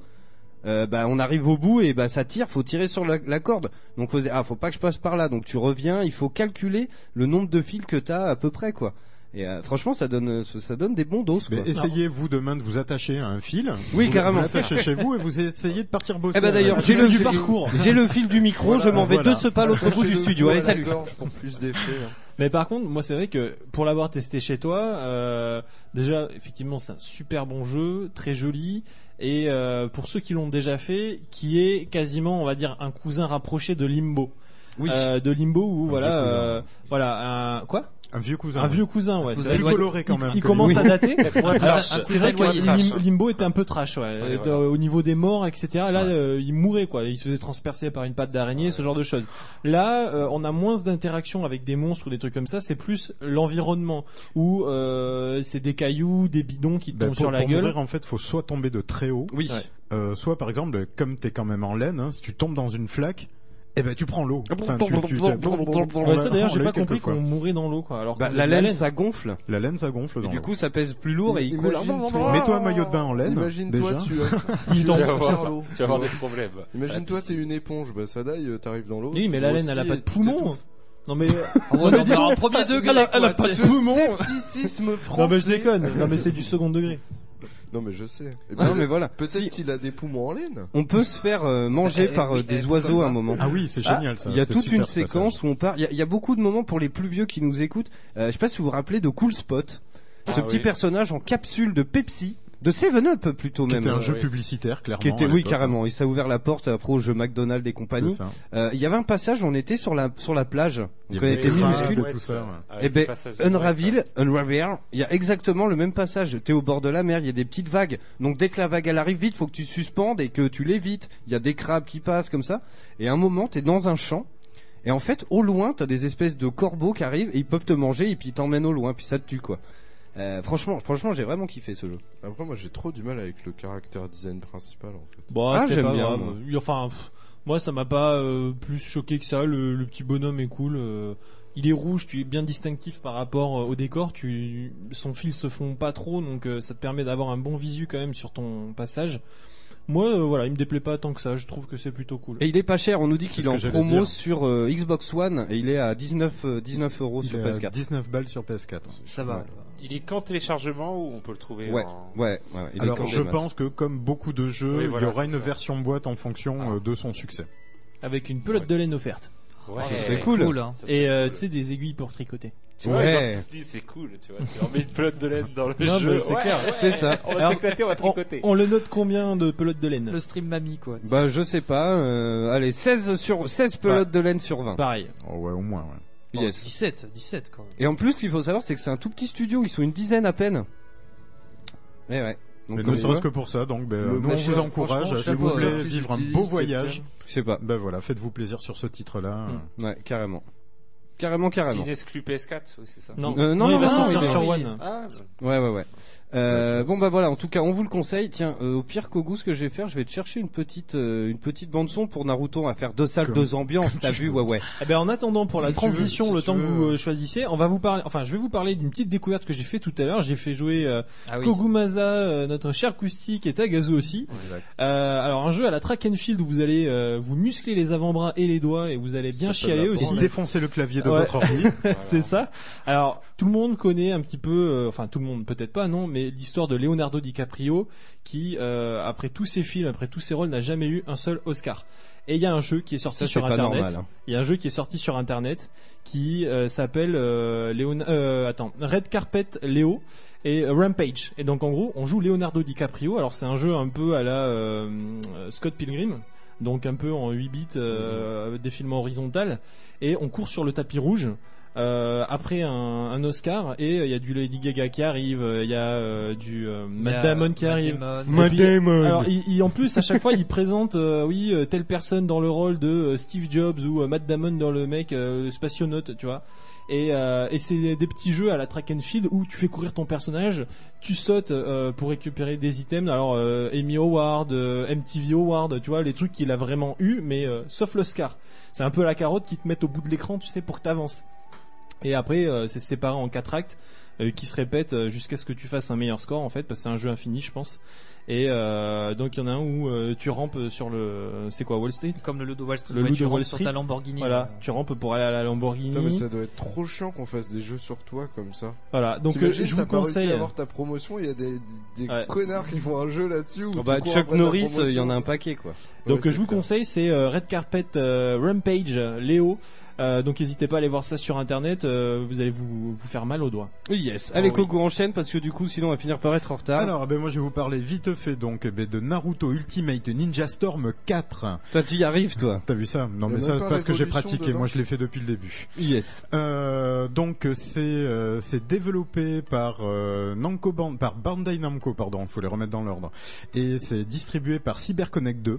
Speaker 3: euh, bah, on arrive au bout et bah ça tire, faut tirer sur la, la corde. Donc faut se dire, ah faut pas que je passe par là. Donc tu reviens, il faut calculer le nombre de fils que t'as à peu près quoi. Et euh, franchement ça donne ça donne des bons
Speaker 5: Ah
Speaker 3: doses quoi.
Speaker 4: Mais essayez vous demain de vous attacher à un fil.
Speaker 3: Oui,
Speaker 4: Vous-
Speaker 3: carrément.
Speaker 4: Vous attachez chez vous et vous essayez de partir bosser.
Speaker 3: Eh ben d'ailleurs,
Speaker 4: avec.
Speaker 3: j'ai le
Speaker 7: du
Speaker 3: fil-
Speaker 7: parcours.
Speaker 3: J'ai le fil du micro,
Speaker 8: Voilà,
Speaker 3: je m'en vais
Speaker 4: voilà.
Speaker 3: deux ce pas à l'autre bout
Speaker 8: Attachez
Speaker 3: du
Speaker 8: le
Speaker 3: studio.
Speaker 8: doigt
Speaker 3: Allez,
Speaker 8: à la
Speaker 3: salut.
Speaker 8: gorge pour plus d'effet. hein.
Speaker 7: Mais par contre, moi, c'est vrai que pour l'avoir testé chez toi, euh, déjà, effectivement, c'est un super bon jeu, très joli. Et euh, pour ceux qui l'ont déjà fait, qui est quasiment, on va dire, un cousin rapproché de Limbo.
Speaker 3: Oui.
Speaker 7: Euh, de Limbo où, voilà,
Speaker 4: vieux cousin.
Speaker 7: euh, voilà, un, quoi
Speaker 4: un vieux cousin.
Speaker 7: Un vieux cousin, ouais. c'est
Speaker 4: Plus
Speaker 7: vrai que-
Speaker 4: coloré quand
Speaker 7: il-
Speaker 4: même.
Speaker 7: Il, commence à dater.
Speaker 5: trash.
Speaker 7: C'est vrai que
Speaker 5: Très
Speaker 7: Lim-
Speaker 5: trash.
Speaker 7: Limbo était un peu trash, ouais.
Speaker 5: Ouais,
Speaker 7: Euh,
Speaker 5: voilà.
Speaker 7: Au niveau des morts, etc. Là, euh, il mourait, quoi. Il se faisait transpercer par une patte d'araignée, ce genre de choses. Là, euh, on a moins d'interactions avec des monstres ou des trucs comme ça. C'est plus l'environnement où euh, c'est des cailloux, des bidons qui te
Speaker 4: Ben,
Speaker 7: tombent
Speaker 4: pour,
Speaker 7: sur la
Speaker 4: pour
Speaker 7: gueule.
Speaker 4: mourir, en fait, faut soit tomber de très haut,
Speaker 3: Oui.
Speaker 7: Ouais.
Speaker 4: euh, soit par exemple, comme t'es quand même en laine, hein, si tu tombes dans une flaque, eh ben tu prends l'eau.
Speaker 3: Ah
Speaker 4: Enfin, tu- tu- tu-
Speaker 7: Ouais, ça
Speaker 4: on
Speaker 7: d'ailleurs, j'ai
Speaker 4: l'a
Speaker 7: pas
Speaker 4: eu quelques
Speaker 7: compris
Speaker 4: fois.
Speaker 7: qu'on mourait dans l'eau, quoi. Alors
Speaker 3: Bah,
Speaker 7: que
Speaker 3: la laine, ça gonfle.
Speaker 4: La laine, ça gonfle.
Speaker 3: Et
Speaker 4: dans
Speaker 3: du
Speaker 4: l'eau.
Speaker 3: coup, Oh, ça pèse plus lourd et il coule.
Speaker 8: Imagine-toi-
Speaker 4: Mets-toi un maillot de bain en laine,
Speaker 8: Imagine-toi,
Speaker 4: déjà.
Speaker 8: tu as-
Speaker 7: Il
Speaker 8: tu
Speaker 7: t'en
Speaker 8: as
Speaker 5: faut
Speaker 8: souffert
Speaker 5: avoir.
Speaker 8: l'eau,
Speaker 5: Tu
Speaker 8: tu
Speaker 5: vas avoir
Speaker 8: vois.
Speaker 5: des problèmes.
Speaker 8: Imagine-toi, t'es une éponge. Bah, ça daille, euh, t'arrives dans l'eau.
Speaker 7: Oui, mais
Speaker 8: tu
Speaker 7: la
Speaker 8: vois
Speaker 7: laine, elle a
Speaker 8: aussi
Speaker 7: pas de
Speaker 8: et tu t'étouffes.
Speaker 7: poumon. Non mais,
Speaker 6: On
Speaker 7: mais
Speaker 6: est
Speaker 7: dis
Speaker 6: dans
Speaker 7: donc,
Speaker 6: le
Speaker 3: Ah,
Speaker 6: premier degré.
Speaker 7: elle a- elle a
Speaker 6: quoi.
Speaker 7: pas de
Speaker 6: Ce
Speaker 7: poumon.
Speaker 8: Scepticisme français.
Speaker 7: non mais je déconne. Non mais c'est du second degré.
Speaker 8: Non, mais je sais. Et
Speaker 3: Ah, non,
Speaker 8: peut-être-
Speaker 3: mais voilà.
Speaker 8: Peut-être
Speaker 3: Si,
Speaker 8: qu'il a des poumons en laine.
Speaker 3: on peut se faire euh, manger
Speaker 8: Eh,
Speaker 3: par euh,
Speaker 8: oui, eh,
Speaker 3: des
Speaker 8: pourquoi
Speaker 3: oiseaux à un
Speaker 8: pas
Speaker 3: moment.
Speaker 4: Ah oui, c'est génial ça.
Speaker 3: Il y a
Speaker 4: c'était
Speaker 3: toute
Speaker 4: super,
Speaker 3: une
Speaker 4: ce passage.
Speaker 3: séquence où on part. Il y a- il y, a beaucoup de moments pour les plus vieux qui nous écoutent. Euh, je sais pas si vous vous rappelez de Cool Spot, ce
Speaker 5: Ah
Speaker 3: petit
Speaker 5: oui.
Speaker 3: personnage en capsule de Pepsi, de Seven Up plutôt
Speaker 4: Qui
Speaker 3: même.
Speaker 4: était un
Speaker 3: hein.
Speaker 4: jeu
Speaker 5: oui.
Speaker 4: publicitaire, clairement.
Speaker 3: Qui était,
Speaker 4: à
Speaker 3: oui,
Speaker 4: l'époque. hein.
Speaker 3: carrément. Et ça a ouvert la porte euh, après au jeu McDonald's et
Speaker 4: C'est
Speaker 3: compagnie.
Speaker 4: ça.
Speaker 3: Euh, Il y avait un passage, on était sur la sur la plage.
Speaker 4: Il y
Speaker 3: Donc, on
Speaker 4: avait
Speaker 3: était
Speaker 4: des
Speaker 3: minuscule.
Speaker 4: crabes, minuscules. tout ça, ouais.
Speaker 5: Ah,
Speaker 3: Eh
Speaker 5: le
Speaker 3: ben,
Speaker 5: passage de
Speaker 3: Unravel, Unravel, il y a exactement le même passage. T'es au bord de la mer, il y a des petites vagues. Donc dès que la vague elle arrive vite, faut que tu suspendes et que tu l'évites. Il y a des crabes qui passent comme ça. Et à un moment, t'es dans un champ. Et en fait, au loin, t'as des espèces de corbeaux qui arrivent et ils peuvent te manger et puis ils t'emmènent au loin, puis ça te tue quoi. Euh, franchement, franchement, j'ai vraiment kiffé ce jeu.
Speaker 8: Après, moi, j'ai trop du mal avec le caractère design principal, en fait.
Speaker 7: Bon,
Speaker 3: Ah,
Speaker 7: Bah, c'est
Speaker 3: j'aime
Speaker 7: pas
Speaker 3: bien,
Speaker 7: grave.
Speaker 3: moi.
Speaker 7: Oui, Enfin, pff, moi, ça m'a pas euh, plus choqué que ça. Le, le petit bonhomme est cool. euh, il est rouge, tu es bien distinctif par rapport euh, au décor. Tu, son fil se fond pas trop, donc euh, ça te permet d'avoir un bon visu quand même sur ton passage. Moi, euh, voilà, il me déplaît pas tant que ça. Je trouve que c'est plutôt cool.
Speaker 3: Et il est pas cher, on nous dit
Speaker 4: C'est
Speaker 3: qu'il
Speaker 4: ce
Speaker 3: est en
Speaker 4: que j'allais
Speaker 3: promo
Speaker 4: dire.
Speaker 3: sur euh, Xbox One et il est à 19 euh, 19 euros
Speaker 4: Il
Speaker 3: sur
Speaker 4: est à
Speaker 3: PS4.
Speaker 4: 19 balles sur PS4.
Speaker 6: Ça va.
Speaker 5: Il est qu'en téléchargement ou on peut le trouver
Speaker 3: Ouais,
Speaker 5: en...
Speaker 3: ouais, ouais, il est
Speaker 4: Alors
Speaker 3: quand
Speaker 4: je
Speaker 3: même à-
Speaker 4: pense que comme beaucoup de jeux,
Speaker 5: Oui, voilà,
Speaker 4: il y aura
Speaker 5: c'est
Speaker 4: une
Speaker 5: ça.
Speaker 4: version boîte en fonction euh, de son succès.
Speaker 7: Avec une pelote
Speaker 5: Ouais.
Speaker 7: de laine offerte.
Speaker 5: Ouais.
Speaker 3: C'est
Speaker 6: Cool.
Speaker 3: cool.
Speaker 6: hein.
Speaker 5: Ça, c'est
Speaker 7: Et euh,
Speaker 5: cool.
Speaker 7: tu sais, des aiguilles pour tricoter.
Speaker 5: Tu vois,
Speaker 3: Ouais.
Speaker 5: les artistes disent, c'est cool, tu vois. Tu remets une pelote de laine dans le
Speaker 7: Non,
Speaker 5: jeu.
Speaker 7: mais c'est
Speaker 5: Ouais,
Speaker 7: clair.
Speaker 5: ouais.
Speaker 3: C'est ça.
Speaker 5: On va
Speaker 7: Alors,
Speaker 5: s'éclater, on va
Speaker 7: On,
Speaker 5: tricoter.
Speaker 7: on le note combien de pelotes de laine
Speaker 6: Le stream mamie quoi.
Speaker 3: Bah je sais pas. euh, allez, 16 sur 16 pelotes de laine sur 20.
Speaker 7: Pareil.
Speaker 4: Oh ouais, au moins. Ouais.
Speaker 6: Oh,
Speaker 3: Yes.
Speaker 6: 17, 17 quand même.
Speaker 3: Et en plus, ce qu'il faut savoir, c'est que c'est un tout petit studio. Ils sont une dizaine à peine. Eh ouais. Donc
Speaker 4: Mais
Speaker 3: comme
Speaker 4: ne
Speaker 3: tu
Speaker 4: serait-ce
Speaker 3: vois,
Speaker 4: que pour ça, donc ben,
Speaker 8: Le
Speaker 4: nous on
Speaker 8: machin,
Speaker 4: vous encourage.
Speaker 8: franchement,
Speaker 4: Si
Speaker 8: chapeau,
Speaker 4: vous voulez
Speaker 8: hein.
Speaker 4: vivre un
Speaker 8: Puis,
Speaker 4: beau
Speaker 8: c'est
Speaker 4: voyage,
Speaker 3: je sais pas.
Speaker 4: ben voilà, faites-vous plaisir sur ce titre-là.
Speaker 7: Mm.
Speaker 3: Ouais, carrément. Carrément,
Speaker 5: C'est
Speaker 3: carrément.
Speaker 5: une exclu PS4, oui, c'est ça.
Speaker 7: Non,
Speaker 3: Euh, non,
Speaker 7: il
Speaker 3: non,
Speaker 7: va
Speaker 3: non,
Speaker 7: sortir
Speaker 3: il est-
Speaker 7: sur
Speaker 6: oui.
Speaker 7: One.
Speaker 5: Ah,
Speaker 3: Ouais, ouais, ouais. Euh,
Speaker 8: Ouais,
Speaker 3: bon bah voilà. En tout cas, on vous le conseille. Tiens, euh, au pire Kogu, ce que je vais faire, je vais te chercher une petite, euh, une petite bande son pour Naruto à faire deux salles,
Speaker 4: Comme-
Speaker 3: deux ambiances. T'as vu, ouais, ouais.
Speaker 7: Eh ben, en attendant pour la
Speaker 8: Si tu
Speaker 7: transition,
Speaker 8: veux, si
Speaker 7: le
Speaker 8: tu
Speaker 7: temps que
Speaker 8: veux.
Speaker 7: vous euh, choisissez, on va vous parler. Enfin, je vais vous parler d'une petite découverte que j'ai fait tout à l'heure. J'ai fait jouer euh,
Speaker 6: Ah
Speaker 7: Kogumasa, euh, notre cher Koustik et Tagazu aussi. Euh, alors un jeu à la track and field où vous allez euh, vous muscler les avant-bras et les doigts et vous allez bien
Speaker 8: Ça s'appelle
Speaker 7: chialer
Speaker 8: la
Speaker 7: aussi.
Speaker 4: Et défoncez le clavier de
Speaker 7: Ouais.
Speaker 4: votre ordi.
Speaker 7: C'est ça. Alors tout le monde connaît un petit peu, euh, enfin tout le monde peut-être pas, non, mais mais l'histoire de Leonardo DiCaprio qui, euh, après tous ses films, après tous ses rôles, n'a jamais eu un seul Oscar. Et il y a un jeu qui est sorti
Speaker 3: Ça, c'est
Speaker 7: sur
Speaker 3: pas
Speaker 7: Internet.
Speaker 3: normal. hein.
Speaker 7: Il y a un jeu qui est sorti sur internet qui euh, s'appelle euh, Léon- euh, attends, Red Carpet Léo et euh, Rampage. Et donc en gros, on joue Leonardo DiCaprio. Alors c'est un jeu un peu à la euh, euh, Scott Pilgrim. Donc un peu en 8 bits
Speaker 6: Mhm.
Speaker 7: euh, avec des films horizontales et on court sur le tapis rouge. euh, après un, un Oscar et il y a du Lady Gaga qui arrive, euh, il y a euh, du euh,
Speaker 6: Il y a
Speaker 7: Matt Damon qui
Speaker 6: Matt
Speaker 7: arrive,
Speaker 6: Damon.
Speaker 7: Matt Damon. Alors, il, il- en plus, à chaque fois, il présente, euh, oui, euh, telle personne dans le rôle de euh, Steve Jobs ou euh, Matt Damon dans le mec euh, spationaute, tu vois. Et, euh, et c'est des petits jeux à la track and field où tu fais courir ton personnage, tu sautes euh, pour récupérer des items. Alors euh, Emmy Award, euh, MTV Award, tu vois les trucs qu'il a vraiment eu, mais euh, sauf l'Oscar. C'est un peu la carotte qui te met au bout de l'écran, tu sais, pour que t'avances. Et après, euh, c'est séparé en quatre actes euh, qui se répètent euh, jusqu'à ce que tu fasses un meilleur score en fait, parce que c'est un jeu infini, je pense. Et euh, donc il y en a un où euh, tu rampes sur le, c'est quoi Wall Street
Speaker 6: Comme le Ludo Wall Street,
Speaker 7: Le
Speaker 6: ouais,
Speaker 7: Loup
Speaker 6: tu
Speaker 7: de Wall
Speaker 6: rentres sur ta
Speaker 7: Street.
Speaker 6: Lamborghini. euh,
Speaker 7: Voilà, tu rampes pour aller à la Lamborghini.
Speaker 8: Putain, mais ça doit être trop chiant qu'on fasse des jeux sur toi comme ça.
Speaker 7: Voilà, donc euh,
Speaker 8: T'imagines,
Speaker 7: je
Speaker 8: t'as
Speaker 7: vous
Speaker 8: pas réussi
Speaker 7: conseille.
Speaker 8: à avoir ta promotion, il y a des, des- des
Speaker 7: Ouais.
Speaker 8: connards qui font un jeu là-dessus. où
Speaker 3: Oh bah,
Speaker 8: tu cours
Speaker 3: Chuck
Speaker 8: après ta
Speaker 3: Norris, il y en a un
Speaker 8: promotion.
Speaker 3: paquet quoi.
Speaker 7: Donc
Speaker 8: Ouais,
Speaker 7: euh, je vous
Speaker 8: c'est clair.
Speaker 7: conseille, c'est euh, Red Carpet euh, Rampage euh, Léo. Euh, donc n'hésitez pas à aller voir ça sur internet, euh, vous allez vous, vous faire mal aux doigts.
Speaker 3: Yes. Allez,
Speaker 7: Oh, oui.
Speaker 3: Coco enchaîne parce que du coup, sinon, on va finir par être en
Speaker 8: Ah.
Speaker 3: retard.
Speaker 4: Alors, ben moi je vais vous parler vite fait donc eh ben, de Naruto Ultimate Ninja Storm 4.
Speaker 3: Toi, tu y arrives, toi.
Speaker 4: T'as vu ça Non
Speaker 8: Y a
Speaker 4: mais
Speaker 8: même
Speaker 4: ça
Speaker 8: pas
Speaker 4: parce que j'ai
Speaker 8: résolution
Speaker 4: pratiqué,
Speaker 8: dedans.
Speaker 4: moi je l'ai fait depuis le début.
Speaker 3: Yes.
Speaker 4: Euh, donc euh, c'est euh, c'est développé par euh, Namco Ban- par Bandai Namco pardon, faut les remettre dans l'ordre et c'est distribué par CyberConnect 2.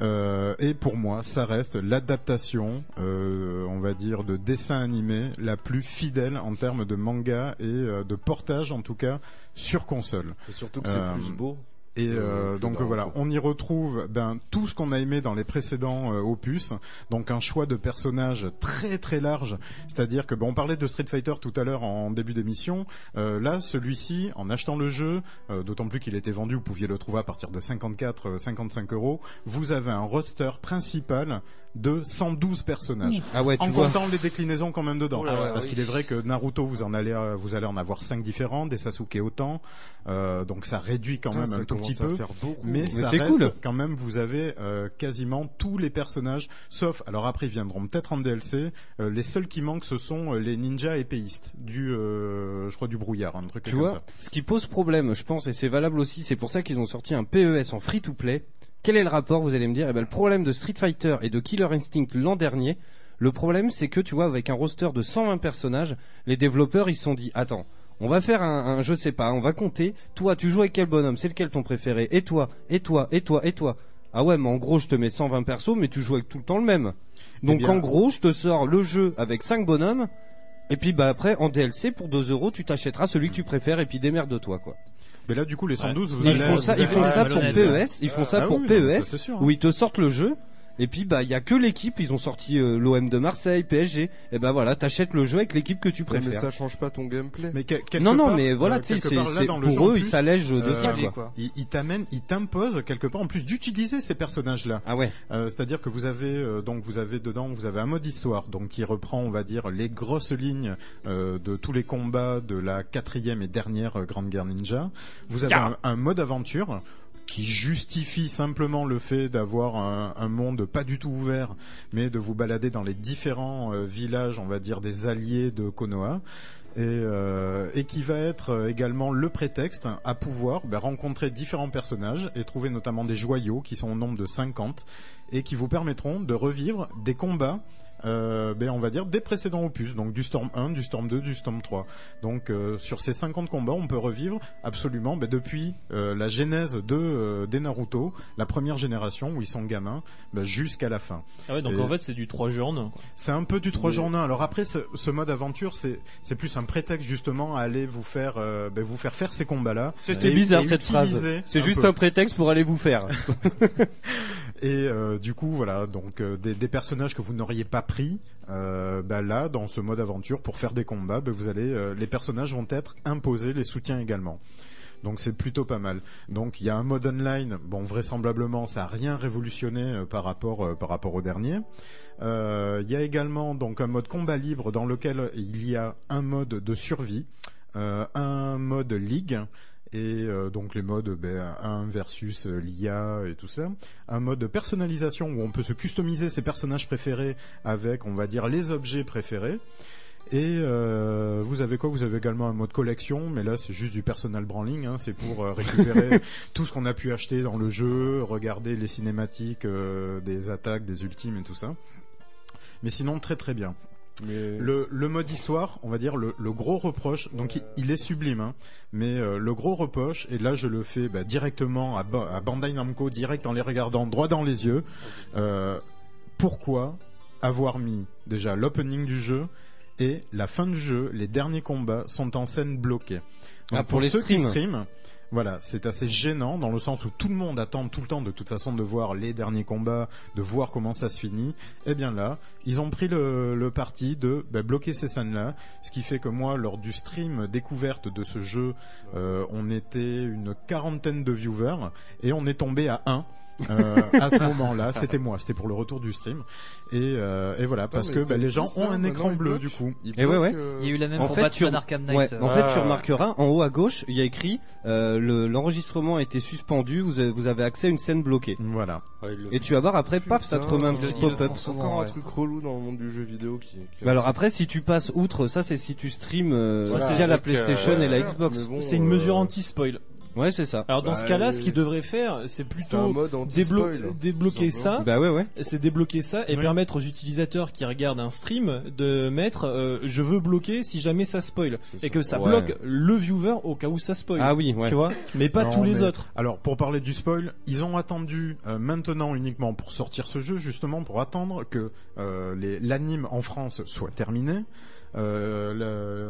Speaker 4: Euh, et pour moi, ça reste l'adaptation, euh, on va dire, de dessin animé la plus fidèle en termes de manga et euh, de portage, en tout cas, sur console.
Speaker 8: Et surtout que
Speaker 4: Euh,
Speaker 8: c'est plus beau.
Speaker 4: Et
Speaker 8: Euh,
Speaker 4: euh,
Speaker 8: plus
Speaker 4: donc
Speaker 8: grand,
Speaker 4: voilà,
Speaker 8: quoi.
Speaker 4: on y retrouve ben, tout ce qu'on a aimé dans les précédents euh, opus. Donc un choix de personnages très très large. C'est-à-dire que bon, on parlait de Street Fighter tout à l'heure en début d'émission. Euh, là, celui-ci, en achetant le jeu, euh, d'autant plus qu'il était vendu, vous pouviez le trouver à partir de 54, euh, 55 euros. Vous avez un roster principal de 112 personnages
Speaker 3: Ah ouais, tu
Speaker 4: en
Speaker 3: vois.
Speaker 4: comptant les déclinaisons quand même dedans.
Speaker 5: Oh là là,
Speaker 4: Parce
Speaker 5: oui.
Speaker 4: qu'il est vrai que Naruto, vous en allez, euh, vous allez en avoir cinq différents, des Sasuke autant, euh, donc ça réduit quand
Speaker 8: Putain,
Speaker 4: même
Speaker 8: ça
Speaker 4: un tout
Speaker 8: commence
Speaker 4: petit
Speaker 8: à
Speaker 4: peu.
Speaker 8: faire beaucoup.
Speaker 4: Mais, ça
Speaker 3: c'est
Speaker 4: reste
Speaker 3: cool.
Speaker 4: quand même, vous avez euh, quasiment tous les personnages, sauf, alors après ils viendront peut-être en DLC, euh, les seuls qui manquent ce sont euh, les ninjas épéistes, du, euh, je crois du brouillard, un truc
Speaker 3: Tu
Speaker 4: comme
Speaker 3: vois,
Speaker 4: ça.
Speaker 3: ce qui pose problème, je pense, et c'est valable aussi, c'est pour ça qu'ils ont sorti un PES en free-to-play. Quel est le rapport, vous allez me dire Eh ben, le problème de Street Fighter et de Killer Instinct l'an dernier, le problème, c'est que, tu vois, avec un roster de 120 personnages, les développeurs, ils se sont dit, attends, on va faire un, un- je sais pas, on va compter, toi, tu joues avec quel bonhomme, c'est lequel ton préféré, et toi, et toi, et toi, et toi. Ah ouais, mais en gros, je te mets 120 persos, mais tu joues avec tout le temps le même. Donc,
Speaker 4: bien-
Speaker 3: en gros, je te sors le jeu avec 5 bonhommes, et puis bah après en DLC pour 2 euros tu t'achèteras celui que tu préfères et puis démerde-toi quoi.
Speaker 4: Mais là du coup les 112, vous
Speaker 3: Ils
Speaker 4: allez-
Speaker 3: font ça,
Speaker 4: vous
Speaker 3: ils
Speaker 4: allez-
Speaker 3: font
Speaker 6: Ouais,
Speaker 3: ça
Speaker 6: ouais,
Speaker 3: pour
Speaker 6: ouais.
Speaker 3: PES, ils font ça
Speaker 4: Ah
Speaker 3: pour
Speaker 4: oui, non, mais ça, c'est
Speaker 3: PES
Speaker 4: sûr.
Speaker 3: où ils te sortent le jeu et puis bah il y a que l'équipe, ils ont sorti l'OM de Marseille, PSG et bah voilà, t'achètes le jeu avec l'équipe que tu
Speaker 8: Ouais, mais
Speaker 3: préfères.
Speaker 8: ça change pas ton gameplay.
Speaker 4: Mais que- quelque
Speaker 3: non non
Speaker 4: part,
Speaker 3: mais
Speaker 4: euh,
Speaker 3: voilà, tu sais
Speaker 4: quelque
Speaker 3: c'est-
Speaker 4: part, là,
Speaker 3: c'est-
Speaker 4: dans le jeu, en
Speaker 3: pour eux ils
Speaker 4: plus,
Speaker 3: s'allègent de
Speaker 4: euh,
Speaker 3: ça
Speaker 6: Ciblé,
Speaker 3: quoi.
Speaker 6: quoi.
Speaker 4: Ils ils t'amènent, ils t'imposent quelque part en plus d'utiliser ces personnages-là.
Speaker 3: Ah ouais.
Speaker 4: Euh, c'est-à-dire que vous avez euh, donc vous avez dedans vous avez un mode histoire donc qui reprend on va dire les grosses lignes euh, de tous les combats de la quatrième et dernière euh, Grande Guerre Ninja. Vous avez un, un mode aventure qui justifie simplement le fait d'avoir un, un monde pas du tout ouvert, mais de vous balader dans les différents euh, villages, on va dire des alliés de Konoha. Et, euh, et qui va être euh, également le prétexte à pouvoir ben, rencontrer différents personnages et trouver notamment des joyaux qui sont au nombre de 50 et qui vous permettront de revivre des combats, euh, ben on va dire des précédents opus, donc du Storm 1, du Storm 2, du Storm 3. Donc euh, sur ces 50 combats, on peut revivre absolument ben, depuis euh, la genèse de euh, des Naruto, la première génération où ils sont gamins, ben, jusqu'à la fin.
Speaker 7: Ah ouais, donc
Speaker 4: Et-
Speaker 7: en fait c'est du 3 jeux en un. quoi.
Speaker 4: C'est un peu du 3 jours en un. Alors après, ce, ce mode aventure, c'est c'est plus un prétexte justement à aller vous faire euh, ben, vous faire faire ces combats-là.
Speaker 3: C'était
Speaker 4: Et-
Speaker 3: bizarre
Speaker 4: et
Speaker 3: cette phrase.
Speaker 4: utiliser
Speaker 3: C'est
Speaker 4: un
Speaker 3: juste
Speaker 4: peu.
Speaker 3: un prétexte pour aller vous faire.
Speaker 4: Et euh, du coup, voilà, donc euh, des, des personnages que vous n'auriez pas pris, euh, bah là, dans ce mode aventure, pour faire des combats, bah, vous allez, euh, les personnages vont être imposés, les soutiens également. Donc c'est plutôt pas mal. Donc il y a un mode online. Bon, vraisemblablement, ça a rien révolutionné euh, par rapport euh, par rapport au dernier. Euh, Il y a également donc un mode combat libre dans lequel il y a un mode de survie, euh, un mode ligue Et euh, donc les modes ben, 1 versus euh, l'IA et tout ça. Un mode de personnalisation où on peut se customiser ses personnages préférés avec, on va dire, les objets préférés. Et euh, vous avez quoi Vous avez également un mode collection, mais là c'est juste du personal branding, hein, c'est pour euh, récupérer tout ce qu'on a pu acheter dans le jeu, regarder les cinématiques euh, des attaques, des ultimes et tout ça. Mais sinon très très bien.
Speaker 8: Mais
Speaker 4: Le, le mode histoire, on va dire le, le gros reproche, donc il, il est sublime, hein, mais euh, le gros reproche, et là je le fais bah, directement à, Ba- à Bandai Namco, direct en les regardant droit dans les yeux, euh, pourquoi avoir mis déjà l'opening du jeu et la fin du jeu, les derniers combats sont en scène bloquée. Donc,
Speaker 3: Ah, pour les
Speaker 4: ceux qui
Speaker 3: streams.
Speaker 4: streament, voilà, c'est assez gênant dans le sens où tout le monde attend tout le temps de toute façon de voir les derniers combats, de voir comment ça se finit. Eh bien là, ils ont pris le, le parti de bah, bloquer ces scènes-là, ce qui fait que moi, lors du stream découverte de ce jeu, euh, on était une quarantaine de viewers et on est tombé à un. euh, à ce moment-là, c'était moi, c'était pour le retour du stream et, euh, et voilà parce
Speaker 8: mais
Speaker 4: que bah,
Speaker 8: c'est
Speaker 4: les gens
Speaker 8: aussi
Speaker 4: ont
Speaker 8: ça,
Speaker 4: un
Speaker 8: maintenant,
Speaker 4: écran
Speaker 8: ils
Speaker 4: bleu
Speaker 8: bloquent.
Speaker 4: du coup.
Speaker 8: il
Speaker 3: Eh ouais,
Speaker 8: bloque,
Speaker 3: ouais.
Speaker 8: euh,
Speaker 6: Il y a eu la même
Speaker 3: En
Speaker 6: pour
Speaker 3: fait,
Speaker 6: Batman
Speaker 3: tu-
Speaker 6: Arkham
Speaker 3: Ouais,
Speaker 6: Knight.
Speaker 3: en fait, tu
Speaker 5: Ah.
Speaker 3: remarqueras en haut à gauche, il y a écrit euh, le- l'enregistrement a été suspendu, vous avez, vous avez accès à une scène bloquée.
Speaker 4: Voilà.
Speaker 3: Et tu vas voir après, paf, ça te remet un
Speaker 8: Putain,
Speaker 3: petit
Speaker 6: il le
Speaker 3: pop-up.
Speaker 6: prend
Speaker 8: C'est
Speaker 6: souvent,
Speaker 8: encore un
Speaker 6: ouais.
Speaker 8: truc relou dans le monde du jeu vidéo qui. qui-
Speaker 3: Bah alors après, si tu passes outre, ça c'est si tu streams euh,
Speaker 5: Ça, c'est
Speaker 3: via la
Speaker 5: avec, euh,
Speaker 3: PlayStation et la
Speaker 8: certes, mais
Speaker 3: Xbox.
Speaker 8: bon,
Speaker 7: C'est une mesure
Speaker 8: euh,
Speaker 7: anti-spoil.
Speaker 3: Ouais, c'est ça.
Speaker 7: Alors dans
Speaker 8: bah,
Speaker 7: ce cas-là,
Speaker 8: euh,
Speaker 7: ce qu'ils devraient faire, c'est
Speaker 8: C'est un
Speaker 7: plutôt
Speaker 8: mode hein,
Speaker 7: déblo-
Speaker 8: anti-spoil.
Speaker 7: débloquer ça.
Speaker 3: Bah ouais, ouais.
Speaker 7: C'est débloquer ça et
Speaker 4: Oui.
Speaker 7: permettre aux utilisateurs qui regardent un stream de mettre euh, je veux bloquer si jamais ça spoil et que ça
Speaker 3: Ouais.
Speaker 7: bloque le viewer au cas où ça spoil.
Speaker 3: Ah oui, ouais.
Speaker 7: Tu vois, mais pas
Speaker 4: Non,
Speaker 7: tous les
Speaker 4: mais-
Speaker 7: autres.
Speaker 4: Alors pour parler du spoil, ils ont attendu euh, maintenant uniquement pour sortir ce jeu justement pour attendre que euh, les- l'anime en France soit terminé. Euh,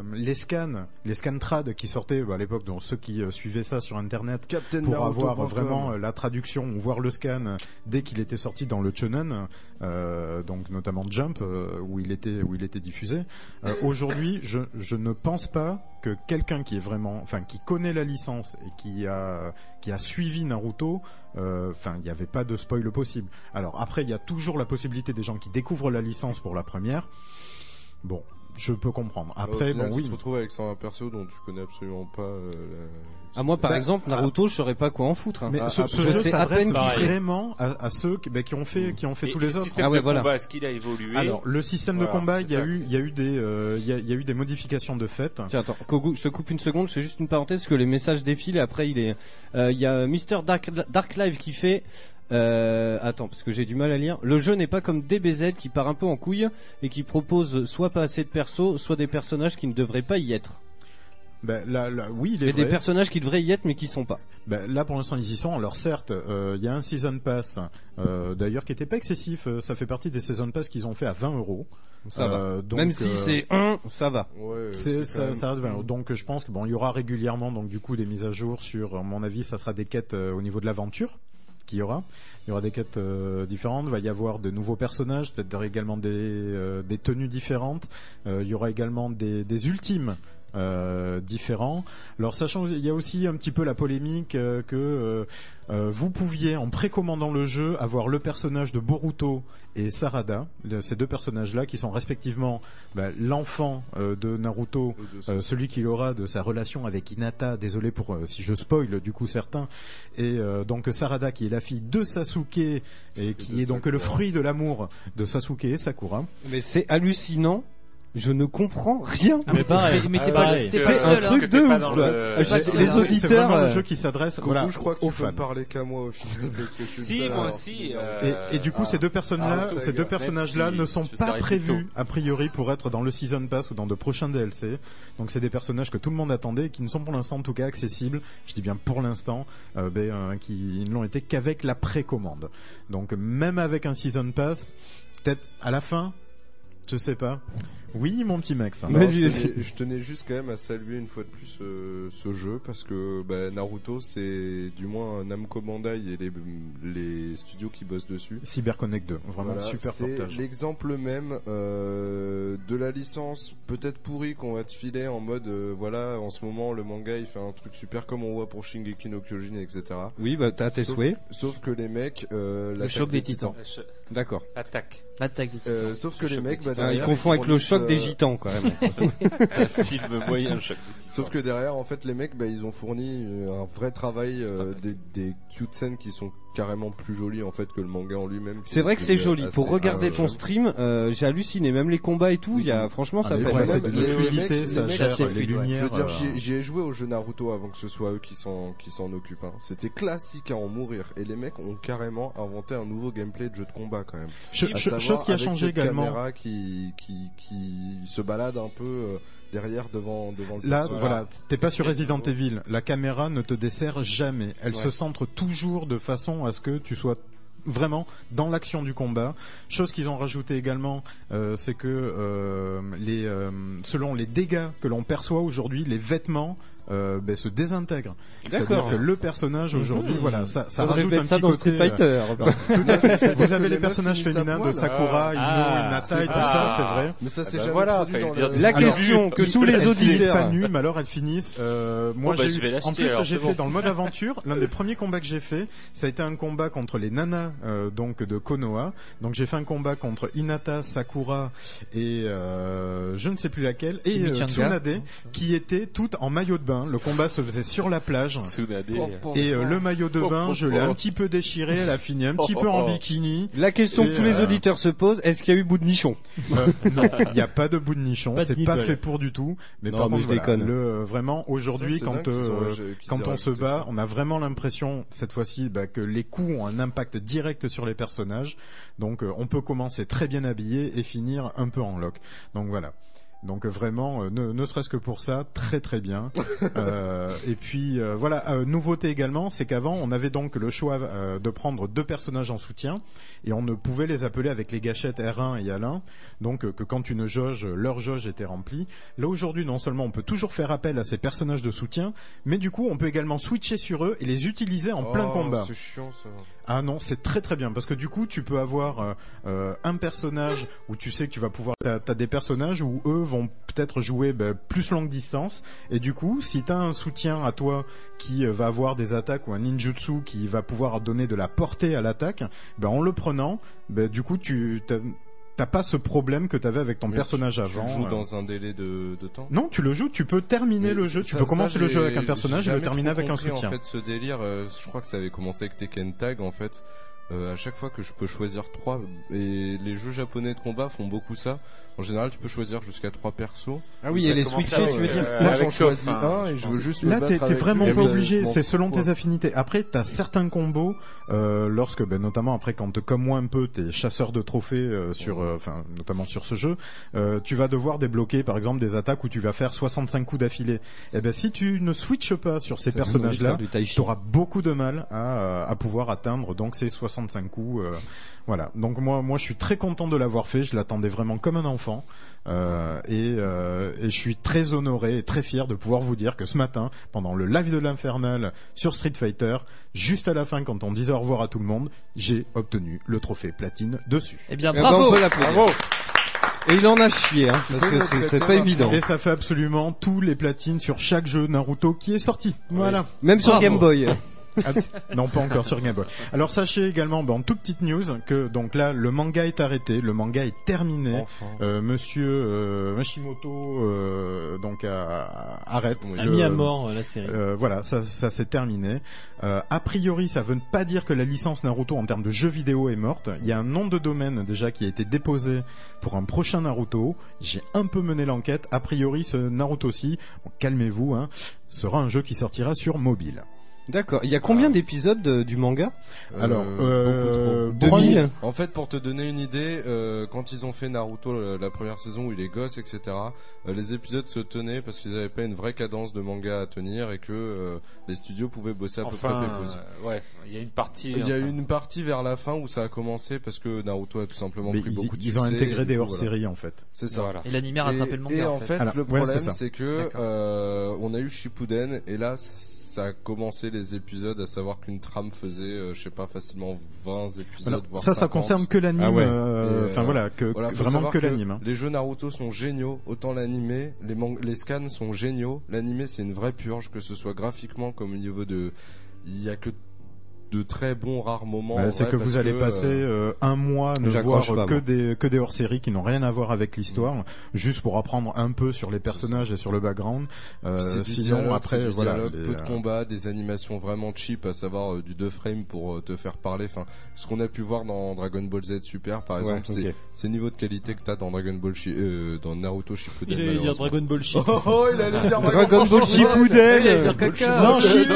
Speaker 4: le- les scans, les scans trad qui sortaient bah, à l'époque, dont ceux qui euh, suivaient ça sur internet
Speaker 8: Captain
Speaker 4: pour
Speaker 8: Naruto
Speaker 4: avoir
Speaker 8: point com.
Speaker 4: vraiment euh, la traduction ou voir le scan euh, dès qu'il était sorti dans le shonen, euh, donc notamment Jump euh, où il était où il était diffusé. Euh, Aujourd'hui, je, je ne pense pas que quelqu'un qui est vraiment, enfin qui connaît la licence et qui a qui a suivi Naruto, euh, enfin il n'y avait pas de spoil possible. Alors après, il y a toujours la possibilité des gens qui découvrent la licence pour la première. Bon, je peux comprendre.
Speaker 8: Au
Speaker 4: Après,
Speaker 8: final,
Speaker 4: bon oui.
Speaker 8: Tu te retrouves avec ça, un perso dont tu connais absolument pas. euh, la-
Speaker 3: Ah moi par
Speaker 4: Bah,
Speaker 3: exemple, Naruto, je saurais pas quoi en foutre. hein.
Speaker 4: Mais
Speaker 8: Ah,
Speaker 4: ce,
Speaker 8: ah,
Speaker 4: ce
Speaker 3: je
Speaker 4: jeu
Speaker 3: sais à
Speaker 4: s'adresse
Speaker 3: peine qui c'est.
Speaker 4: vraiment à, à ceux qui, ben, qui ont fait, qui ont fait
Speaker 5: Et-
Speaker 4: tous
Speaker 5: et
Speaker 4: les
Speaker 5: Le
Speaker 4: autres.
Speaker 5: système
Speaker 3: Ah ouais,
Speaker 5: de
Speaker 3: voilà.
Speaker 5: combat, est-ce qu'il a évolué
Speaker 4: Alors, le système de
Speaker 5: Voilà,
Speaker 4: combat,
Speaker 5: c'est
Speaker 4: il y a
Speaker 5: ça.
Speaker 4: eu, il y a eu des, euh, il y, a, il y a eu des modifications de fait.
Speaker 3: Tiens, attends, Kogu, je te coupe une seconde, je fais juste une parenthèse parce que les messages défilent et après il est. Euh, Il y a Mister Dark, Dark Live qui fait. Euh, attends, parce que j'ai du mal à lire. Le jeu n'est pas comme DBZ qui part un peu en couille et qui propose soit pas assez de persos, soit des personnages qui ne devraient pas y être.
Speaker 4: Ben, là, là, oui, il est
Speaker 3: Et des
Speaker 4: vrai.
Speaker 3: personnages qui devraient y être mais qui sont pas.
Speaker 4: Ben, là, pour l'instant, ils y sont. Alors, certes, euh, il y a un season pass, euh, d'ailleurs, qui était pas excessif. Euh, Ça fait partie des season pass qu'ils ont fait à 20 euros.
Speaker 3: Ça va.
Speaker 4: Euh, donc,
Speaker 3: Même si
Speaker 4: euh,
Speaker 3: c'est un, ça va.
Speaker 8: Ouais,
Speaker 4: C'est,
Speaker 8: quand
Speaker 4: ça,
Speaker 8: même-
Speaker 4: ça reste vingt euros. Donc, je pense que bon, il y aura régulièrement, donc, du coup, des mises à jour sur, à mon avis, ça sera des quêtes euh, au niveau de l'aventure qu'il y aura. Il y aura des quêtes euh, différentes. Il va y avoir de nouveaux personnages, peut-être d'ailleurs également des, euh, des tenues différentes. Euh, il y aura également des, des ultimes. euh, différents. Alors sachant il y a aussi un petit peu la polémique euh, que euh, euh, vous pouviez en précommandant le jeu avoir le personnage de Boruto et Sarada, le- ces deux personnages là qui sont respectivement bah, l'enfant euh, de Naruto
Speaker 8: Au deux cents.
Speaker 4: euh, celui qu'il aura de sa relation avec Hinata, désolé pour euh, si je spoil du coup certains, et euh, donc Sarada qui est la fille de Sasuke et qui
Speaker 8: de
Speaker 4: est donc le
Speaker 8: Sakura.
Speaker 4: fruit de l'amour de Sasuke et Sakura.
Speaker 3: Mais c'est hallucinant. Je ne comprends rien. Euh,
Speaker 7: mais pareil.
Speaker 6: Mais t'es
Speaker 5: Ah,
Speaker 6: pas,
Speaker 7: pareil.
Speaker 6: t'es
Speaker 5: C'est
Speaker 6: pas
Speaker 5: un
Speaker 6: le seul. hein.
Speaker 5: truc- que t'es pas
Speaker 3: ouf,
Speaker 5: dans
Speaker 3: quoi.
Speaker 5: le-
Speaker 3: J'ai-
Speaker 6: pas le seul,
Speaker 3: Les
Speaker 6: hein.
Speaker 4: C'est
Speaker 3: auditeurs.
Speaker 4: vraiment le
Speaker 3: euh,
Speaker 4: jeu qui s'adresse
Speaker 8: Goku,
Speaker 4: voilà,
Speaker 8: je crois que
Speaker 4: aux
Speaker 8: tu peux
Speaker 4: fans.
Speaker 8: me parler qu'à moi au final. parce que tu
Speaker 5: Si,
Speaker 8: me
Speaker 5: moi
Speaker 8: parles.
Speaker 5: aussi.
Speaker 4: Et,
Speaker 5: euh,
Speaker 4: et du coup,
Speaker 5: ah.
Speaker 4: ces deux personnages-là,
Speaker 5: Naruto,
Speaker 4: ces
Speaker 5: les
Speaker 4: deux
Speaker 5: gars.
Speaker 4: personnages-là
Speaker 5: Même
Speaker 4: ne
Speaker 5: si
Speaker 4: sont
Speaker 5: je
Speaker 4: pas
Speaker 5: serais
Speaker 4: prévus
Speaker 5: plutôt.
Speaker 4: a priori pour être dans le season pass ou dans de prochains DLC. Donc, c'est des personnages que tout le monde attendait et qui ne sont pour l'instant, en tout cas, accessibles. Je dis bien pour l'instant, euh, ben, euh, qui ne l'ont été qu'avec la précommande. Donc, même avec un season pass, peut-être à la fin, je sais pas. Oui, mon petit Max. hein.
Speaker 3: Mais-
Speaker 8: Alors, je,
Speaker 3: Vas-y,
Speaker 8: tenais, je tenais juste quand même à saluer une fois de plus euh, ce jeu parce que bah, Naruto, c'est du moins Namco Bandai et les, les studios qui bossent dessus.
Speaker 4: CyberConnect 2, vraiment
Speaker 8: Voilà,
Speaker 4: super
Speaker 8: C'est
Speaker 4: portage.
Speaker 8: l'exemple même euh, de la licence peut-être pourrie qu'on va te filer en mode euh, voilà en ce moment le manga il fait un truc super comme on voit pour Shingeki no Kyojin etc.
Speaker 3: Oui, bah t'as tes
Speaker 8: Sauf-
Speaker 3: souhaits.
Speaker 8: Sauf que les mecs euh, l'attaque
Speaker 6: choc des
Speaker 5: Ch-
Speaker 3: D'accord.
Speaker 5: Attaque.
Speaker 6: L'attaque des titans.
Speaker 8: Euh, sauf que
Speaker 5: Le
Speaker 8: les
Speaker 5: choc
Speaker 8: mecs
Speaker 5: des
Speaker 8: bah,
Speaker 5: titans.
Speaker 3: Ah, il
Speaker 8: derrière,
Speaker 3: confond avec
Speaker 8: font
Speaker 3: le
Speaker 8: des
Speaker 3: choc l'époque des
Speaker 8: euh,
Speaker 3: gitans quand même.
Speaker 5: un film moyen chaque petit.
Speaker 8: Sauf que derrière, en fait, les mecs, bah, ils ont fourni euh, un vrai travail, euh, des, des cute scènes qui sont carrément plus jolies en fait que le manga en lui-même.
Speaker 3: C'est vrai que c'est
Speaker 4: euh,
Speaker 8: Qui est
Speaker 3: joli.
Speaker 8: assez-
Speaker 3: Pour regarder
Speaker 8: ah,
Speaker 3: ton
Speaker 8: ouais.
Speaker 3: stream, euh, j'ai halluciné. Même les combats et tout, il y a franchement ça.
Speaker 4: Ah, mais
Speaker 3: fait-
Speaker 4: ouais, c'est de
Speaker 8: même
Speaker 4: la
Speaker 8: les- les
Speaker 4: fluidité,
Speaker 8: mecs-
Speaker 4: ça
Speaker 8: les
Speaker 4: gère
Speaker 6: mecs-
Speaker 4: les
Speaker 6: Je veux
Speaker 8: Je
Speaker 4: lumières.
Speaker 8: veux dire,
Speaker 4: euh,
Speaker 8: j'y j'y ai joué au jeu Naruto avant que ce soit eux qui s'en qui s'en occupent. hein. C'était classique à en mourir. Et les mecs ont carrément inventé un nouveau gameplay de jeu de combat quand même.
Speaker 4: Ch-
Speaker 8: À
Speaker 4: ch-
Speaker 8: savoir,
Speaker 4: chose qui a
Speaker 8: avec
Speaker 4: changé
Speaker 8: cette
Speaker 4: également.
Speaker 8: Caméra qui qui qui se balade un peu euh, derrière devant devant le.
Speaker 4: Là,
Speaker 8: personnage.
Speaker 4: voilà, t'es pas sur Resident Evil. La caméra ne te dessert jamais. Elle se centre toujours de façon à ce que tu sois vraiment dans l'action du combat. Chose qu'ils ont rajouté également, euh, c'est que euh, les, euh, selon les dégâts que l'on perçoit aujourd'hui, les vêtements euh, ben, se désintègrent. C'est-à-dire
Speaker 3: D'accord.
Speaker 4: que le personnage aujourd'hui,
Speaker 7: Mhm.
Speaker 4: voilà, ça, ça
Speaker 3: On devrait
Speaker 4: rajoute un
Speaker 3: mettre ça
Speaker 4: petit
Speaker 3: dans
Speaker 4: côté. euh,
Speaker 3: Street Fighter.
Speaker 4: Vous avez
Speaker 8: que
Speaker 4: les
Speaker 8: les
Speaker 4: personnages
Speaker 8: meufs finissent à
Speaker 4: féminins de
Speaker 8: poil.
Speaker 4: Sakura, Ino,
Speaker 7: Ah,
Speaker 4: Hinata et tout
Speaker 5: c'est
Speaker 4: ça,
Speaker 5: pas-
Speaker 4: c'est vrai.
Speaker 8: Mais ça c'est
Speaker 5: bah
Speaker 8: jamais
Speaker 5: voilà,
Speaker 8: produit
Speaker 5: fallait
Speaker 8: dans
Speaker 5: dire-
Speaker 8: le-
Speaker 3: La
Speaker 5: Alors,
Speaker 3: question que
Speaker 8: il-
Speaker 3: tous les
Speaker 4: Elles finissent pas
Speaker 3: auditeurs.
Speaker 4: nues, mais alors elles finissent. Euh, moi,
Speaker 5: Bon, bah,
Speaker 4: j'ai
Speaker 5: je
Speaker 4: eu-
Speaker 5: vais l'acheter,
Speaker 4: en plus,
Speaker 5: alors,
Speaker 4: j'ai
Speaker 5: c'est
Speaker 4: fait
Speaker 5: bon.
Speaker 4: dans le mode aventure. L'un des premiers combats que j'ai fait, ça a été un combat contre les nanas euh, donc de Konoha. Donc j'ai fait un combat contre Inata, Sakura et euh, je ne sais plus laquelle et euh,
Speaker 6: Chimichanga.
Speaker 4: Tsunade, qui étaient toutes en maillot de bain. Le combat se faisait sur la plage.
Speaker 5: Tsunade. Oh,
Speaker 4: Et euh, le maillot de bain, je l'ai un petit peu déchiré. Elle a fini un petit peu en bikini.
Speaker 3: La question que
Speaker 4: Et,
Speaker 3: tous les
Speaker 4: euh,
Speaker 3: auditeurs se posent est-ce qu'il y a eu bout de nichon
Speaker 4: Euh, non, il n'y a pas de bout de nichon.
Speaker 7: Pas de
Speaker 4: C'est
Speaker 7: nipple.
Speaker 4: pas fait pour du tout. Mais
Speaker 3: Non,
Speaker 4: par
Speaker 3: mais
Speaker 4: contre,
Speaker 3: je
Speaker 4: voilà,
Speaker 3: déconne.
Speaker 4: le, euh, vraiment aujourd'hui,
Speaker 8: C'est dingue
Speaker 4: quand
Speaker 8: qu'ils
Speaker 4: euh,
Speaker 8: aient- qu'ils
Speaker 4: quand
Speaker 8: aient
Speaker 4: on se
Speaker 8: rajouté
Speaker 4: bat,
Speaker 8: ça.
Speaker 4: on a vraiment l'impression cette fois-ci bah, que les coups ont un impact direct sur les personnages. Donc euh, on peut commencer très bien habillé et finir un peu en lock. Donc voilà. Donc euh, vraiment, euh, ne, ne serait-ce que pour ça, très très bien. Euh, et puis euh, voilà, euh, nouveauté également, c'est qu'avant on avait donc le choix euh, de prendre deux personnages en soutien et on ne pouvait les appeler avec les gâchettes R1 et L1. Donc euh, que quand une jauge, euh, leur jauge était remplie. Là aujourd'hui, non seulement on peut toujours faire appel à ces personnages de soutien, mais du coup on peut également switcher sur eux et les utiliser en plein
Speaker 8: Oh,
Speaker 4: combat.
Speaker 8: C'est chiant ça.
Speaker 4: Ah non, c'est très très bien parce que du coup tu peux avoir euh, euh, un personnage où tu sais que tu vas pouvoir t'as t'as des personnages où eux vont peut-être jouer bah, plus longue distance et du coup si t'as un soutien à toi qui euh, va avoir des attaques ou un ninjutsu qui va pouvoir donner de la portée à l'attaque, bah, en le prenant, bah, du coup tu t'as- t'as pas ce problème que t'avais avec ton
Speaker 8: Mais
Speaker 4: personnage avant.
Speaker 8: Tu joues
Speaker 4: euh.
Speaker 8: dans un délai de, de temps.
Speaker 4: Non, tu le joues, tu peux terminer
Speaker 8: Mais
Speaker 4: le jeu, tu
Speaker 8: ça-
Speaker 4: peux
Speaker 8: ça,
Speaker 4: commencer le
Speaker 8: j'ai-
Speaker 4: jeu avec un
Speaker 8: j'ai
Speaker 4: personnage et le
Speaker 8: jamais
Speaker 4: terminer
Speaker 8: trop
Speaker 4: avec un
Speaker 8: compris,
Speaker 4: soutien.
Speaker 8: En fait, ce délire, euh, je crois que ça avait commencé avec Tekken Tag, en fait. Euh, à chaque fois que je peux choisir trois, et les jeux japonais de combat font beaucoup ça. En général, tu peux choisir jusqu'à trois persos.
Speaker 3: Ah
Speaker 8: oui, et les
Speaker 5: switcher, tu veux dire
Speaker 8: Moi,
Speaker 5: Avec
Speaker 8: j'en choisis
Speaker 5: Kof, hein,
Speaker 8: un et
Speaker 5: je
Speaker 8: je veux
Speaker 5: pense.
Speaker 8: juste me
Speaker 4: Là,
Speaker 8: battre
Speaker 4: t'es t'es
Speaker 8: avec
Speaker 4: vraiment
Speaker 8: lui.
Speaker 4: pas
Speaker 8: Ça,
Speaker 4: obligé,
Speaker 8: je m'en
Speaker 4: c'est
Speaker 8: fous,
Speaker 4: selon
Speaker 8: quoi.
Speaker 4: tes affinités. Après, t'as certains combos, euh, lorsque, ben, notamment après, quand comme moi un peu, t'es chasseur de trophées euh, sur, euh, enfin, notamment sur ce jeu, euh, tu vas devoir débloquer, par exemple, des attaques où tu vas faire 65 coups d'affilée. Et ben, si tu ne switches pas sur ces personnages-là, tu auras beaucoup de mal à, euh, à pouvoir atteindre donc ces 65 coups. euh, voilà. Donc moi, moi, je suis très content de l'avoir fait. Je l'attendais vraiment comme un enfant, Euh, et, euh, et je suis très honoré et très fier de pouvoir vous dire que ce matin, pendant le live de l'infernal sur Street Fighter, juste à la fin, quand on disait au revoir à tout le monde, j'ai obtenu le trophée platine dessus.
Speaker 6: Eh bien,
Speaker 3: Eh ben, on
Speaker 6: bravo
Speaker 3: peut l'applaudir. Et il en a chié, hein, parce
Speaker 8: peux
Speaker 3: que
Speaker 8: me
Speaker 3: c'est- c'est
Speaker 8: prêter
Speaker 3: pas
Speaker 8: un
Speaker 3: évident.
Speaker 4: Et ça fait absolument tous les platines sur chaque jeu Naruto qui est sorti. Voilà.
Speaker 3: Même sur
Speaker 6: Bravo.
Speaker 3: Game Boy.
Speaker 4: Ah, c'est- non, pas encore sur Game Boy. Alors sachez également, ben, en toute petite news, que donc là, le manga est arrêté, le manga est terminé.
Speaker 8: Enfin.
Speaker 4: Euh, monsieur euh, Mashimoto euh, donc a- arrête.
Speaker 8: Oui.
Speaker 7: A
Speaker 4: le-
Speaker 7: mis à mort euh, la série.
Speaker 4: euh, voilà, ça, ça s'est terminé. Euh, a priori, ça veut pas dire que la licence Naruto en termes de jeux vidéo est morte. Il y a un nom de domaine déjà qui a été déposé pour un prochain Naruto. J'ai un peu mené l'enquête. A priori, ce Naruto-ci, bon, calmez-vous, hein, sera un jeu qui sortira sur mobile.
Speaker 3: D'accord. Il y a combien d'épisodes euh, du manga
Speaker 4: Alors, euh,
Speaker 8: beaucoup trop.
Speaker 3: 2000
Speaker 8: En fait, pour te donner une idée, euh, quand ils ont fait Naruto euh, la première saison où il est gosse, etc., euh, les épisodes se tenaient parce qu'ils n'avaient pas une vraie cadence de manga à tenir et que euh, les studios pouvaient bosser à peu près
Speaker 5: Enfin,
Speaker 8: des pauses.
Speaker 5: euh, ouais, il y a une partie.
Speaker 8: Il y a
Speaker 6: hein.
Speaker 5: enfin.
Speaker 8: eu une partie vers la fin où ça a commencé parce que Naruto a tout simplement
Speaker 4: mais
Speaker 8: pris
Speaker 4: ils,
Speaker 8: beaucoup de
Speaker 4: ils ont
Speaker 8: succès,
Speaker 4: intégré
Speaker 8: et
Speaker 4: des
Speaker 8: du coup, voilà.
Speaker 4: hors-séries en fait.
Speaker 8: C'est ça.
Speaker 5: Voilà.
Speaker 6: Et l'anime a rattrapé
Speaker 8: et,
Speaker 6: le manga.
Speaker 8: et en
Speaker 6: fait.
Speaker 8: fait,
Speaker 4: Alors,
Speaker 8: le
Speaker 4: ouais,
Speaker 8: problème,
Speaker 4: c'est ça.
Speaker 8: c'est que euh, on a eu Shippuden et là, ça a commencé les épisodes, à savoir qu'une trame faisait, euh, je sais pas, facilement 20 épisodes,
Speaker 4: Voilà.
Speaker 8: voire
Speaker 4: Ça, ça
Speaker 8: 50.
Speaker 4: concerne que l'anime.
Speaker 3: Ah ouais.
Speaker 4: euh,
Speaker 8: hein. Et,
Speaker 4: Enfin
Speaker 8: euh,
Speaker 4: voilà, que,
Speaker 8: Voilà,
Speaker 4: que-
Speaker 8: faut
Speaker 4: vraiment
Speaker 8: savoir
Speaker 4: que l'anime. hein.
Speaker 8: Les jeux Naruto sont géniaux, autant l'animé, les, mang- les scans sont géniaux. L'animé, c'est une vraie purge, que ce soit graphiquement comme au niveau de. Il y a que de très bons rares moments.
Speaker 4: Bah,
Speaker 8: en
Speaker 4: c'est
Speaker 8: vrai,
Speaker 4: que
Speaker 8: parce
Speaker 4: vous allez passer euh,
Speaker 8: euh,
Speaker 4: un mois ne voir
Speaker 3: J'accroche pas,
Speaker 4: que
Speaker 3: moi.
Speaker 4: des que des hors-séries qui n'ont rien à voir avec l'histoire,
Speaker 8: Mm.
Speaker 4: juste pour apprendre un peu sur les personnages et sur le background. Euh,
Speaker 8: c'est du
Speaker 4: sinon
Speaker 8: dialogue,
Speaker 4: après
Speaker 8: c'est du
Speaker 4: voilà,
Speaker 8: dialogue,
Speaker 4: les,
Speaker 8: peu de
Speaker 4: euh,
Speaker 8: combats, des animations vraiment cheap, à savoir euh, du deux frames pour euh, te faire parler. Enfin, ce qu'on a pu voir dans Dragon Ball Z Super, par exemple, c'est
Speaker 3: ok.
Speaker 8: c'est le niveau de qualité que t'as dans Dragon Ball Shi- euh, dans Naruto Shippuden.
Speaker 7: Il allait dire
Speaker 8: malheureusement.
Speaker 7: Dragon Ball Shit.
Speaker 8: Oh, oh, il allait dire
Speaker 3: Dragon Ball Shippuden euh,
Speaker 7: Non, Shit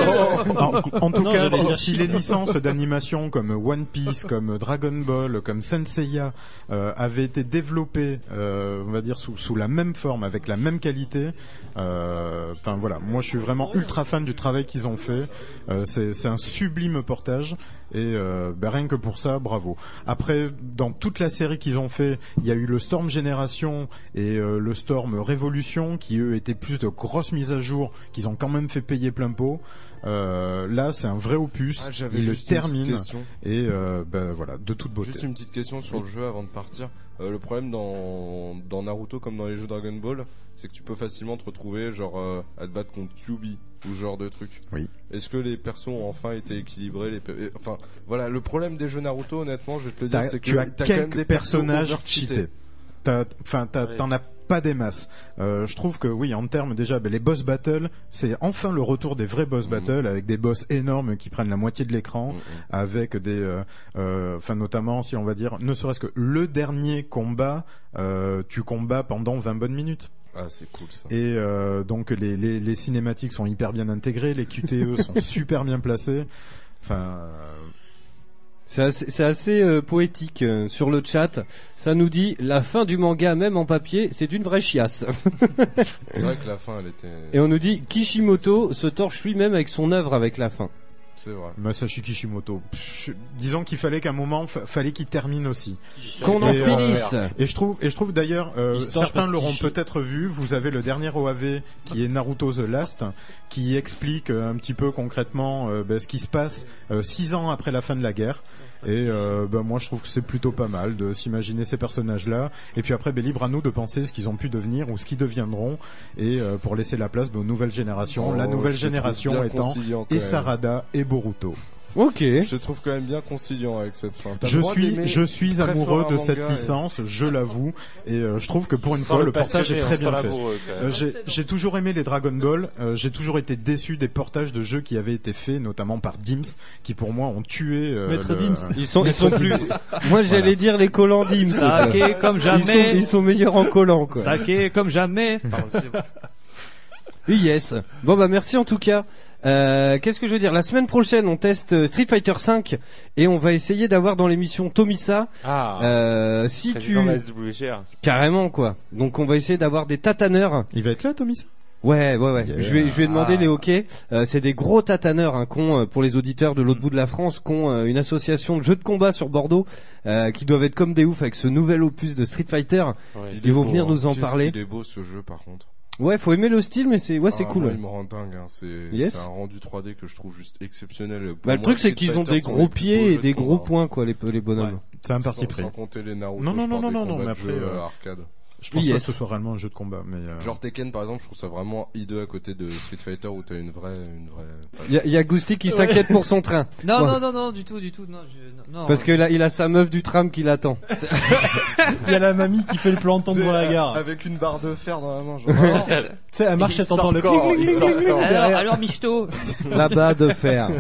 Speaker 4: en, en tout
Speaker 7: Non,
Speaker 4: cas,
Speaker 7: j'allais
Speaker 4: si,
Speaker 7: dire
Speaker 4: si
Speaker 7: Chine.
Speaker 4: les licences d'animation comme One Piece, comme Dragon Ball, comme Senseiya euh, avaient été développées, euh, on va dire sous, sous la même forme, avec la même qualité, euh, enfin voilà, moi je suis vraiment ultra fan du travail qu'ils ont fait. Euh, c'est c'est un sublime portage. Et euh, bah, rien que pour ça, bravo. Après, dans toute la série qu'ils ont fait, il y a eu le Storm Génération et euh, le Storm Révolution, qui eux étaient plus de grosses mises à jour, qu'ils ont quand même fait payer plein pot. Euh, là, c'est un vrai opus.
Speaker 8: Ah, j'avais
Speaker 4: il le
Speaker 8: juste une petite
Speaker 4: termine
Speaker 8: question.
Speaker 4: et euh, ben, voilà, de toute beauté.
Speaker 8: Juste une petite question sur le jeu avant de partir. Euh, le problème dans, dans Naruto comme dans les jeux Dragon Ball, c'est que tu peux facilement te retrouver genre euh, à te battre contre Kyubi ou ce genre de truc.
Speaker 4: Oui.
Speaker 8: Est-ce que les persos ont enfin été équilibrés les pe- et- Enfin, voilà, le problème des jeux Naruto, honnêtement, je vais te le dire,
Speaker 4: T'as-
Speaker 8: c'est que
Speaker 4: tu as
Speaker 8: t'as
Speaker 4: quelques
Speaker 8: quand même des persos
Speaker 4: personnages
Speaker 8: overcheatés.
Speaker 4: cheatés. T'as- Enfin, t'as-
Speaker 5: Ouais.
Speaker 4: t'en as pas des masses. Euh, je trouve que oui, en termes déjà, ben, les boss battles, c'est enfin le retour des vrais boss
Speaker 8: Mhm.
Speaker 4: battles avec des boss énormes qui prennent la moitié de l'écran,
Speaker 8: Mm, mm.
Speaker 4: avec des, euh, euh, enfin notamment si on va dire, ne serait-ce que le dernier combat, euh, tu combats pendant 20 bonnes minutes.
Speaker 8: Ah, c'est cool ça.
Speaker 4: Et euh, donc les, les, les cinématiques sont hyper bien intégrées, les QTE sont super bien placés. Enfin, euh,
Speaker 3: C'est assez, c'est assez, euh, poétique euh, sur le chat. Ça nous dit la fin du manga, même en papier, c'est une vraie chiasse.
Speaker 8: C'est vrai que la fin, elle était.
Speaker 3: Et on nous dit Kishimoto se torche lui-même avec son œuvre avec la fin.
Speaker 8: C'est vrai.
Speaker 4: Masashi Kishimoto. Pff, je- disons qu'il fallait qu'à un moment, fa- fallait qu'il termine aussi.
Speaker 3: Qu'on en
Speaker 4: Et, euh,
Speaker 3: finisse.
Speaker 4: Et je trouve, et je trouve d'ailleurs, euh,
Speaker 7: Histoire, je
Speaker 4: certains
Speaker 7: pense
Speaker 4: l'auront
Speaker 7: qu'il chie.
Speaker 4: peut-être vu. Vous avez le dernier OAV qui est Naruto The Last, qui explique euh, un petit peu concrètement euh, ben, ce qui se passe euh, six ans après la fin de la guerre. Et euh, ben, moi, je trouve que c'est plutôt pas mal de s'imaginer ces personnages-là. Et puis après, ben, libre à nous de penser ce qu'ils ont pu devenir ou ce qu'ils deviendront, et euh, pour laisser la place ben, aux nouvelles générations. la
Speaker 8: Oh,
Speaker 4: nouvelle
Speaker 8: je te trouve
Speaker 4: génération
Speaker 8: bien
Speaker 4: étant
Speaker 8: conciliant, quand
Speaker 4: et
Speaker 8: même.
Speaker 4: Sarada et Boruto.
Speaker 3: Ok.
Speaker 8: Je te trouve quand même bien conciliant avec cette fin. T'as le
Speaker 4: Je
Speaker 8: droit d'aimer-
Speaker 4: suis, je suis
Speaker 8: très
Speaker 4: amoureux
Speaker 8: fort un
Speaker 4: de cette
Speaker 8: manga et-
Speaker 4: licence, je l'avoue, et euh, je trouve que pour une
Speaker 5: Sans
Speaker 4: fois, le, portage est
Speaker 5: passager,
Speaker 4: très
Speaker 5: hein, sans
Speaker 4: bien fait.
Speaker 5: l'amoureux, quand même.
Speaker 4: Euh, j'ai- J'ai toujours aimé les Dragon Ball, euh, j'ai toujours été déçu des portages de jeux qui avaient été faits, notamment par Dims, qui pour moi ont tué... euh,
Speaker 7: Maître
Speaker 4: le-
Speaker 7: Dims.
Speaker 3: Ils sont, ils sont
Speaker 4: Maître
Speaker 3: plus.
Speaker 4: Dims.
Speaker 3: Moi, j'allais dire les collants d'Ims.
Speaker 6: Saké comme
Speaker 3: Ils sont,
Speaker 6: jamais.
Speaker 3: ils sont meilleurs en collant, quoi.
Speaker 6: Saké comme jamais.
Speaker 3: Oui, Yes. Bon bah merci en tout cas. Euh, Qu'est-ce que je veux dire La semaine prochaine, on teste euh, Street Fighter 5 et on va essayer d'avoir dans l'émission Tomisa.
Speaker 5: Ah,
Speaker 3: euh, si tu
Speaker 5: président Max Boucher.
Speaker 3: carrément quoi. Donc on va essayer d'avoir des tataneurs.
Speaker 4: Il va être là, Tommy ça
Speaker 3: Ouais, ouais, ouais.
Speaker 4: Yeah.
Speaker 3: Je vais, je vais demander
Speaker 5: Ah.
Speaker 3: les hockey. Euh, c'est des gros tataneurs, hein, qu'ont, euh, pour les auditeurs de l'autre bout de la France, qu'ont euh, une association de jeux de combat sur Bordeaux, euh, qui doivent être comme des oufs avec ce nouvel opus de Street Fighter.
Speaker 5: Ouais.
Speaker 3: Ils vont venir nous en
Speaker 8: hein. Qu'est-ce
Speaker 3: parler.
Speaker 8: qu'il est beau ce jeu par contre.
Speaker 3: Ouais, faut aimer le style, mais c'est, ouais, c'est
Speaker 8: Ah,
Speaker 3: cool.
Speaker 8: moi,
Speaker 3: ouais.
Speaker 8: il me rend dingue. hein. C'est
Speaker 3: Yes.
Speaker 8: c'est un rendu 3D que je trouve juste exceptionnel. Pour
Speaker 3: Bah, le
Speaker 8: moi,
Speaker 3: truc c'est
Speaker 8: Street
Speaker 3: qu'ils ont
Speaker 8: Fighter
Speaker 3: des
Speaker 8: sont
Speaker 3: gros
Speaker 8: les plus beaux
Speaker 3: pieds et
Speaker 8: jeux de
Speaker 3: des gros
Speaker 8: combat. hein.
Speaker 3: points quoi, les, les bonhommes.
Speaker 4: C'est un parti
Speaker 8: Sans-
Speaker 4: pris.
Speaker 8: Sans compter les Naruto.
Speaker 4: Non, non,
Speaker 8: je
Speaker 4: non,
Speaker 8: parle des
Speaker 4: non, non,
Speaker 8: combats
Speaker 4: non, mais
Speaker 8: de jeux,
Speaker 4: après,
Speaker 8: euh,
Speaker 4: euh,
Speaker 8: arcade.
Speaker 4: Je pense pas
Speaker 3: Yes.
Speaker 4: que ce soit vraiment un jeu de combat, mais... euh,
Speaker 8: Genre Tekken par exemple, je trouve ça vraiment hideux à côté de Street Fighter où t'as une vraie, une vraie.
Speaker 3: Il y a, y a Gusti qui s'inquiète pour son train.
Speaker 6: Non,
Speaker 3: Ouais.
Speaker 6: non, non, non, du tout, du tout. Non, je, non, non.
Speaker 3: Parce que là, il a sa meuf du tram qui l'attend.
Speaker 7: Il y a la mamie qui fait le planton devant la gare.
Speaker 8: Euh, Avec une barre de fer dans la main.
Speaker 7: Tu sais, elle marche,
Speaker 5: Il
Speaker 7: elle t'entend
Speaker 5: sort
Speaker 7: le
Speaker 5: quand,
Speaker 7: cling,
Speaker 5: il
Speaker 7: cling,
Speaker 5: sort
Speaker 7: cling,
Speaker 5: quand.
Speaker 7: cling
Speaker 6: Ah, Alors,
Speaker 7: derrière.
Speaker 6: alors Michto.
Speaker 3: Là-bas de fer.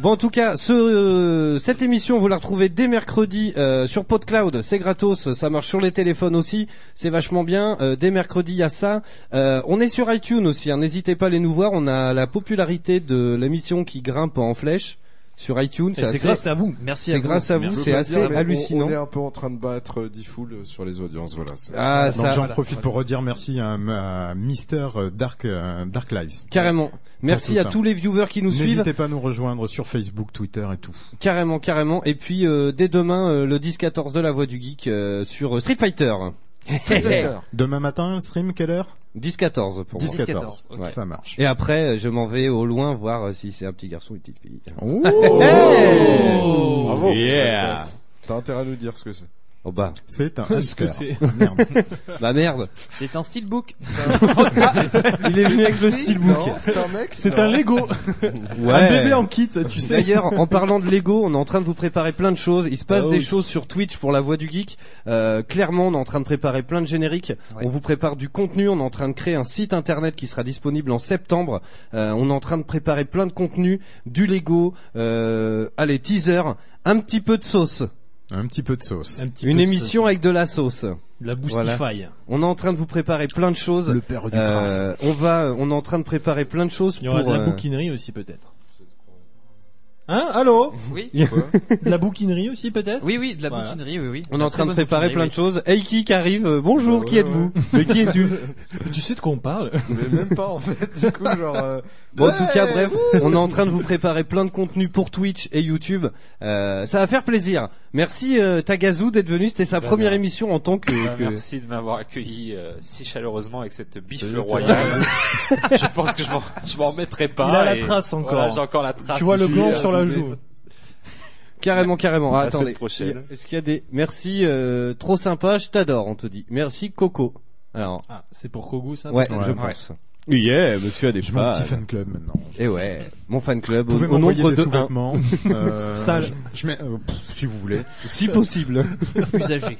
Speaker 3: Bon, en tout cas, ce, euh, cette émission, vous la retrouvez dès mercredi euh, sur PodCloud. C'est gratos, ça marche sur les téléphones aussi. C'est vachement bien. Euh, dès mercredi, il y a ça. Euh, on est sur iTunes aussi. hein. N'hésitez pas à aller nous voir. On a la popularité de l'émission qui grimpe en flèche sur iTunes.
Speaker 7: Et C'est
Speaker 3: assez-
Speaker 7: grâce à vous.
Speaker 6: Merci à
Speaker 3: c'est
Speaker 6: vous.
Speaker 3: grâce à vous.
Speaker 8: Je veux
Speaker 3: C'est
Speaker 8: pas
Speaker 3: assez
Speaker 8: dire, mais on-
Speaker 3: hallucinant.
Speaker 8: On est un peu en train de battre euh, D-Fool sur les audiences, voilà. c'est-
Speaker 3: Ah,
Speaker 4: Donc
Speaker 3: ça.
Speaker 4: j'en profite pour redire merci à, à Mister euh, Dark, euh, Dark Lives.
Speaker 3: Carrément. Merci
Speaker 4: tout
Speaker 3: à
Speaker 4: ça.
Speaker 3: tous les viewers qui nous suivent.
Speaker 4: N'hésitez pas à nous rejoindre sur Facebook, Twitter et tout.
Speaker 3: Carrément, carrément. Et puis euh, dès demain, euh, le 10-14 de la Voix du Geek euh, sur euh, Street Fighter.
Speaker 4: Demain matin, stream, quelle heure
Speaker 3: 10-14 pour moi.
Speaker 6: 10-14.
Speaker 4: 14.
Speaker 6: ok.
Speaker 4: Ça marche.
Speaker 3: Et après, euh, je m'en vais au loin voir euh, si c'est un petit garçon ou une petite fille.
Speaker 4: Oh
Speaker 3: Hey
Speaker 5: Bravo. Yeah.
Speaker 8: T'as intérêt à nous dire ce que c'est.
Speaker 3: Oh bah,
Speaker 4: C'est un
Speaker 7: Ce que
Speaker 4: Husker.
Speaker 7: c'est.
Speaker 4: Merde.
Speaker 3: bah merde.
Speaker 6: C'est un steelbook.
Speaker 3: Il est venu avec le steelbook.
Speaker 8: Non, c'est un mec.
Speaker 7: C'est un Lego,
Speaker 3: Ouais.
Speaker 7: un bébé en kit, tu sais.
Speaker 3: D'ailleurs, en parlant de Lego, on est en train de vous préparer plein de choses. Il se passe
Speaker 7: Ah
Speaker 3: des
Speaker 7: oui.
Speaker 3: choses sur Twitch pour la voix du geek. Euh, clairement, on est en train de préparer plein de génériques.
Speaker 6: Ouais.
Speaker 3: On vous prépare du contenu. On est en train de créer un site internet qui sera disponible en septembre. Euh, on est en train de préparer plein de contenu, du Lego, euh, allez teaser, un petit peu de sauce,
Speaker 4: Un petit peu de sauce.
Speaker 7: Un petit
Speaker 3: une
Speaker 7: peu de
Speaker 3: émission avec de la sauce.
Speaker 7: ça. De la boostify.
Speaker 3: On est en train de vous préparer plein de choses.
Speaker 2: Le père du prince.
Speaker 3: Euh, on va, on est en train de préparer plein de choses
Speaker 7: Il y aura
Speaker 3: pour.
Speaker 7: de la
Speaker 3: euh,
Speaker 7: bouquinerie aussi peut-être. Hein Allô
Speaker 6: Oui.
Speaker 7: De la bouquinerie aussi peut-être
Speaker 6: Oui, oui, de la
Speaker 7: Voilà.
Speaker 6: bouquinerie, oui, oui.
Speaker 3: on est en
Speaker 6: Très
Speaker 3: train de
Speaker 6: bonne
Speaker 3: préparer
Speaker 6: bouquinerie,
Speaker 3: plein
Speaker 6: oui.
Speaker 3: de choses. Hey qui qui arrive euh, Bonjour,
Speaker 8: Ouais,
Speaker 3: qui
Speaker 8: ouais,
Speaker 3: êtes-vous Mais qui es-tu
Speaker 7: Tu sais de quoi on parle
Speaker 8: Mais même pas en fait, du coup, genre. euh,
Speaker 3: Bon, en tout cas, bref, on est en train de vous préparer plein de contenus pour Twitch et YouTube. Euh, ça va faire plaisir. Merci euh, Tagazu d'être venu. C'était sa première émission en tant que.
Speaker 5: Bah,
Speaker 3: que-
Speaker 5: Merci de m'avoir accueilli euh, si chaleureusement avec cette bifle royale. je pense que je m'en, je m'en remettrai
Speaker 3: Bah,
Speaker 5: pas.
Speaker 7: Il a la
Speaker 5: et-
Speaker 7: trace encore.
Speaker 5: Voilà, j'ai encore la trace.
Speaker 7: Tu vois le
Speaker 5: ici,
Speaker 7: gland
Speaker 5: euh,
Speaker 7: sur la
Speaker 5: tombée.
Speaker 7: joue.
Speaker 3: Carrément, carrément. Ah,
Speaker 5: La semaine
Speaker 3: attendez.
Speaker 5: prochaine.
Speaker 3: Est-ce qu'il y a des Merci, euh, trop sympa, je t'adore, on te dit. Merci Coco. Alors,
Speaker 7: Ah, c'est pour Kogu ça
Speaker 3: ouais,
Speaker 4: Ouais.
Speaker 3: je pense. Yeah, monsieur a des
Speaker 4: Je mets un petit fan club maintenant.
Speaker 3: Et Eh ouais, mon fan club
Speaker 4: Vous
Speaker 3: au,
Speaker 4: pouvez
Speaker 3: au
Speaker 4: m'envoyer
Speaker 3: nombre
Speaker 4: des
Speaker 3: de 1,
Speaker 4: sous-vêtements. Euh,
Speaker 7: Sale.
Speaker 4: je, je mets, euh, pff, si vous voulez,
Speaker 3: si possible.
Speaker 6: Usagé.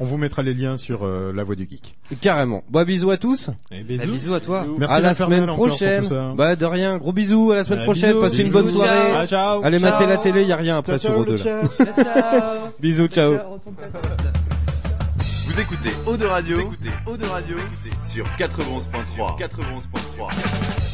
Speaker 4: on vous mettra les liens sur euh, la voix du geek.
Speaker 3: Carrément. Bon, bisous à tous.
Speaker 7: Et
Speaker 6: Bah, bisous à toi.
Speaker 4: Merci
Speaker 3: à la
Speaker 4: Infernal
Speaker 3: semaine
Speaker 4: encore pour
Speaker 3: prochaine.
Speaker 4: tout ça. hein.
Speaker 3: Bah de rien. Gros bisous. À la semaine
Speaker 7: Bah,
Speaker 3: prochaine.
Speaker 7: bisous,
Speaker 3: Passez une
Speaker 7: bisous,
Speaker 3: bonne soirée.
Speaker 6: ciao.
Speaker 7: Ah, ciao.
Speaker 3: Allez
Speaker 6: Ciao.
Speaker 3: mater la télé, y a rien après sur O2. là. Bisous, ciao.
Speaker 1: Vous écoutez Eau de Radio, vous écoutez Eau de Radio, vous écoutez sur 91.3, 91.3.